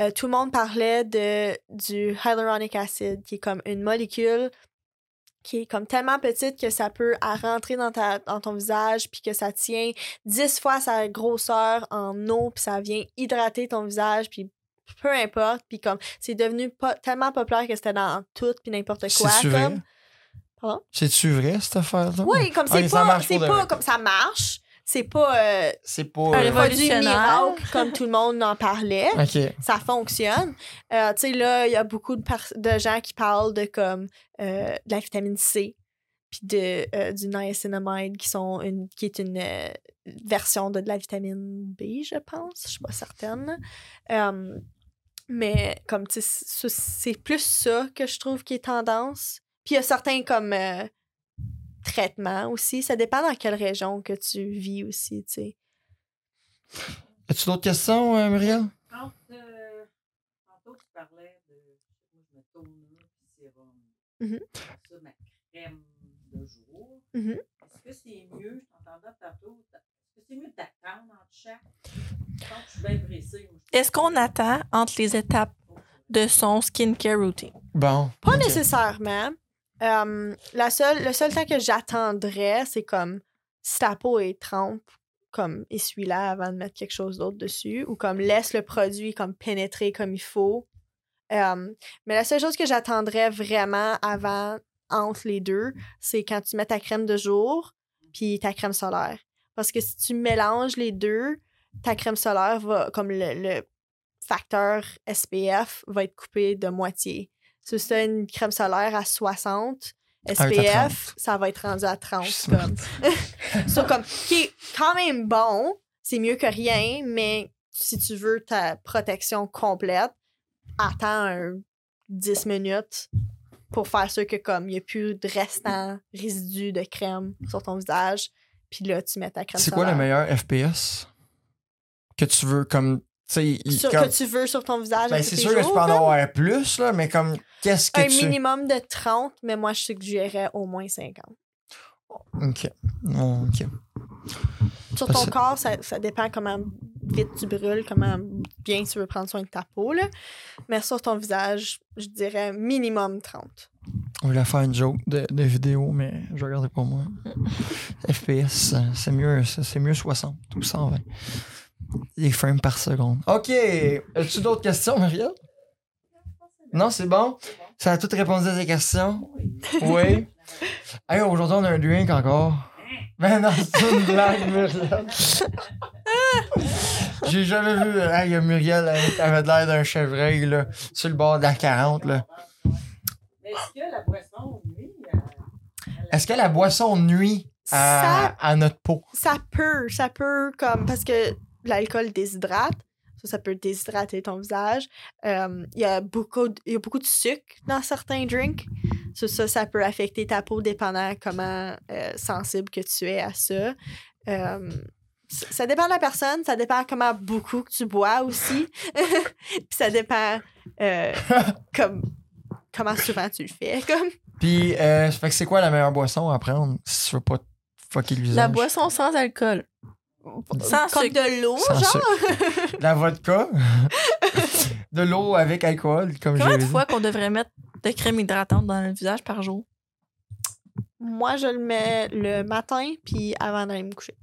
[SPEAKER 3] euh, tout le monde parlait de, du hyaluronic acid, qui est comme une molécule qui est comme tellement petite que ça peut à rentrer dans, ta, dans ton visage, puis que ça tient 10 fois sa grosseur en eau, puis ça vient hydrater ton visage, puis peu importe, puis comme c'est devenu pas, tellement populaire que c'était dans tout, puis n'importe quoi.
[SPEAKER 1] C'est-tu vrai?
[SPEAKER 3] Comme, Pardon?
[SPEAKER 1] C'est-tu vrai, cette affaire-là?
[SPEAKER 3] oui, comme
[SPEAKER 1] Ah,
[SPEAKER 3] c'est
[SPEAKER 1] mais ça
[SPEAKER 3] pas,
[SPEAKER 1] marche
[SPEAKER 3] c'est
[SPEAKER 1] pour de
[SPEAKER 3] pas
[SPEAKER 1] vrai.
[SPEAKER 3] comme ça marche, c'est pas euh,
[SPEAKER 1] C'est pas.
[SPEAKER 2] Un
[SPEAKER 1] euh,
[SPEAKER 3] un produit
[SPEAKER 2] Révolutionnaire.
[SPEAKER 3] miracle comme tout le monde en parlait
[SPEAKER 1] Ok.
[SPEAKER 3] ça fonctionne. Euh, tu sais, là, il y a beaucoup de, pers- de gens qui parlent de comme euh, de la vitamine C puis de, euh, du niacinamide qui, sont une, qui est une euh, version de, de la vitamine B, je pense. Je suis pas certaine. Euh, mais comme, tu sais, c'est- c'est plus ça que je trouve qui est tendance. Puis il y a certains comme euh, traitements aussi. Ça dépend dans quelle région que tu vis aussi, tu sais.
[SPEAKER 1] As-tu d'autres questions, euh, Muriel?
[SPEAKER 4] Quand, euh, tantôt, tu parlais de. Moi, je me tourne là, puis sérum.
[SPEAKER 2] Mm-hmm.
[SPEAKER 3] Mhm.
[SPEAKER 4] Ça, ma crème de jour.
[SPEAKER 3] Mhm.
[SPEAKER 4] Est-ce que c'est mieux, je t'entendais tantôt, est-ce que c'est mieux d'attendre entre chaque. Quand je suis bien pressée. moi, je-
[SPEAKER 2] Est-ce qu'on attend entre les étapes de son skincare routine?
[SPEAKER 1] Bon.
[SPEAKER 3] Pas
[SPEAKER 1] ok.
[SPEAKER 3] nécessairement. Euh, la seule, le seul temps que j'attendrais, c'est comme si ta peau est trempe, comme essuie-la avant de mettre quelque chose d'autre dessus, ou comme laisse le produit comme pénétrer comme il faut. Euh, mais la seule chose que j'attendrais vraiment avant, entre les deux, c'est quand tu mets ta crème de jour puis ta crème solaire. Parce que si tu mélanges les deux, ta crème solaire va, comme le, le facteur SPF, va être coupé de moitié. Si c'est une crème solaire à 60
[SPEAKER 1] va être à
[SPEAKER 3] SPF, ça va être rendu à 30.
[SPEAKER 1] Je suis
[SPEAKER 3] Comme. So, comme, qui est quand même bon, c'est mieux que rien, mais si tu veux ta protection complète, attends un 10 minutes pour faire sûr que comme il n'y a plus de restant résidu de crème sur ton visage. Puis là, tu mets ta crème
[SPEAKER 1] C'est quoi le
[SPEAKER 3] solaire.
[SPEAKER 1] meilleur FPS que tu veux, comme. Tu sais, il-
[SPEAKER 3] Sur-
[SPEAKER 1] comme-
[SPEAKER 3] que tu veux sur ton visage. à
[SPEAKER 1] Ben,
[SPEAKER 3] tous
[SPEAKER 1] c'est
[SPEAKER 3] les
[SPEAKER 1] sûr que je
[SPEAKER 3] jours,
[SPEAKER 1] peux en
[SPEAKER 3] là.
[SPEAKER 1] avoir plus, là, mais comme, qu'est-ce que
[SPEAKER 3] Un
[SPEAKER 1] tu.
[SPEAKER 3] minimum de 30, mais moi, je suggérerais au moins 50.
[SPEAKER 1] Ok. Oh, ok.
[SPEAKER 3] Sur
[SPEAKER 1] Parce
[SPEAKER 3] ton
[SPEAKER 1] que-
[SPEAKER 3] corps, ça, ça dépend comment vite tu brûles, comment bien tu veux prendre soin de ta peau. Là. Mais sur ton visage, je dirais minimum 30.
[SPEAKER 1] On voulait faire une joke de, de vidéo, mais je regardais pas moi. FPS, euh, c'est mieux, c'est c'est mieux 60 ou 120. Les frames par seconde. OK. As-tu d'autres questions, Muriel? Non, c'est bon? Ça a tout répondu à tes questions?
[SPEAKER 4] Oh,
[SPEAKER 1] Oui. Hey, aujourd'hui, on a un drink encore. Ben non, c'est une blague, Muriel. J'ai jamais vu. Hey, Muriel, elle avait l'air d'un chevreuil, là, sur le bord de la 40, là.
[SPEAKER 4] Mais Est-ce que la boisson, euh, nuit,
[SPEAKER 1] Est-ce que la boisson nuit à, à notre peau?
[SPEAKER 3] Ça peut, ça peut comme parce que l'alcool déshydrate, ça, ça peut déshydrater ton visage. Euh, Il y a beaucoup, de- il y a beaucoup de sucre dans certains drinks, ça, ça, ça peut affecter ta peau dépendant comment euh, sensible que tu es à ça. Euh, ça ça dépend de la personne, ça dépend comment beaucoup que tu bois aussi, puis ça dépend euh, comme comment souvent tu le fais, comme.
[SPEAKER 1] Puis, euh, ça fait que c'est quoi la meilleure boisson à prendre si tu veux pas te fucker le visage?
[SPEAKER 2] La boisson sans alcool. Sans
[SPEAKER 3] comme
[SPEAKER 2] sucre.
[SPEAKER 3] de l'eau,
[SPEAKER 1] Sans
[SPEAKER 3] genre.
[SPEAKER 1] sucre. La vodka. de l'eau avec alcool, comme
[SPEAKER 2] Combien
[SPEAKER 1] j'ai
[SPEAKER 2] de
[SPEAKER 1] dit.
[SPEAKER 2] fois qu'on devrait mettre de crème hydratante dans le visage par jour?
[SPEAKER 3] Moi, je le mets le matin, puis avant d'aller me coucher.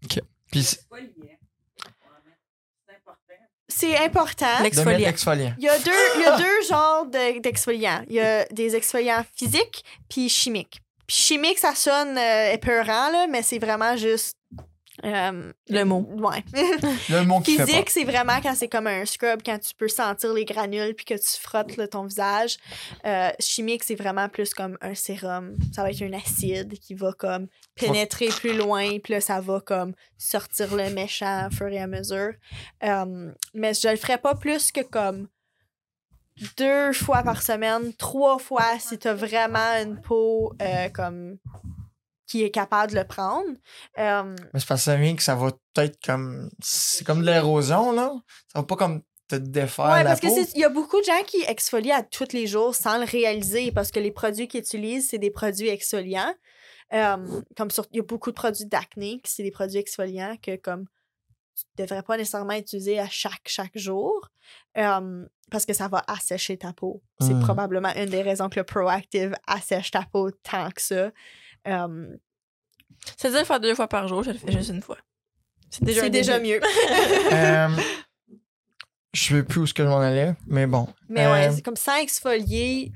[SPEAKER 1] Puis, c'est-
[SPEAKER 4] c'est pas lié. C'est important.
[SPEAKER 3] c'est important.
[SPEAKER 1] De mettre
[SPEAKER 2] L'exfoliant.
[SPEAKER 1] l'exfoliant.
[SPEAKER 3] Il y a deux, il y a deux genres de- d'exfoliants. il y a des exfoliants physiques puis chimiques. Puis chimique, ça sonne euh, épeurant, là, mais c'est vraiment juste. euh,
[SPEAKER 2] Le mot.
[SPEAKER 3] Ouais.
[SPEAKER 1] Le mot qui fait pas.
[SPEAKER 3] Physique, c'est vraiment quand c'est comme un scrub, quand tu peux sentir les granules puis que tu frottes là, ton visage. Euh, chimique, c'est vraiment plus comme un sérum. Ça va être un acide qui va comme pénétrer plus loin, puis là, ça va comme sortir le méchant au fur et à mesure. Euh, mais je le ferais pas plus que comme deux fois par semaine, trois fois si t'as vraiment une peau euh, comme qui est capable de le prendre. Euh,
[SPEAKER 1] Mais c'est parce que ça vient que ça va peut-être comme. C'est comme de l'érosion, là. Ça va pas comme te défaire
[SPEAKER 3] Ouais,
[SPEAKER 1] la
[SPEAKER 3] parce
[SPEAKER 1] peau.
[SPEAKER 3] que c'est- il y a beaucoup de gens qui exfolient à tous les jours sans le réaliser parce que les produits qu'ils utilisent, c'est des produits exfoliants. Euh, comme sur, il y a beaucoup de produits d'acné qui c'est des produits exfoliants que comme tu devrais pas nécessairement utiliser à chaque chaque jour euh, parce que ça va assécher ta peau. C'est
[SPEAKER 1] Mhm.
[SPEAKER 3] probablement une des raisons que le proactive assèche ta peau tant que ça. Euh,
[SPEAKER 2] C'est-à-dire le faire deux fois par jour, je le fais juste une fois. C'est déjà,
[SPEAKER 3] c'est
[SPEAKER 2] un
[SPEAKER 3] déjà
[SPEAKER 2] début.
[SPEAKER 3] mieux.
[SPEAKER 1] Euh, je sais plus où ce que je m'en allais, mais bon.
[SPEAKER 3] Mais
[SPEAKER 1] Euh,
[SPEAKER 3] ouais, c'est comme sans exfolier,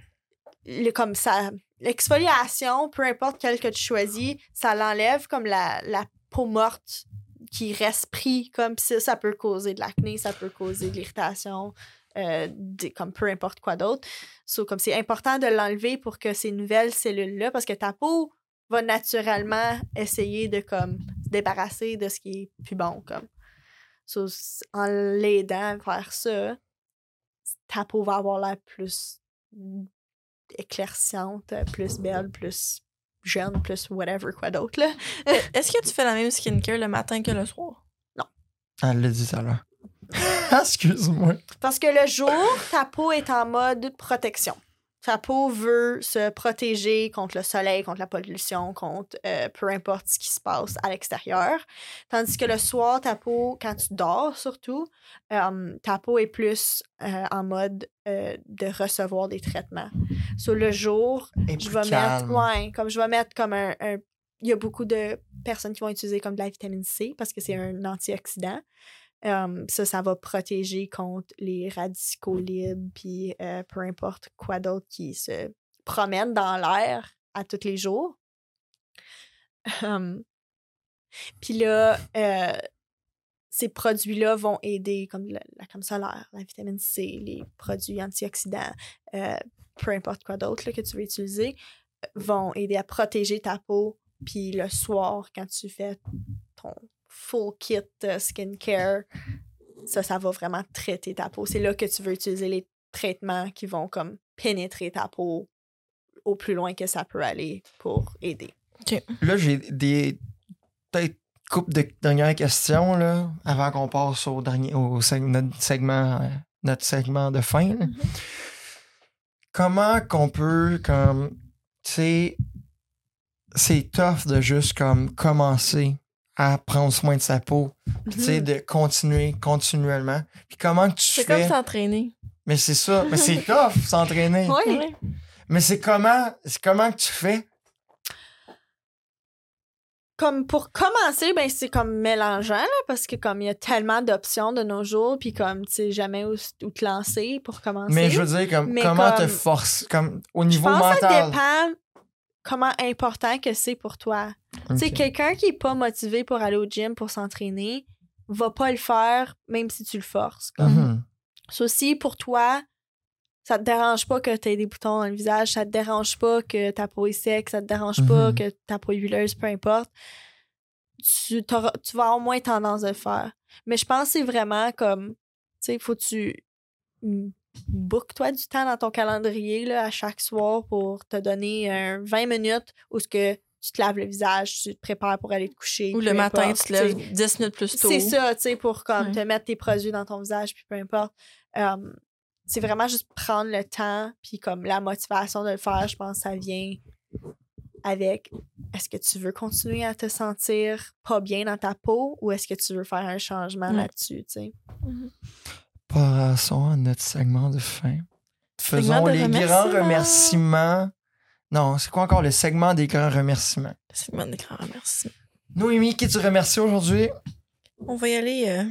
[SPEAKER 3] le, comme ça, l'exfoliation, peu importe quelle que tu choisis, ça l'enlève comme la, la peau morte qui reste pris comme ça, ça peut causer de l'acné, ça peut causer de l'irritation, euh, des- comme peu importe quoi d'autre. So, comme c'est important de l'enlever pour que ces nouvelles cellules-là, parce que ta peau va naturellement essayer de comme se débarrasser de ce qui est plus bon comme. So, c- en l'aidant à faire ça, ta peau va avoir l'air plus éclairciante, plus belle, plus jeune, plus whatever quoi d'autre là.
[SPEAKER 2] Est-ce que tu fais la même skincare le matin que le soir?
[SPEAKER 1] Elle l'a dit tout à l'heure. Excuse-moi.
[SPEAKER 3] Parce que le jour, ta peau est en mode protection. Ta peau veut se protéger contre le soleil, contre la pollution, contre euh, peu importe ce qui se passe à l'extérieur. Tandis que le soir, ta peau, quand tu dors surtout, euh, ta peau est plus euh, en mode euh, de recevoir des traitements. Sur le jour,
[SPEAKER 1] Et plus
[SPEAKER 3] je vais
[SPEAKER 1] calme.
[SPEAKER 3] mettre ouais, comme je vais mettre comme un, un- il y a beaucoup de personnes qui vont utiliser comme de la vitamine C parce que c'est un antioxydant Um, ça ça va protéger contre les radicaux libres puis euh, peu importe quoi d'autre qui se promène dans l'air à tous les jours Um, puis là euh, ces produits-là vont aider comme la, la crème solaire, la vitamine C, les produits antioxydants, euh, peu importe quoi d'autre là, que tu veux utiliser, euh, vont aider à protéger ta peau. Puis le soir, quand tu fais ton full kit euh, skincare, ça, ça va vraiment traiter ta peau. C'est là que tu veux utiliser les traitements qui vont comme pénétrer ta peau au plus loin que ça peut aller pour aider.
[SPEAKER 1] Là, j'ai des. Peut-être couple de dernières questions, là, avant qu'on passe au dernier. au seg- notre segment. euh, notre segment de fin, là.
[SPEAKER 2] Mm-hmm.
[SPEAKER 1] Comment qu'on peut, comme. Tu sais. C'est tough de juste, comme, commencer à prendre soin de sa peau. Puis, tu sais, de continuer continuellement. Puis, comment que tu
[SPEAKER 2] Mm-hmm. C'est comme
[SPEAKER 1] fais.
[SPEAKER 2] s'entraîner.
[SPEAKER 1] Mais c'est ça. Mais c'est tough, s'entraîner.
[SPEAKER 3] Ouais.
[SPEAKER 2] Ouais.
[SPEAKER 1] Mais c'est comment. C'est comment que tu fais.
[SPEAKER 3] comme pour commencer, ben c'est comme mélangeant là, parce que comme il y a tellement d'options de nos jours, puis comme tu sais jamais où, s- où te lancer pour commencer.
[SPEAKER 1] Mais je veux dire, comme,
[SPEAKER 3] Mais
[SPEAKER 1] comment te
[SPEAKER 3] comme-
[SPEAKER 1] force, comme, au
[SPEAKER 3] Je
[SPEAKER 1] niveau
[SPEAKER 3] pense que ça
[SPEAKER 1] mental.
[SPEAKER 3] dépend comment important que c'est pour toi.
[SPEAKER 1] Ok.
[SPEAKER 3] Tu sais, quelqu'un qui est pas motivé pour aller au gym pour s'entraîner va pas le faire même si tu le forces. Comme.
[SPEAKER 1] Mhm.
[SPEAKER 3] Ça aussi, pour toi, ça te dérange pas que tu aies des boutons dans le visage, ça te dérange pas que ta peau est sec, ça te dérange pas
[SPEAKER 1] Mhm.
[SPEAKER 2] Mm-hmm.
[SPEAKER 3] que ta peau est huileuse, peu importe. Tu, t'auras- tu vas avoir moins tendance de le faire. Mais je pense que c'est vraiment comme, tu sais, faut que tu mm, book-toi du temps dans ton calendrier là, à chaque soir pour te donner un 20 minutes où ce que tu te laves le visage, tu te prépares pour aller te coucher.
[SPEAKER 2] Ou le
[SPEAKER 3] peu
[SPEAKER 2] matin,
[SPEAKER 3] importe,
[SPEAKER 2] tu te lèves 10 minutes plus tôt.
[SPEAKER 3] c'est ça, tu sais, pour comme
[SPEAKER 2] Ouais.
[SPEAKER 3] te mettre tes produits dans ton visage, puis peu importe. Um, c'est vraiment juste prendre le temps, puis comme la motivation de le faire, je pense que ça vient avec est-ce que tu veux continuer à te sentir pas bien dans ta peau ou est-ce que tu veux faire un changement
[SPEAKER 2] Ouais.
[SPEAKER 3] là-dessus, tu sais.
[SPEAKER 1] Passons à notre segment de fin. Faisons
[SPEAKER 2] Segment de
[SPEAKER 1] les grands
[SPEAKER 2] remerciements.
[SPEAKER 1] remerciements. Non, c'est quoi encore le segment des grands remerciements?
[SPEAKER 2] C'est mon écran, merci.
[SPEAKER 1] Noémie, qui tu remercies aujourd'hui?
[SPEAKER 2] On va y aller euh,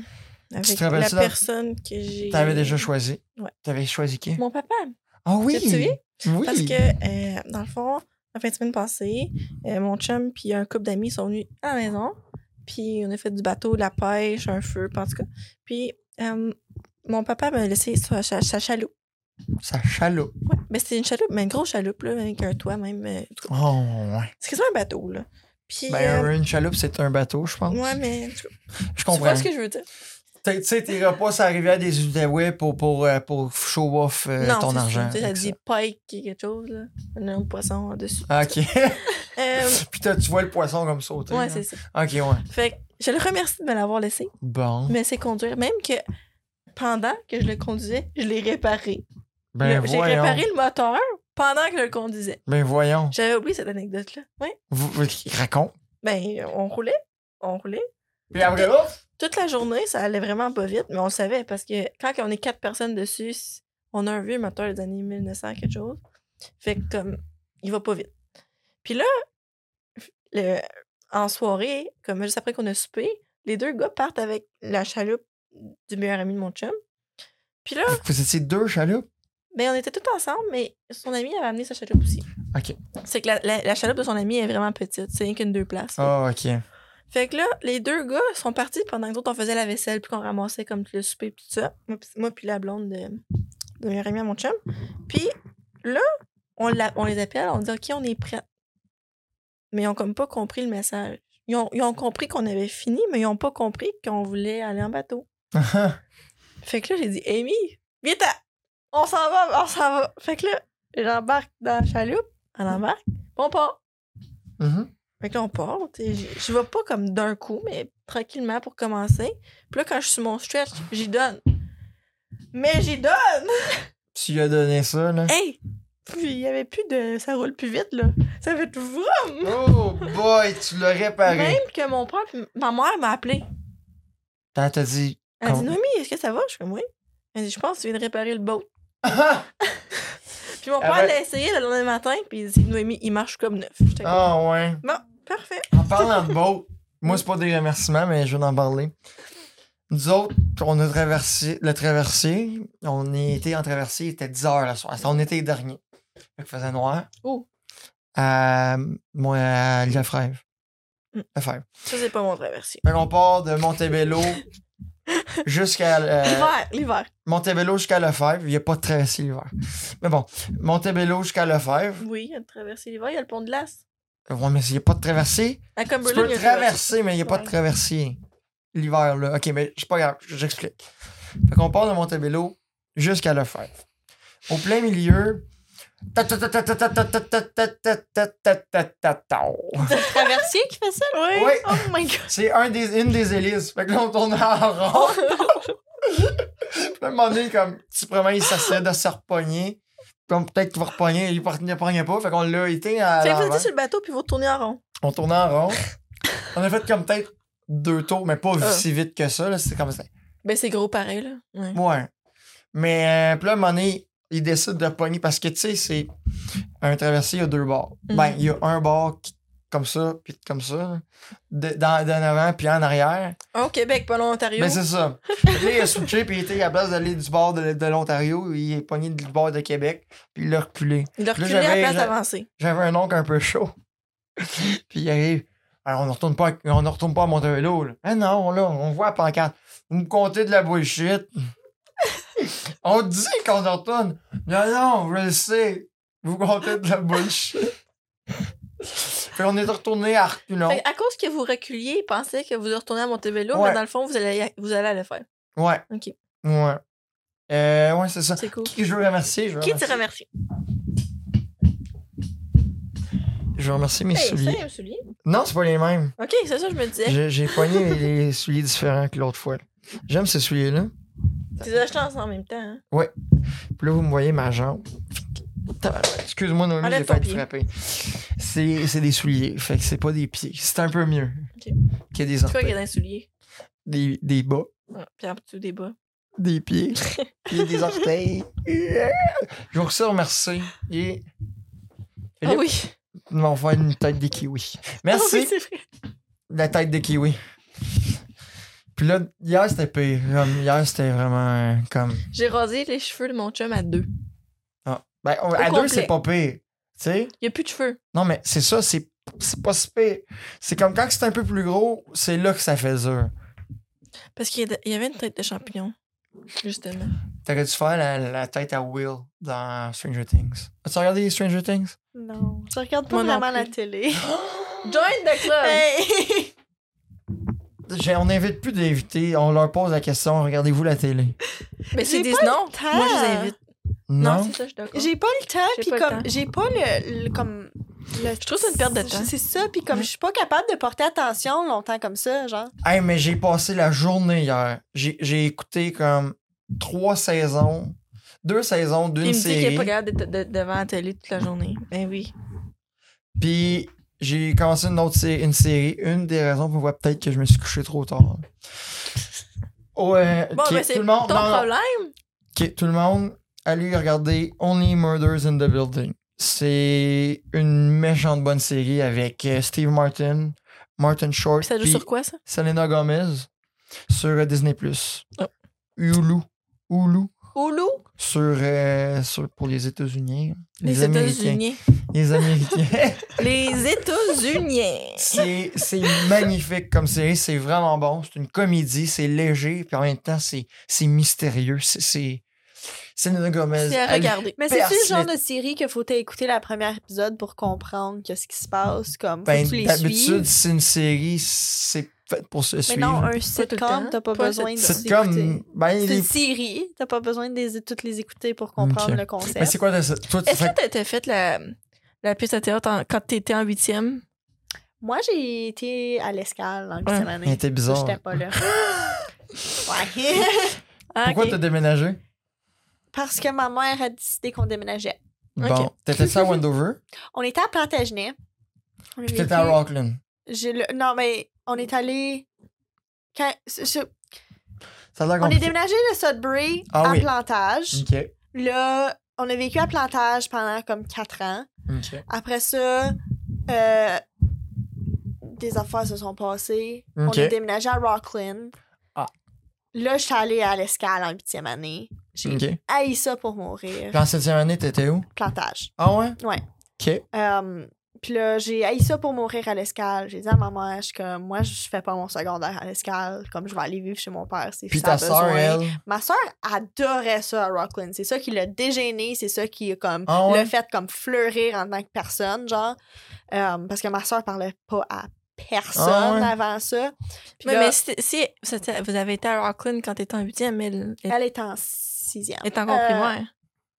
[SPEAKER 2] Avec
[SPEAKER 1] te rappelles
[SPEAKER 2] la
[SPEAKER 1] ça dans-
[SPEAKER 2] personne que j'ai.
[SPEAKER 1] T'avais déjà choisi.
[SPEAKER 2] Ouais.
[SPEAKER 1] T'avais choisi qui?
[SPEAKER 2] Mon papa.
[SPEAKER 1] Ah oui!
[SPEAKER 2] Tu te souviens?
[SPEAKER 1] Oui!
[SPEAKER 2] Parce que, euh, dans le fond, la fin de semaine passée, euh, mon chum puis un couple d'amis sont venus à la maison. Puis on a fait du bateau, de la pêche, un feu, puis en tout cas. Puis euh, mon papa m'a laissé sa, sa- sa chaloupe.
[SPEAKER 1] Sa chaloupe.
[SPEAKER 2] Ouais. Mais c'était une chaloupe, mais une grosse chaloupe, là, avec un toit même. euh, en tout cas.
[SPEAKER 1] Oh, ouais.
[SPEAKER 2] C'est quasiment un bateau, là. Puis.
[SPEAKER 1] Ben,
[SPEAKER 2] euh,
[SPEAKER 1] une chaloupe, c'est un bateau, je pense.
[SPEAKER 2] ouais, mais. en tout cas,
[SPEAKER 1] Je
[SPEAKER 2] Tu
[SPEAKER 1] comprends.
[SPEAKER 2] vois ce que je veux dire?
[SPEAKER 1] T'as- Tu sais, tes repas, ça arrivait à des Outaouais pour, pour, euh, pour show off euh,
[SPEAKER 2] non,
[SPEAKER 1] ton
[SPEAKER 2] c'est
[SPEAKER 1] argent.
[SPEAKER 2] Ça, Tu sais, ça
[SPEAKER 1] avec
[SPEAKER 2] dit pike et quelque chose, là. Un autre poisson dessus.
[SPEAKER 1] ça. Ah, Ok.
[SPEAKER 2] Euh,
[SPEAKER 1] Puis t'as- tu vois le poisson comme sauter.
[SPEAKER 2] ouais,
[SPEAKER 1] là.
[SPEAKER 2] c'est ça.
[SPEAKER 1] Ok, ouais.
[SPEAKER 2] Fait que je le remercie de me l'avoir laissé.
[SPEAKER 1] Bon.
[SPEAKER 2] Mais c'est conduire. Même que pendant que je le conduisais, je l'ai réparé.
[SPEAKER 1] Ben
[SPEAKER 2] Le- J'ai
[SPEAKER 1] voyons.
[SPEAKER 2] réparé le moteur pendant que je le conduisais.
[SPEAKER 1] Ben voyons.
[SPEAKER 2] J'avais oublié cette anecdote-là. Ouais.
[SPEAKER 1] Vous, vous- raconte.
[SPEAKER 2] Ben, on roulait. On roulait.
[SPEAKER 1] Puis après, ouf!
[SPEAKER 2] Toute la journée, ça allait vraiment pas vite, mais on le savait parce que quand on est quatre personnes dessus, c- on a un vieux moteur des années 1900, quelque chose. Fait que comme, il va pas vite. Puis là, le- en soirée, comme juste après qu'on a soupé, les deux gars partent avec la chaloupe du meilleur ami de mon chum. Puis là,
[SPEAKER 1] Vous étiez deux chaloupes?
[SPEAKER 2] Ben, on était tous ensemble, mais son ami avait amené sa chaloupe aussi.
[SPEAKER 1] OK.
[SPEAKER 2] C'est que la, la, la chaloupe de son ami est vraiment petite. C'est rien qu'une deux places. là.
[SPEAKER 1] Ah, ok.
[SPEAKER 2] Fait que là, les deux gars sont partis pendant que d'autres on faisait la vaisselle puis qu'on ramassait comme tout le souper puis tout ça. Moi, puis- Moi puis la blonde de, de meilleure amie à mon chum. Puis là, on, l'a- on les appelle, on dit OK, on est prêts. Mais ils ont comme pas compris le message. Ils ont, ils ont compris qu'on avait fini, mais ils ont pas compris qu'on voulait aller en bateau. Fait que là, j'ai dit, Amy, viens t'en. On s'en va, on s'en va. Fait que là, j'embarque dans la chaloupe, on
[SPEAKER 1] Mm.
[SPEAKER 2] embarque, puis on part.
[SPEAKER 1] Mhm.
[SPEAKER 2] Fait que là, on part. tu sais, Je je vais pas comme d'un coup, mais tranquillement pour commencer. Puis là, quand je suis sur mon stretch, j'y donne. Mais j'y donne!
[SPEAKER 1] Tu lui as donné ça, là.
[SPEAKER 2] Hey! Puis il y avait plus de. Ça roule plus vite, là. Ça fait tout vroom.
[SPEAKER 1] Oh boy, tu l'as réparé.
[SPEAKER 2] Même que mon père, puis ma mère m'a appelé.
[SPEAKER 1] T'as t'as dit.
[SPEAKER 2] Elle a dit,
[SPEAKER 1] Comme-
[SPEAKER 2] Noémie, est-ce que ça va? Je suis comme, oui. Elle dit, je pense que tu viens de réparer le boat.
[SPEAKER 1] Ah!
[SPEAKER 2] Puis mon
[SPEAKER 1] Ah
[SPEAKER 2] père
[SPEAKER 1] ouais.
[SPEAKER 2] l'a essayé le lendemain matin, puis il dit, Noémie, il marche comme neuf. J'étais comme,
[SPEAKER 1] Ah ouais.
[SPEAKER 2] parfait.
[SPEAKER 1] En parlant de beau, moi c'est pas des remerciements, mais je viens d'en parler. Nous autres, on a traversé le traversier. On était en traversier, il était 10 heures le soir. On était les derniers. Fait qu'il faisait noir.
[SPEAKER 2] Oh.
[SPEAKER 1] À, moi, à Lefebvre.
[SPEAKER 2] Mm.
[SPEAKER 1] Lefebvre.
[SPEAKER 2] Ça, c'est pas mon traversier.
[SPEAKER 1] Fait qu'on part de Montebello jusqu'à. euh,
[SPEAKER 2] L'hiver, l'hiver.
[SPEAKER 1] Montebello jusqu'à Lefebvre. Il n'y a pas de traversée l'hiver. Mais bon, Montebello jusqu'à Lefebvre.
[SPEAKER 2] Oui, il y a le traversier l'hiver, il y a le pont de glace.
[SPEAKER 1] Ouais, mais il n'y a pas de traversée.
[SPEAKER 2] À
[SPEAKER 1] Tu
[SPEAKER 2] Cumberland,
[SPEAKER 1] peux
[SPEAKER 2] il y a le
[SPEAKER 1] traverser, mais il n'y a pas de
[SPEAKER 2] Ouais.
[SPEAKER 1] traversier. L'hiver, là. OK, mais c'est pas grave, j'explique. Fait qu'on part de Montebello jusqu'à Lefebvre. Au plein milieu. ta- ta- ta- ta- ta- ta- ta- ta- ta- ta- ta- ta- ta- ta- ta- ta-
[SPEAKER 3] Le traversier qui fait ça?
[SPEAKER 2] traversier.
[SPEAKER 1] Ouais,
[SPEAKER 3] Oh my god.
[SPEAKER 1] c'est un des, une des hélices. Fait que là, on tourne en rond. Puis à un moment donné, comme, petit premier, il s'essayait de se repogner. Comme peut-être qu'il va repogner, il ne pognait pas. Fait qu'on l'a été à.
[SPEAKER 2] Tu sais, vous
[SPEAKER 1] l'envers.
[SPEAKER 2] étiez sur le bateau, puis vous tournez en rond.
[SPEAKER 1] On tournait en rond. on a fait comme peut-être deux tours, mais pas
[SPEAKER 2] Ah.
[SPEAKER 1] si vite que ça. là. C'était comme ça.
[SPEAKER 2] Ben, c'est gros pareil, là. Ouais.
[SPEAKER 1] Ouais. Mais euh, puis là, à un moment donné, il décide de pogner parce que, tu sais, c'est un traversier, il y a deux bords.
[SPEAKER 2] Mhm.
[SPEAKER 1] Ben, il y a un bord qui- comme ça, puis comme ça, là. De- dans, d'en avant, puis en arrière.
[SPEAKER 2] Ah, Au Québec, pas en Ontario.
[SPEAKER 1] Ben, c'est ça. Fait que là, il a switché, puis il était à la place d'aller du bord de, de l'Ontario, il est pogné du bord de Québec, puis il l'a reculé.
[SPEAKER 2] Il a reculé
[SPEAKER 1] Là,
[SPEAKER 2] à
[SPEAKER 1] j'avais-
[SPEAKER 2] place
[SPEAKER 1] j'a-
[SPEAKER 2] d'avancée.
[SPEAKER 1] J'avais un oncle un peu chaud. puis il arrive. Alors, on ne retourne pas, à- on ne retourne pas à Montebello. Là. Ah non, là, on voit la pancarte. Vous me comptez de la bullshit. on dit qu'on en retourne. Non, non, je le sais. Vous comptez de la bullshit. puis on est retourné à reculons.
[SPEAKER 2] Fait que à cause que vous reculiez, ils pensaient que vous retournez à Montebello,
[SPEAKER 1] Ouais.
[SPEAKER 2] mais dans le fond, vous allez, vous allez le faire.
[SPEAKER 1] Ouais.
[SPEAKER 2] Ok.
[SPEAKER 1] Ouais. Euh, ouais, c'est ça.
[SPEAKER 2] C'est cool.
[SPEAKER 1] Qui je veux remercier? Je veux
[SPEAKER 2] Qui te
[SPEAKER 1] remercier,
[SPEAKER 2] remercie?
[SPEAKER 1] je veux remercier mes
[SPEAKER 2] Hey, c'est
[SPEAKER 1] souliers.
[SPEAKER 2] un soulier.
[SPEAKER 1] Non, c'est pas les mêmes.
[SPEAKER 2] Ok, c'est ça, je me disais.
[SPEAKER 1] J'ai j'ai poigné les souliers différents que l'autre fois. J'aime ces souliers-là.
[SPEAKER 2] Tu les as achetés ensemble en même temps. hein.
[SPEAKER 1] Puis là, vous me voyez ma jambe. Tabarouette. Excuse-moi, Noémie,
[SPEAKER 2] Enlève
[SPEAKER 1] j'ai pas
[SPEAKER 2] ton
[SPEAKER 1] été
[SPEAKER 2] pied.
[SPEAKER 1] frappé. C'est c'est des souliers, fait que c'est pas des pieds. C'est un peu mieux
[SPEAKER 2] Ok.
[SPEAKER 1] qu'il y a des
[SPEAKER 2] C'est quoi qu'il
[SPEAKER 1] orteils.
[SPEAKER 2] y a dans les souliers?
[SPEAKER 1] Des, des bas,
[SPEAKER 2] Ouais. Puis en dessous des bas.
[SPEAKER 1] des pieds, puis des orteils. Yeah! Je vous remercie. Et...
[SPEAKER 2] Ah
[SPEAKER 1] Philippe,
[SPEAKER 2] oui.
[SPEAKER 1] il m'envoie une tête de kiwi.
[SPEAKER 2] Ah oui,
[SPEAKER 1] Merci,
[SPEAKER 2] c'est vrai.
[SPEAKER 1] la tête de kiwi. Puis là, hier, c'était pire. Comme, hier, c'était vraiment euh, comme.
[SPEAKER 2] J'ai rasé les cheveux de mon chum à deux.
[SPEAKER 1] Ben, on- à deux,
[SPEAKER 2] complet.
[SPEAKER 1] c'est pas pire. Tu sais?
[SPEAKER 2] Il n'y a plus de cheveux.
[SPEAKER 1] Non, mais c'est ça, c'est c'est pas si pire. C'est comme quand c'est un peu plus gros, c'est là que ça fait dur.
[SPEAKER 2] Parce qu'il y a- il y avait une tête de champignon. Justement.
[SPEAKER 1] T'aurais dû faire la, la tête à Will dans Stranger Things. As-tu regardé Stranger Things?
[SPEAKER 3] Non, je regarde pas
[SPEAKER 2] Moi non
[SPEAKER 3] vraiment la
[SPEAKER 2] plus.
[SPEAKER 3] télé.
[SPEAKER 2] Join the club!
[SPEAKER 3] Hey!
[SPEAKER 1] J'ai- on n'invite plus d'invités, on leur pose la question regardez-vous la télé?
[SPEAKER 2] Mais
[SPEAKER 3] J'ai
[SPEAKER 2] c'est des
[SPEAKER 3] pas
[SPEAKER 2] non.
[SPEAKER 3] le temps.
[SPEAKER 2] Moi, je les invite. Non,
[SPEAKER 1] Non?
[SPEAKER 2] c'est ça, je suis d'accord.
[SPEAKER 3] J'ai pas le temps,
[SPEAKER 2] J'ai
[SPEAKER 3] puis
[SPEAKER 2] pas le
[SPEAKER 3] comme
[SPEAKER 2] temps.
[SPEAKER 3] j'ai pas le, le- comme le-
[SPEAKER 2] Je trouve que c'est une perte de temps.
[SPEAKER 3] C'est ça, puis comme
[SPEAKER 2] Ouais.
[SPEAKER 3] je suis pas capable de porter attention longtemps comme ça, genre.
[SPEAKER 1] Hey, mais j'ai passé la journée hier. J'ai j'ai écouté comme trois saisons, deux saisons
[SPEAKER 2] Il
[SPEAKER 1] d'une
[SPEAKER 2] me dit qu'il n'est
[SPEAKER 1] série.
[SPEAKER 2] pas capable d'être de- devant la télé toute la journée. Ben oui.
[SPEAKER 1] Puis j'ai commencé une autre sé- une série. Une des raisons pour pourquoi peut-être que je me suis couché trop tard. Ouais,
[SPEAKER 2] Bon,
[SPEAKER 1] ok,
[SPEAKER 2] ben c'est
[SPEAKER 1] tout
[SPEAKER 2] ton
[SPEAKER 1] le monde, non, non.
[SPEAKER 2] problème.
[SPEAKER 1] Ok, tout le monde, allez regarder Only Murders in the Building. C'est une méchante bonne série avec euh, Steve Martin, Martin Short,
[SPEAKER 2] Puis ça joue
[SPEAKER 1] puis
[SPEAKER 2] sur quoi, ça?
[SPEAKER 1] Selena Gomez sur euh, Disney+.
[SPEAKER 2] Oh.
[SPEAKER 1] Hulu. Hulu.
[SPEAKER 2] Hulu?
[SPEAKER 1] Sur, euh, sur- pour les États-Unis. Les,
[SPEAKER 2] Les
[SPEAKER 1] Américains.
[SPEAKER 2] États-Unis.
[SPEAKER 1] Les Américains.
[SPEAKER 2] Les États-Unis!
[SPEAKER 1] c'est c'est magnifique comme série. C'est vraiment bon. C'est une comédie. C'est léger. Puis en même temps, c'est c'est mystérieux. C'est- C'est Selena Gomez.
[SPEAKER 2] C'est à
[SPEAKER 1] elle-
[SPEAKER 2] regarder.
[SPEAKER 3] Mais
[SPEAKER 1] Perce
[SPEAKER 3] c'est le genre
[SPEAKER 1] les-
[SPEAKER 3] de série que faut écouter la première épisode pour comprendre qu'est-ce qui se passe, comme faut
[SPEAKER 1] Ben,
[SPEAKER 3] que tu les
[SPEAKER 1] d'habitude,
[SPEAKER 3] suives.
[SPEAKER 1] c'est une série, c'est fait pour se
[SPEAKER 3] Mais
[SPEAKER 1] suivre.
[SPEAKER 3] non, un
[SPEAKER 2] tout le temps.
[SPEAKER 3] sitcom, t'as pas
[SPEAKER 2] Pas
[SPEAKER 3] besoin de
[SPEAKER 2] sitcom.
[SPEAKER 1] c'est
[SPEAKER 3] les
[SPEAKER 1] comme.
[SPEAKER 3] écouter.
[SPEAKER 1] Ben,
[SPEAKER 3] C'est
[SPEAKER 1] les-
[SPEAKER 3] une série, t'as pas besoin de les- toutes les écouter pour comprendre
[SPEAKER 1] Ok.
[SPEAKER 3] le
[SPEAKER 1] Mais
[SPEAKER 3] concept.
[SPEAKER 1] ben, c'est quoi ça? Toi, tu
[SPEAKER 2] Est-ce
[SPEAKER 1] fais.
[SPEAKER 2] que t'as fait la, la pièce de théâtre en- quand t'étais en huitième?
[SPEAKER 3] Moi, j'ai été à l'escale en
[SPEAKER 2] Ouais.
[SPEAKER 3] huitième
[SPEAKER 1] Mais
[SPEAKER 3] année.
[SPEAKER 1] t'es
[SPEAKER 3] Ça,
[SPEAKER 1] bizarre.
[SPEAKER 3] J'étais pas là. Ouais.
[SPEAKER 2] Ah,
[SPEAKER 1] Pourquoi
[SPEAKER 2] ok.
[SPEAKER 1] t'as déménagé?
[SPEAKER 3] Parce que ma mère a décidé qu'on déménageait.
[SPEAKER 1] Bon. T'étais à Wendover?
[SPEAKER 3] On était à Plantagenet. On a
[SPEAKER 1] Puis
[SPEAKER 3] vécu-
[SPEAKER 1] t'étais à Rockland.
[SPEAKER 3] J'ai le- Non, mais on est allé. Quand- c'est- c'est-
[SPEAKER 1] Ça a l'air
[SPEAKER 3] On est
[SPEAKER 1] compliqué.
[SPEAKER 3] déménagé de Sudbury
[SPEAKER 1] Ah
[SPEAKER 3] à
[SPEAKER 1] oui. Mm.
[SPEAKER 3] Plantage.
[SPEAKER 1] OK.
[SPEAKER 3] Là, on a vécu à Plantage pendant comme quatre ans.
[SPEAKER 1] OK.
[SPEAKER 3] Après ça, euh, des affaires se sont passées. On
[SPEAKER 1] Ok.
[SPEAKER 3] est déménagé à Rockland.
[SPEAKER 1] Ah.
[SPEAKER 3] Là, je suis allée à l'escale en huitième année. J'ai
[SPEAKER 1] OK.
[SPEAKER 3] haï ça pour mourir.
[SPEAKER 1] Puis en septième année, t'étais où?
[SPEAKER 3] Plantage.
[SPEAKER 1] Ah ouais?
[SPEAKER 3] Ouais.
[SPEAKER 1] OK.
[SPEAKER 3] Um, puis là, j'ai haï ça pour mourir à l'escale. J'ai dit à ma mère, je suis comme, moi, je fais pas mon secondaire à l'escale. Comme je vais aller vivre chez mon père. C'est
[SPEAKER 1] Puis
[SPEAKER 3] ça a
[SPEAKER 1] ta soeur,
[SPEAKER 3] besoin.
[SPEAKER 1] elle.
[SPEAKER 3] Ma soeur adorait ça à Rockland. C'est ça qui l'a dégéné. C'est ça qui a comme,
[SPEAKER 1] Ah
[SPEAKER 3] l'a
[SPEAKER 1] ouais?
[SPEAKER 3] fait comme fleurir en tant que personne, genre. Um, parce que ma soeur parlait pas à personne
[SPEAKER 1] Ah ouais?
[SPEAKER 3] avant ça. Puis
[SPEAKER 2] Mais,
[SPEAKER 3] là,
[SPEAKER 2] mais si, si c'était- vous avez été à Rockland quand t'étais en huitième, elle, elle,
[SPEAKER 3] elle est en sixième.
[SPEAKER 2] est encore
[SPEAKER 3] euh,
[SPEAKER 2] primaire.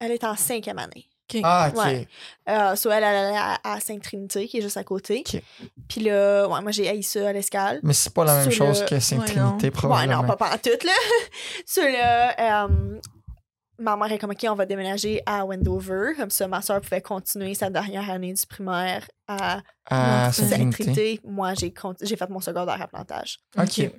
[SPEAKER 3] Elle est en cinquième année.
[SPEAKER 1] Ah, OK.
[SPEAKER 3] Ouais. Euh, so, elle, elle allait à, à Sainte-Trinité, qui est juste à côté.
[SPEAKER 1] Ok.
[SPEAKER 3] Puis là, ouais, moi, j'ai haï ça à l'escale.
[SPEAKER 1] Mais c'est pas la même
[SPEAKER 3] Sur
[SPEAKER 1] chose
[SPEAKER 3] le-
[SPEAKER 1] que
[SPEAKER 2] Ouais,
[SPEAKER 1] Sainte-Trinité,
[SPEAKER 3] Ouais,
[SPEAKER 1] probablement.
[SPEAKER 3] non, pas pas en tout, là. Sur là, euh, ma mère est comme, OK, on va déménager à Wendover. Comme ça, ma soeur pouvait continuer sa dernière année du primaire à
[SPEAKER 1] À
[SPEAKER 2] Non, c'est
[SPEAKER 1] Sainte-Trinité.
[SPEAKER 3] Sainte-Trinité. Moi, j'ai con- j'ai fait mon secondaire à Plantage.
[SPEAKER 1] OK.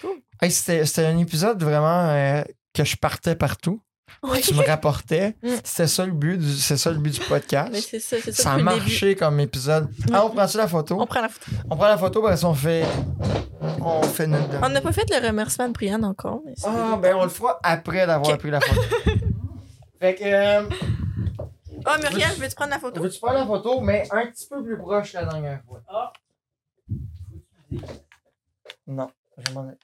[SPEAKER 3] Cool.
[SPEAKER 1] Hey, c'était c'était un épisode vraiment euh, que je partais partout.
[SPEAKER 3] Ouais.
[SPEAKER 1] Tu me rapportais.
[SPEAKER 2] Mm.
[SPEAKER 1] C'était ça le but du, c'est ça le but du
[SPEAKER 2] Mais
[SPEAKER 1] podcast.
[SPEAKER 2] c'est ça, c'est ça.
[SPEAKER 1] Ça a
[SPEAKER 2] depuis le début.
[SPEAKER 1] marché comme épisode. Ah, on prend-tu la photo?
[SPEAKER 2] On prend la photo.
[SPEAKER 1] On prend la photo parce qu'on fait. On fait notre.
[SPEAKER 2] On n'a pas fait le remerciement de Brianne encore. mais c'est-
[SPEAKER 1] Ah, ben on le fera après d'avoir
[SPEAKER 2] Ok.
[SPEAKER 1] pris la photo. fait que. euh,
[SPEAKER 2] Ah, Muriel, veux-tu prendre la photo?
[SPEAKER 1] Veux-tu faire la photo, mais un petit peu plus proche la dernière fois?
[SPEAKER 4] Ah! Faut-tu dire?
[SPEAKER 1] Non, je m'en ai. Ok.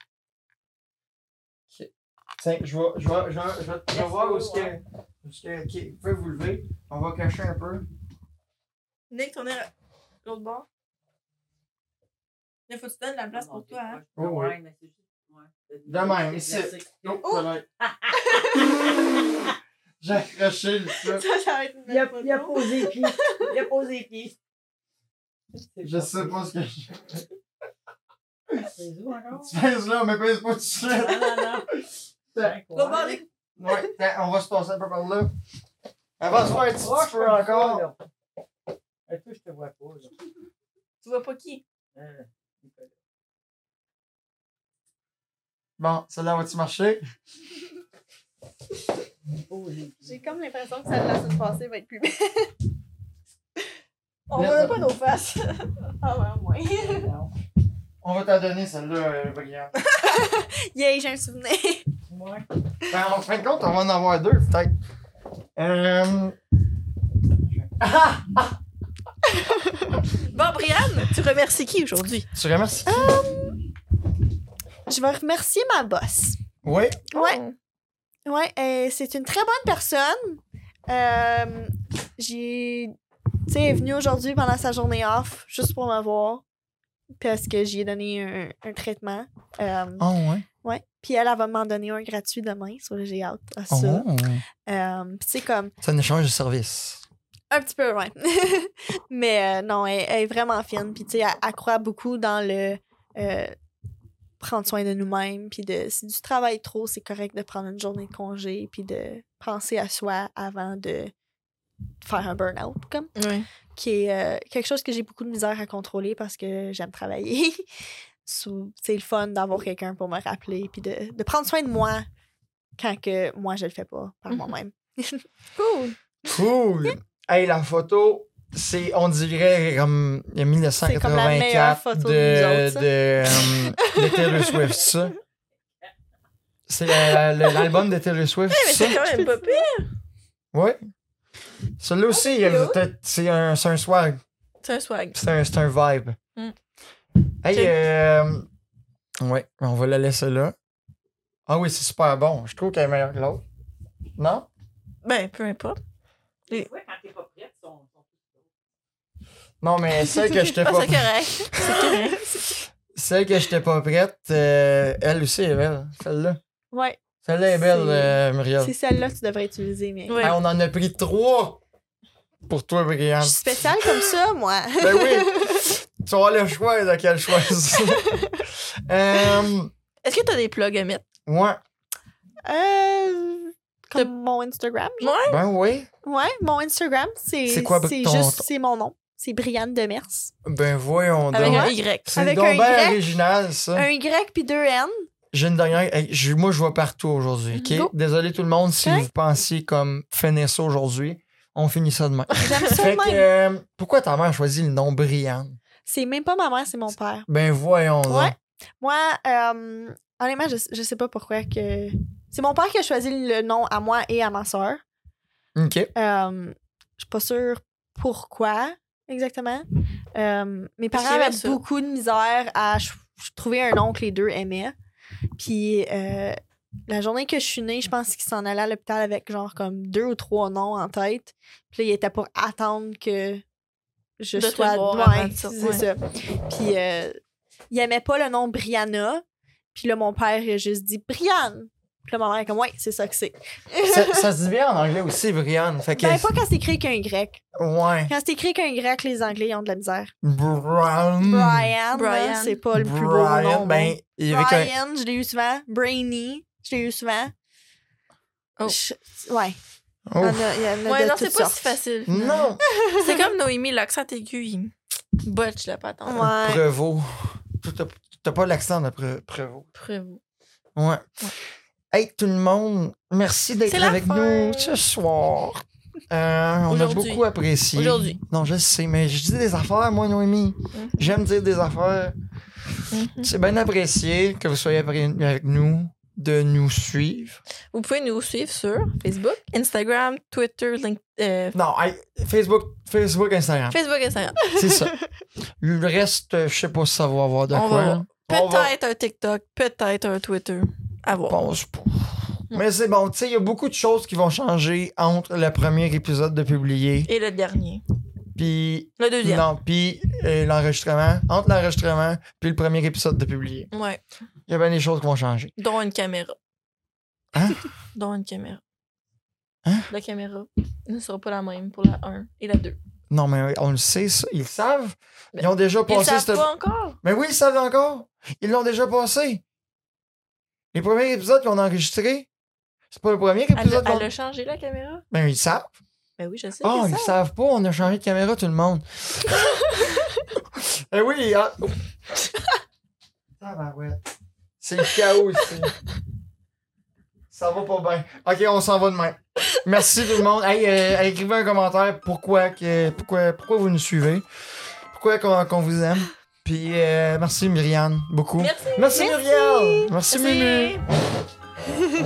[SPEAKER 1] Tiens, je vais, je vais, je vais, je vais, je vais voir où est-ce que. où est-ce que- Ok, vous pouvez vous lever. On va cacher un peu.
[SPEAKER 2] Nick, tournez l'autre bord. Il faut que tu donnes la place pour toi. Hein?
[SPEAKER 1] Oh, oui.
[SPEAKER 4] Ouais, mais c'est juste- ouais.
[SPEAKER 1] De même, ici. Go,
[SPEAKER 4] Oh!
[SPEAKER 1] collègue. J'ai accroché le truc.
[SPEAKER 4] Il a, il a posé les pieds. Il a posé les pieds.
[SPEAKER 1] Je sais pas ce que je.
[SPEAKER 4] C'est où encore?
[SPEAKER 1] Tu fais là, mais pèse pas tout de suite.
[SPEAKER 4] Non, non, non.
[SPEAKER 1] Fait-
[SPEAKER 2] L'autre bord, Nick.
[SPEAKER 1] Ouais, tiens, on va se passer un peu par là. Elle va se faire un
[SPEAKER 4] Ah,
[SPEAKER 1] petit peu encore.
[SPEAKER 4] Un peu, je te vois pas. Là.
[SPEAKER 2] Tu vois pas qui?
[SPEAKER 4] Euh, Nicolas.
[SPEAKER 1] Bon, celle-là va-tu marcher?
[SPEAKER 4] Posé les pieds.
[SPEAKER 3] J'ai comme l'impression que ça de la semaine passée va être plus belle.
[SPEAKER 1] On voit même
[SPEAKER 3] pas nos faces. Ah ouais, au moins.
[SPEAKER 4] Non.
[SPEAKER 1] On va t'en donner celle-là, euh, brillante.
[SPEAKER 3] Yay, j'ai un souvenir.
[SPEAKER 4] Ouais.
[SPEAKER 1] Ben, en fin de compte, on va en avoir deux, peut-être. Euh... Ah!
[SPEAKER 2] Bon, Brianne, tu remercies qui aujourd'hui?
[SPEAKER 1] Tu remercies.
[SPEAKER 3] Je vais remercier ma boss.
[SPEAKER 1] Oui.
[SPEAKER 3] Ouais.
[SPEAKER 2] Oh.
[SPEAKER 3] Ouais, euh, c'est une très bonne personne. Euh, j'ai. Tu sais, elle est venue aujourd'hui pendant sa journée off, juste pour me voir, parce que j'y ai donné un, un traitement. Euh,
[SPEAKER 1] Ah, ouais.
[SPEAKER 3] Ouais. Puis elle, elle va m'en donner un gratuit demain, sur le j'ai hâte à
[SPEAKER 1] Oh,
[SPEAKER 3] ça. Euh, puis c'est comme
[SPEAKER 1] C'est un échange de services.
[SPEAKER 3] un petit peu, ouais. Mais euh, non, elle, elle est vraiment fine. Puis tu sais, elle, elle croit beaucoup dans le euh, prendre soin de nous-mêmes. Puis de, si tu travailles trop, c'est correct de prendre une journée de congé. Puis de penser à soi avant de faire un burn-out, comme.
[SPEAKER 2] Oui.
[SPEAKER 3] Qui est euh, quelque chose que j'ai beaucoup de misère à contrôler parce que j'aime travailler. So, c'est le fun d'avoir quelqu'un pour me rappeler. Puis de, de prendre soin de moi quand que moi, je le fais pas par
[SPEAKER 2] Mhm.
[SPEAKER 3] moi-même.
[SPEAKER 2] Cool.
[SPEAKER 1] Cool! hey, la photo, c'est, on dirait, comme il y a 1984
[SPEAKER 3] C'est comme la meilleure
[SPEAKER 1] de,
[SPEAKER 3] photo de nous autres, ça.
[SPEAKER 1] de, euh, de Taylor Swift, ça. C'est la- la- l'album de Taylor Swift,
[SPEAKER 2] Mais
[SPEAKER 1] ça.
[SPEAKER 2] c'est quand même pas pire.
[SPEAKER 1] Ouais. Celui-là aussi, il y a- c'est un, c'est un swag.
[SPEAKER 2] C'est un swag.
[SPEAKER 1] C'est un, c'est un vibe.
[SPEAKER 2] Mm.
[SPEAKER 3] Hmm.
[SPEAKER 1] Hey,
[SPEAKER 2] Ok.
[SPEAKER 1] euh, ouais, on va la laisser là. Ah oui, c'est super bon. Je trouve qu'elle est meilleure que l'autre. Non?
[SPEAKER 2] Ben, peu importe.
[SPEAKER 4] Tu vois, quand t'es pas prête, son. son-
[SPEAKER 1] Non, mais celle que j'étais
[SPEAKER 2] Ah,
[SPEAKER 1] pas,
[SPEAKER 2] c'est correct. C'est correct.
[SPEAKER 1] celle que j'étais pas prête, euh, elle aussi est belle, celle-là.
[SPEAKER 3] Ouais.
[SPEAKER 1] Celle-là est belle,
[SPEAKER 3] C'est-
[SPEAKER 1] euh, Muriel.
[SPEAKER 3] C'est celle-là que tu devrais utiliser, mais.
[SPEAKER 2] Ouais.
[SPEAKER 1] Hey, on en a pris trois pour toi,
[SPEAKER 3] Je
[SPEAKER 1] Brianne.
[SPEAKER 3] suis spéciale comme ça, moi.
[SPEAKER 1] Ben oui! tu auras le choix de quelle choisir. euh,
[SPEAKER 2] Est-ce que t'as des plugs à mettre?
[SPEAKER 1] ouais.
[SPEAKER 3] Euh,
[SPEAKER 2] T'as-
[SPEAKER 3] comme mon Instagram. genre.
[SPEAKER 1] Ben oui.
[SPEAKER 3] Ouais, mon Instagram, c'est
[SPEAKER 1] C'est quoi,
[SPEAKER 3] c'est
[SPEAKER 1] ton-
[SPEAKER 3] juste, c'est mon nom. C'est Brianne Demers.
[SPEAKER 1] Ben voyons
[SPEAKER 2] Avec
[SPEAKER 1] donc.
[SPEAKER 2] un Y.
[SPEAKER 1] C'est
[SPEAKER 3] Avec
[SPEAKER 1] donc
[SPEAKER 3] un
[SPEAKER 1] bien
[SPEAKER 3] Y.
[SPEAKER 1] original, ça.
[SPEAKER 3] Un Y puis deux N.
[SPEAKER 1] J'ai une dernière. hey, je- moi, je vois partout aujourd'hui, OK?
[SPEAKER 3] Go.
[SPEAKER 1] Désolé tout le monde si
[SPEAKER 3] Hein?
[SPEAKER 1] vous pensiez comme finir ça aujourd'hui. On finit ça demain.
[SPEAKER 3] J'aime ça
[SPEAKER 1] fait
[SPEAKER 3] de
[SPEAKER 1] que,
[SPEAKER 3] même.
[SPEAKER 1] euh, pourquoi ta mère a choisi le nom Brianne?
[SPEAKER 3] C'est même pas ma mère, c'est mon père.
[SPEAKER 1] Ben voyons donc.
[SPEAKER 3] Ouais. Moi, euh, honnêtement, je, je sais pas pourquoi que. C'est mon père qui a choisi le nom à moi et à ma soeur.
[SPEAKER 1] OK.
[SPEAKER 3] Euh, je suis pas sûre pourquoi exactement. Euh, mes
[SPEAKER 2] Parce
[SPEAKER 3] parents
[SPEAKER 2] qu'il y avait
[SPEAKER 3] avaient
[SPEAKER 2] ça.
[SPEAKER 3] beaucoup de misère à ch- trouver un nom que les deux aimaient. Puis euh, la journée que je suis née, je pense qu'ils s'en allaient à l'hôpital avec genre comme deux ou trois noms en tête. Puis là, ils étaient pour attendre que je
[SPEAKER 2] De te
[SPEAKER 3] sois
[SPEAKER 2] voir
[SPEAKER 3] ouais,
[SPEAKER 2] avant de ça,
[SPEAKER 3] c'est
[SPEAKER 2] ouais.
[SPEAKER 3] ça. Puis euh, ils n'aimaient pas le nom Brianna. Puis là, mon père il a juste dit Brianne. Puis là, ma mère est comme, ouais, c'est ça que c'est.
[SPEAKER 1] ça, ça se dit bien en anglais aussi, Brianne. Fait que.
[SPEAKER 3] Ben, pas quand c'est écrit qu'un Y.
[SPEAKER 1] Ouais.
[SPEAKER 3] Quand c'est écrit qu'un Y, les Anglais ils ont de la misère.
[SPEAKER 1] Brian.
[SPEAKER 3] Brian,
[SPEAKER 2] Brian.
[SPEAKER 3] là, c'est pas le plus beau
[SPEAKER 1] Hmm. Brian,
[SPEAKER 3] nom.
[SPEAKER 1] ben, il y avait qu'un-
[SPEAKER 3] Brian, je l'ai eu souvent. Brainy, je l'ai eu souvent.
[SPEAKER 2] Oh.
[SPEAKER 3] Je- ouais.
[SPEAKER 1] Oh.
[SPEAKER 3] Il y en a, il y en a
[SPEAKER 2] Ouais,
[SPEAKER 3] de
[SPEAKER 2] non,
[SPEAKER 3] toutes
[SPEAKER 2] c'est pas
[SPEAKER 3] sortes.
[SPEAKER 2] si facile.
[SPEAKER 1] Mm.
[SPEAKER 2] finalement.
[SPEAKER 1] Non!
[SPEAKER 2] C'est comme Noémie, l'accent aigu, il botche la patente.
[SPEAKER 3] Ouais.
[SPEAKER 1] Prévost. Toi, t'as- T'as pas l'accent de Pré- Prévost.
[SPEAKER 2] Prévost.
[SPEAKER 1] Ouais. Hey tout le monde, merci
[SPEAKER 2] C'est
[SPEAKER 1] d'être
[SPEAKER 2] la
[SPEAKER 1] avec
[SPEAKER 2] fin.
[SPEAKER 1] nous ce soir. Euh, on a
[SPEAKER 2] Aujourd'hui.
[SPEAKER 1] beaucoup apprécié.
[SPEAKER 2] Aujourd'hui.
[SPEAKER 1] Non, je sais, mais je dis des affaires, moi, Noémie.
[SPEAKER 3] Mm-hmm.
[SPEAKER 2] Mhm.
[SPEAKER 1] J'aime dire des affaires.
[SPEAKER 2] Mhm.
[SPEAKER 1] C'est bien apprécié que vous soyez appré- avec nous, de nous suivre.
[SPEAKER 2] Vous pouvez nous suivre sur Facebook, Instagram, Twitter, Link- euh,
[SPEAKER 1] Non, hey, Facebook, Facebook, Instagram.
[SPEAKER 2] Facebook, Instagram.
[SPEAKER 1] C'est ça. Le reste, euh, je sais pas si ça va avoir de quoi.
[SPEAKER 2] On va voir.
[SPEAKER 1] On va-
[SPEAKER 2] Peut-être un TikTok, peut-être un Twitter. À voir.
[SPEAKER 1] pense pas.
[SPEAKER 2] Hmm.
[SPEAKER 1] Mais c'est bon, tu sais, il y a beaucoup de choses qui vont changer entre le premier épisode de publié
[SPEAKER 2] Et le dernier.
[SPEAKER 1] puis
[SPEAKER 2] Le deuxième.
[SPEAKER 1] Non, puis euh, l'enregistrement, entre l'enregistrement puis le premier épisode de publié,
[SPEAKER 2] Ouais.
[SPEAKER 1] il y a bien des choses qui vont changer.
[SPEAKER 2] Dont une caméra.
[SPEAKER 1] Hein?
[SPEAKER 2] Dont une caméra.
[SPEAKER 1] Hein?
[SPEAKER 2] La caméra ne sera pas la même pour la 1 et la 2.
[SPEAKER 1] Non, mais on le sait, ça. Ils le savent. Ils
[SPEAKER 2] Ben,
[SPEAKER 1] ont déjà
[SPEAKER 2] Ils ne
[SPEAKER 1] passé
[SPEAKER 2] savent
[SPEAKER 1] cette.
[SPEAKER 2] pas encore.
[SPEAKER 1] Mais oui, ils le savent encore. Ils l'ont déjà passé. Les premiers épisodes qu'on a enregistrés, c'est pas le premier
[SPEAKER 2] Elle,
[SPEAKER 1] épisode
[SPEAKER 2] a-
[SPEAKER 1] qu'on.
[SPEAKER 2] elle a changé la caméra.
[SPEAKER 1] Ben, ils le savent.
[SPEAKER 2] Ben oui, je sais.
[SPEAKER 1] Oh,
[SPEAKER 2] qu'ils
[SPEAKER 1] ils le
[SPEAKER 2] savent.
[SPEAKER 1] savent pas, on a changé de caméra, tout le monde. eh oui, ah. oh. Tabarouette. C'est le chaos ici. Ça va pas bien. Ok, on s'en va demain. Merci tout le monde. Hey, euh, écrivez un commentaire pourquoi, que, pourquoi, pourquoi vous nous suivez. Pourquoi qu'on qu'on vous aime. Puis euh, merci Myriane, beaucoup.
[SPEAKER 2] Merci.
[SPEAKER 1] Myriane. Merci,
[SPEAKER 3] Merci.
[SPEAKER 1] Mimi.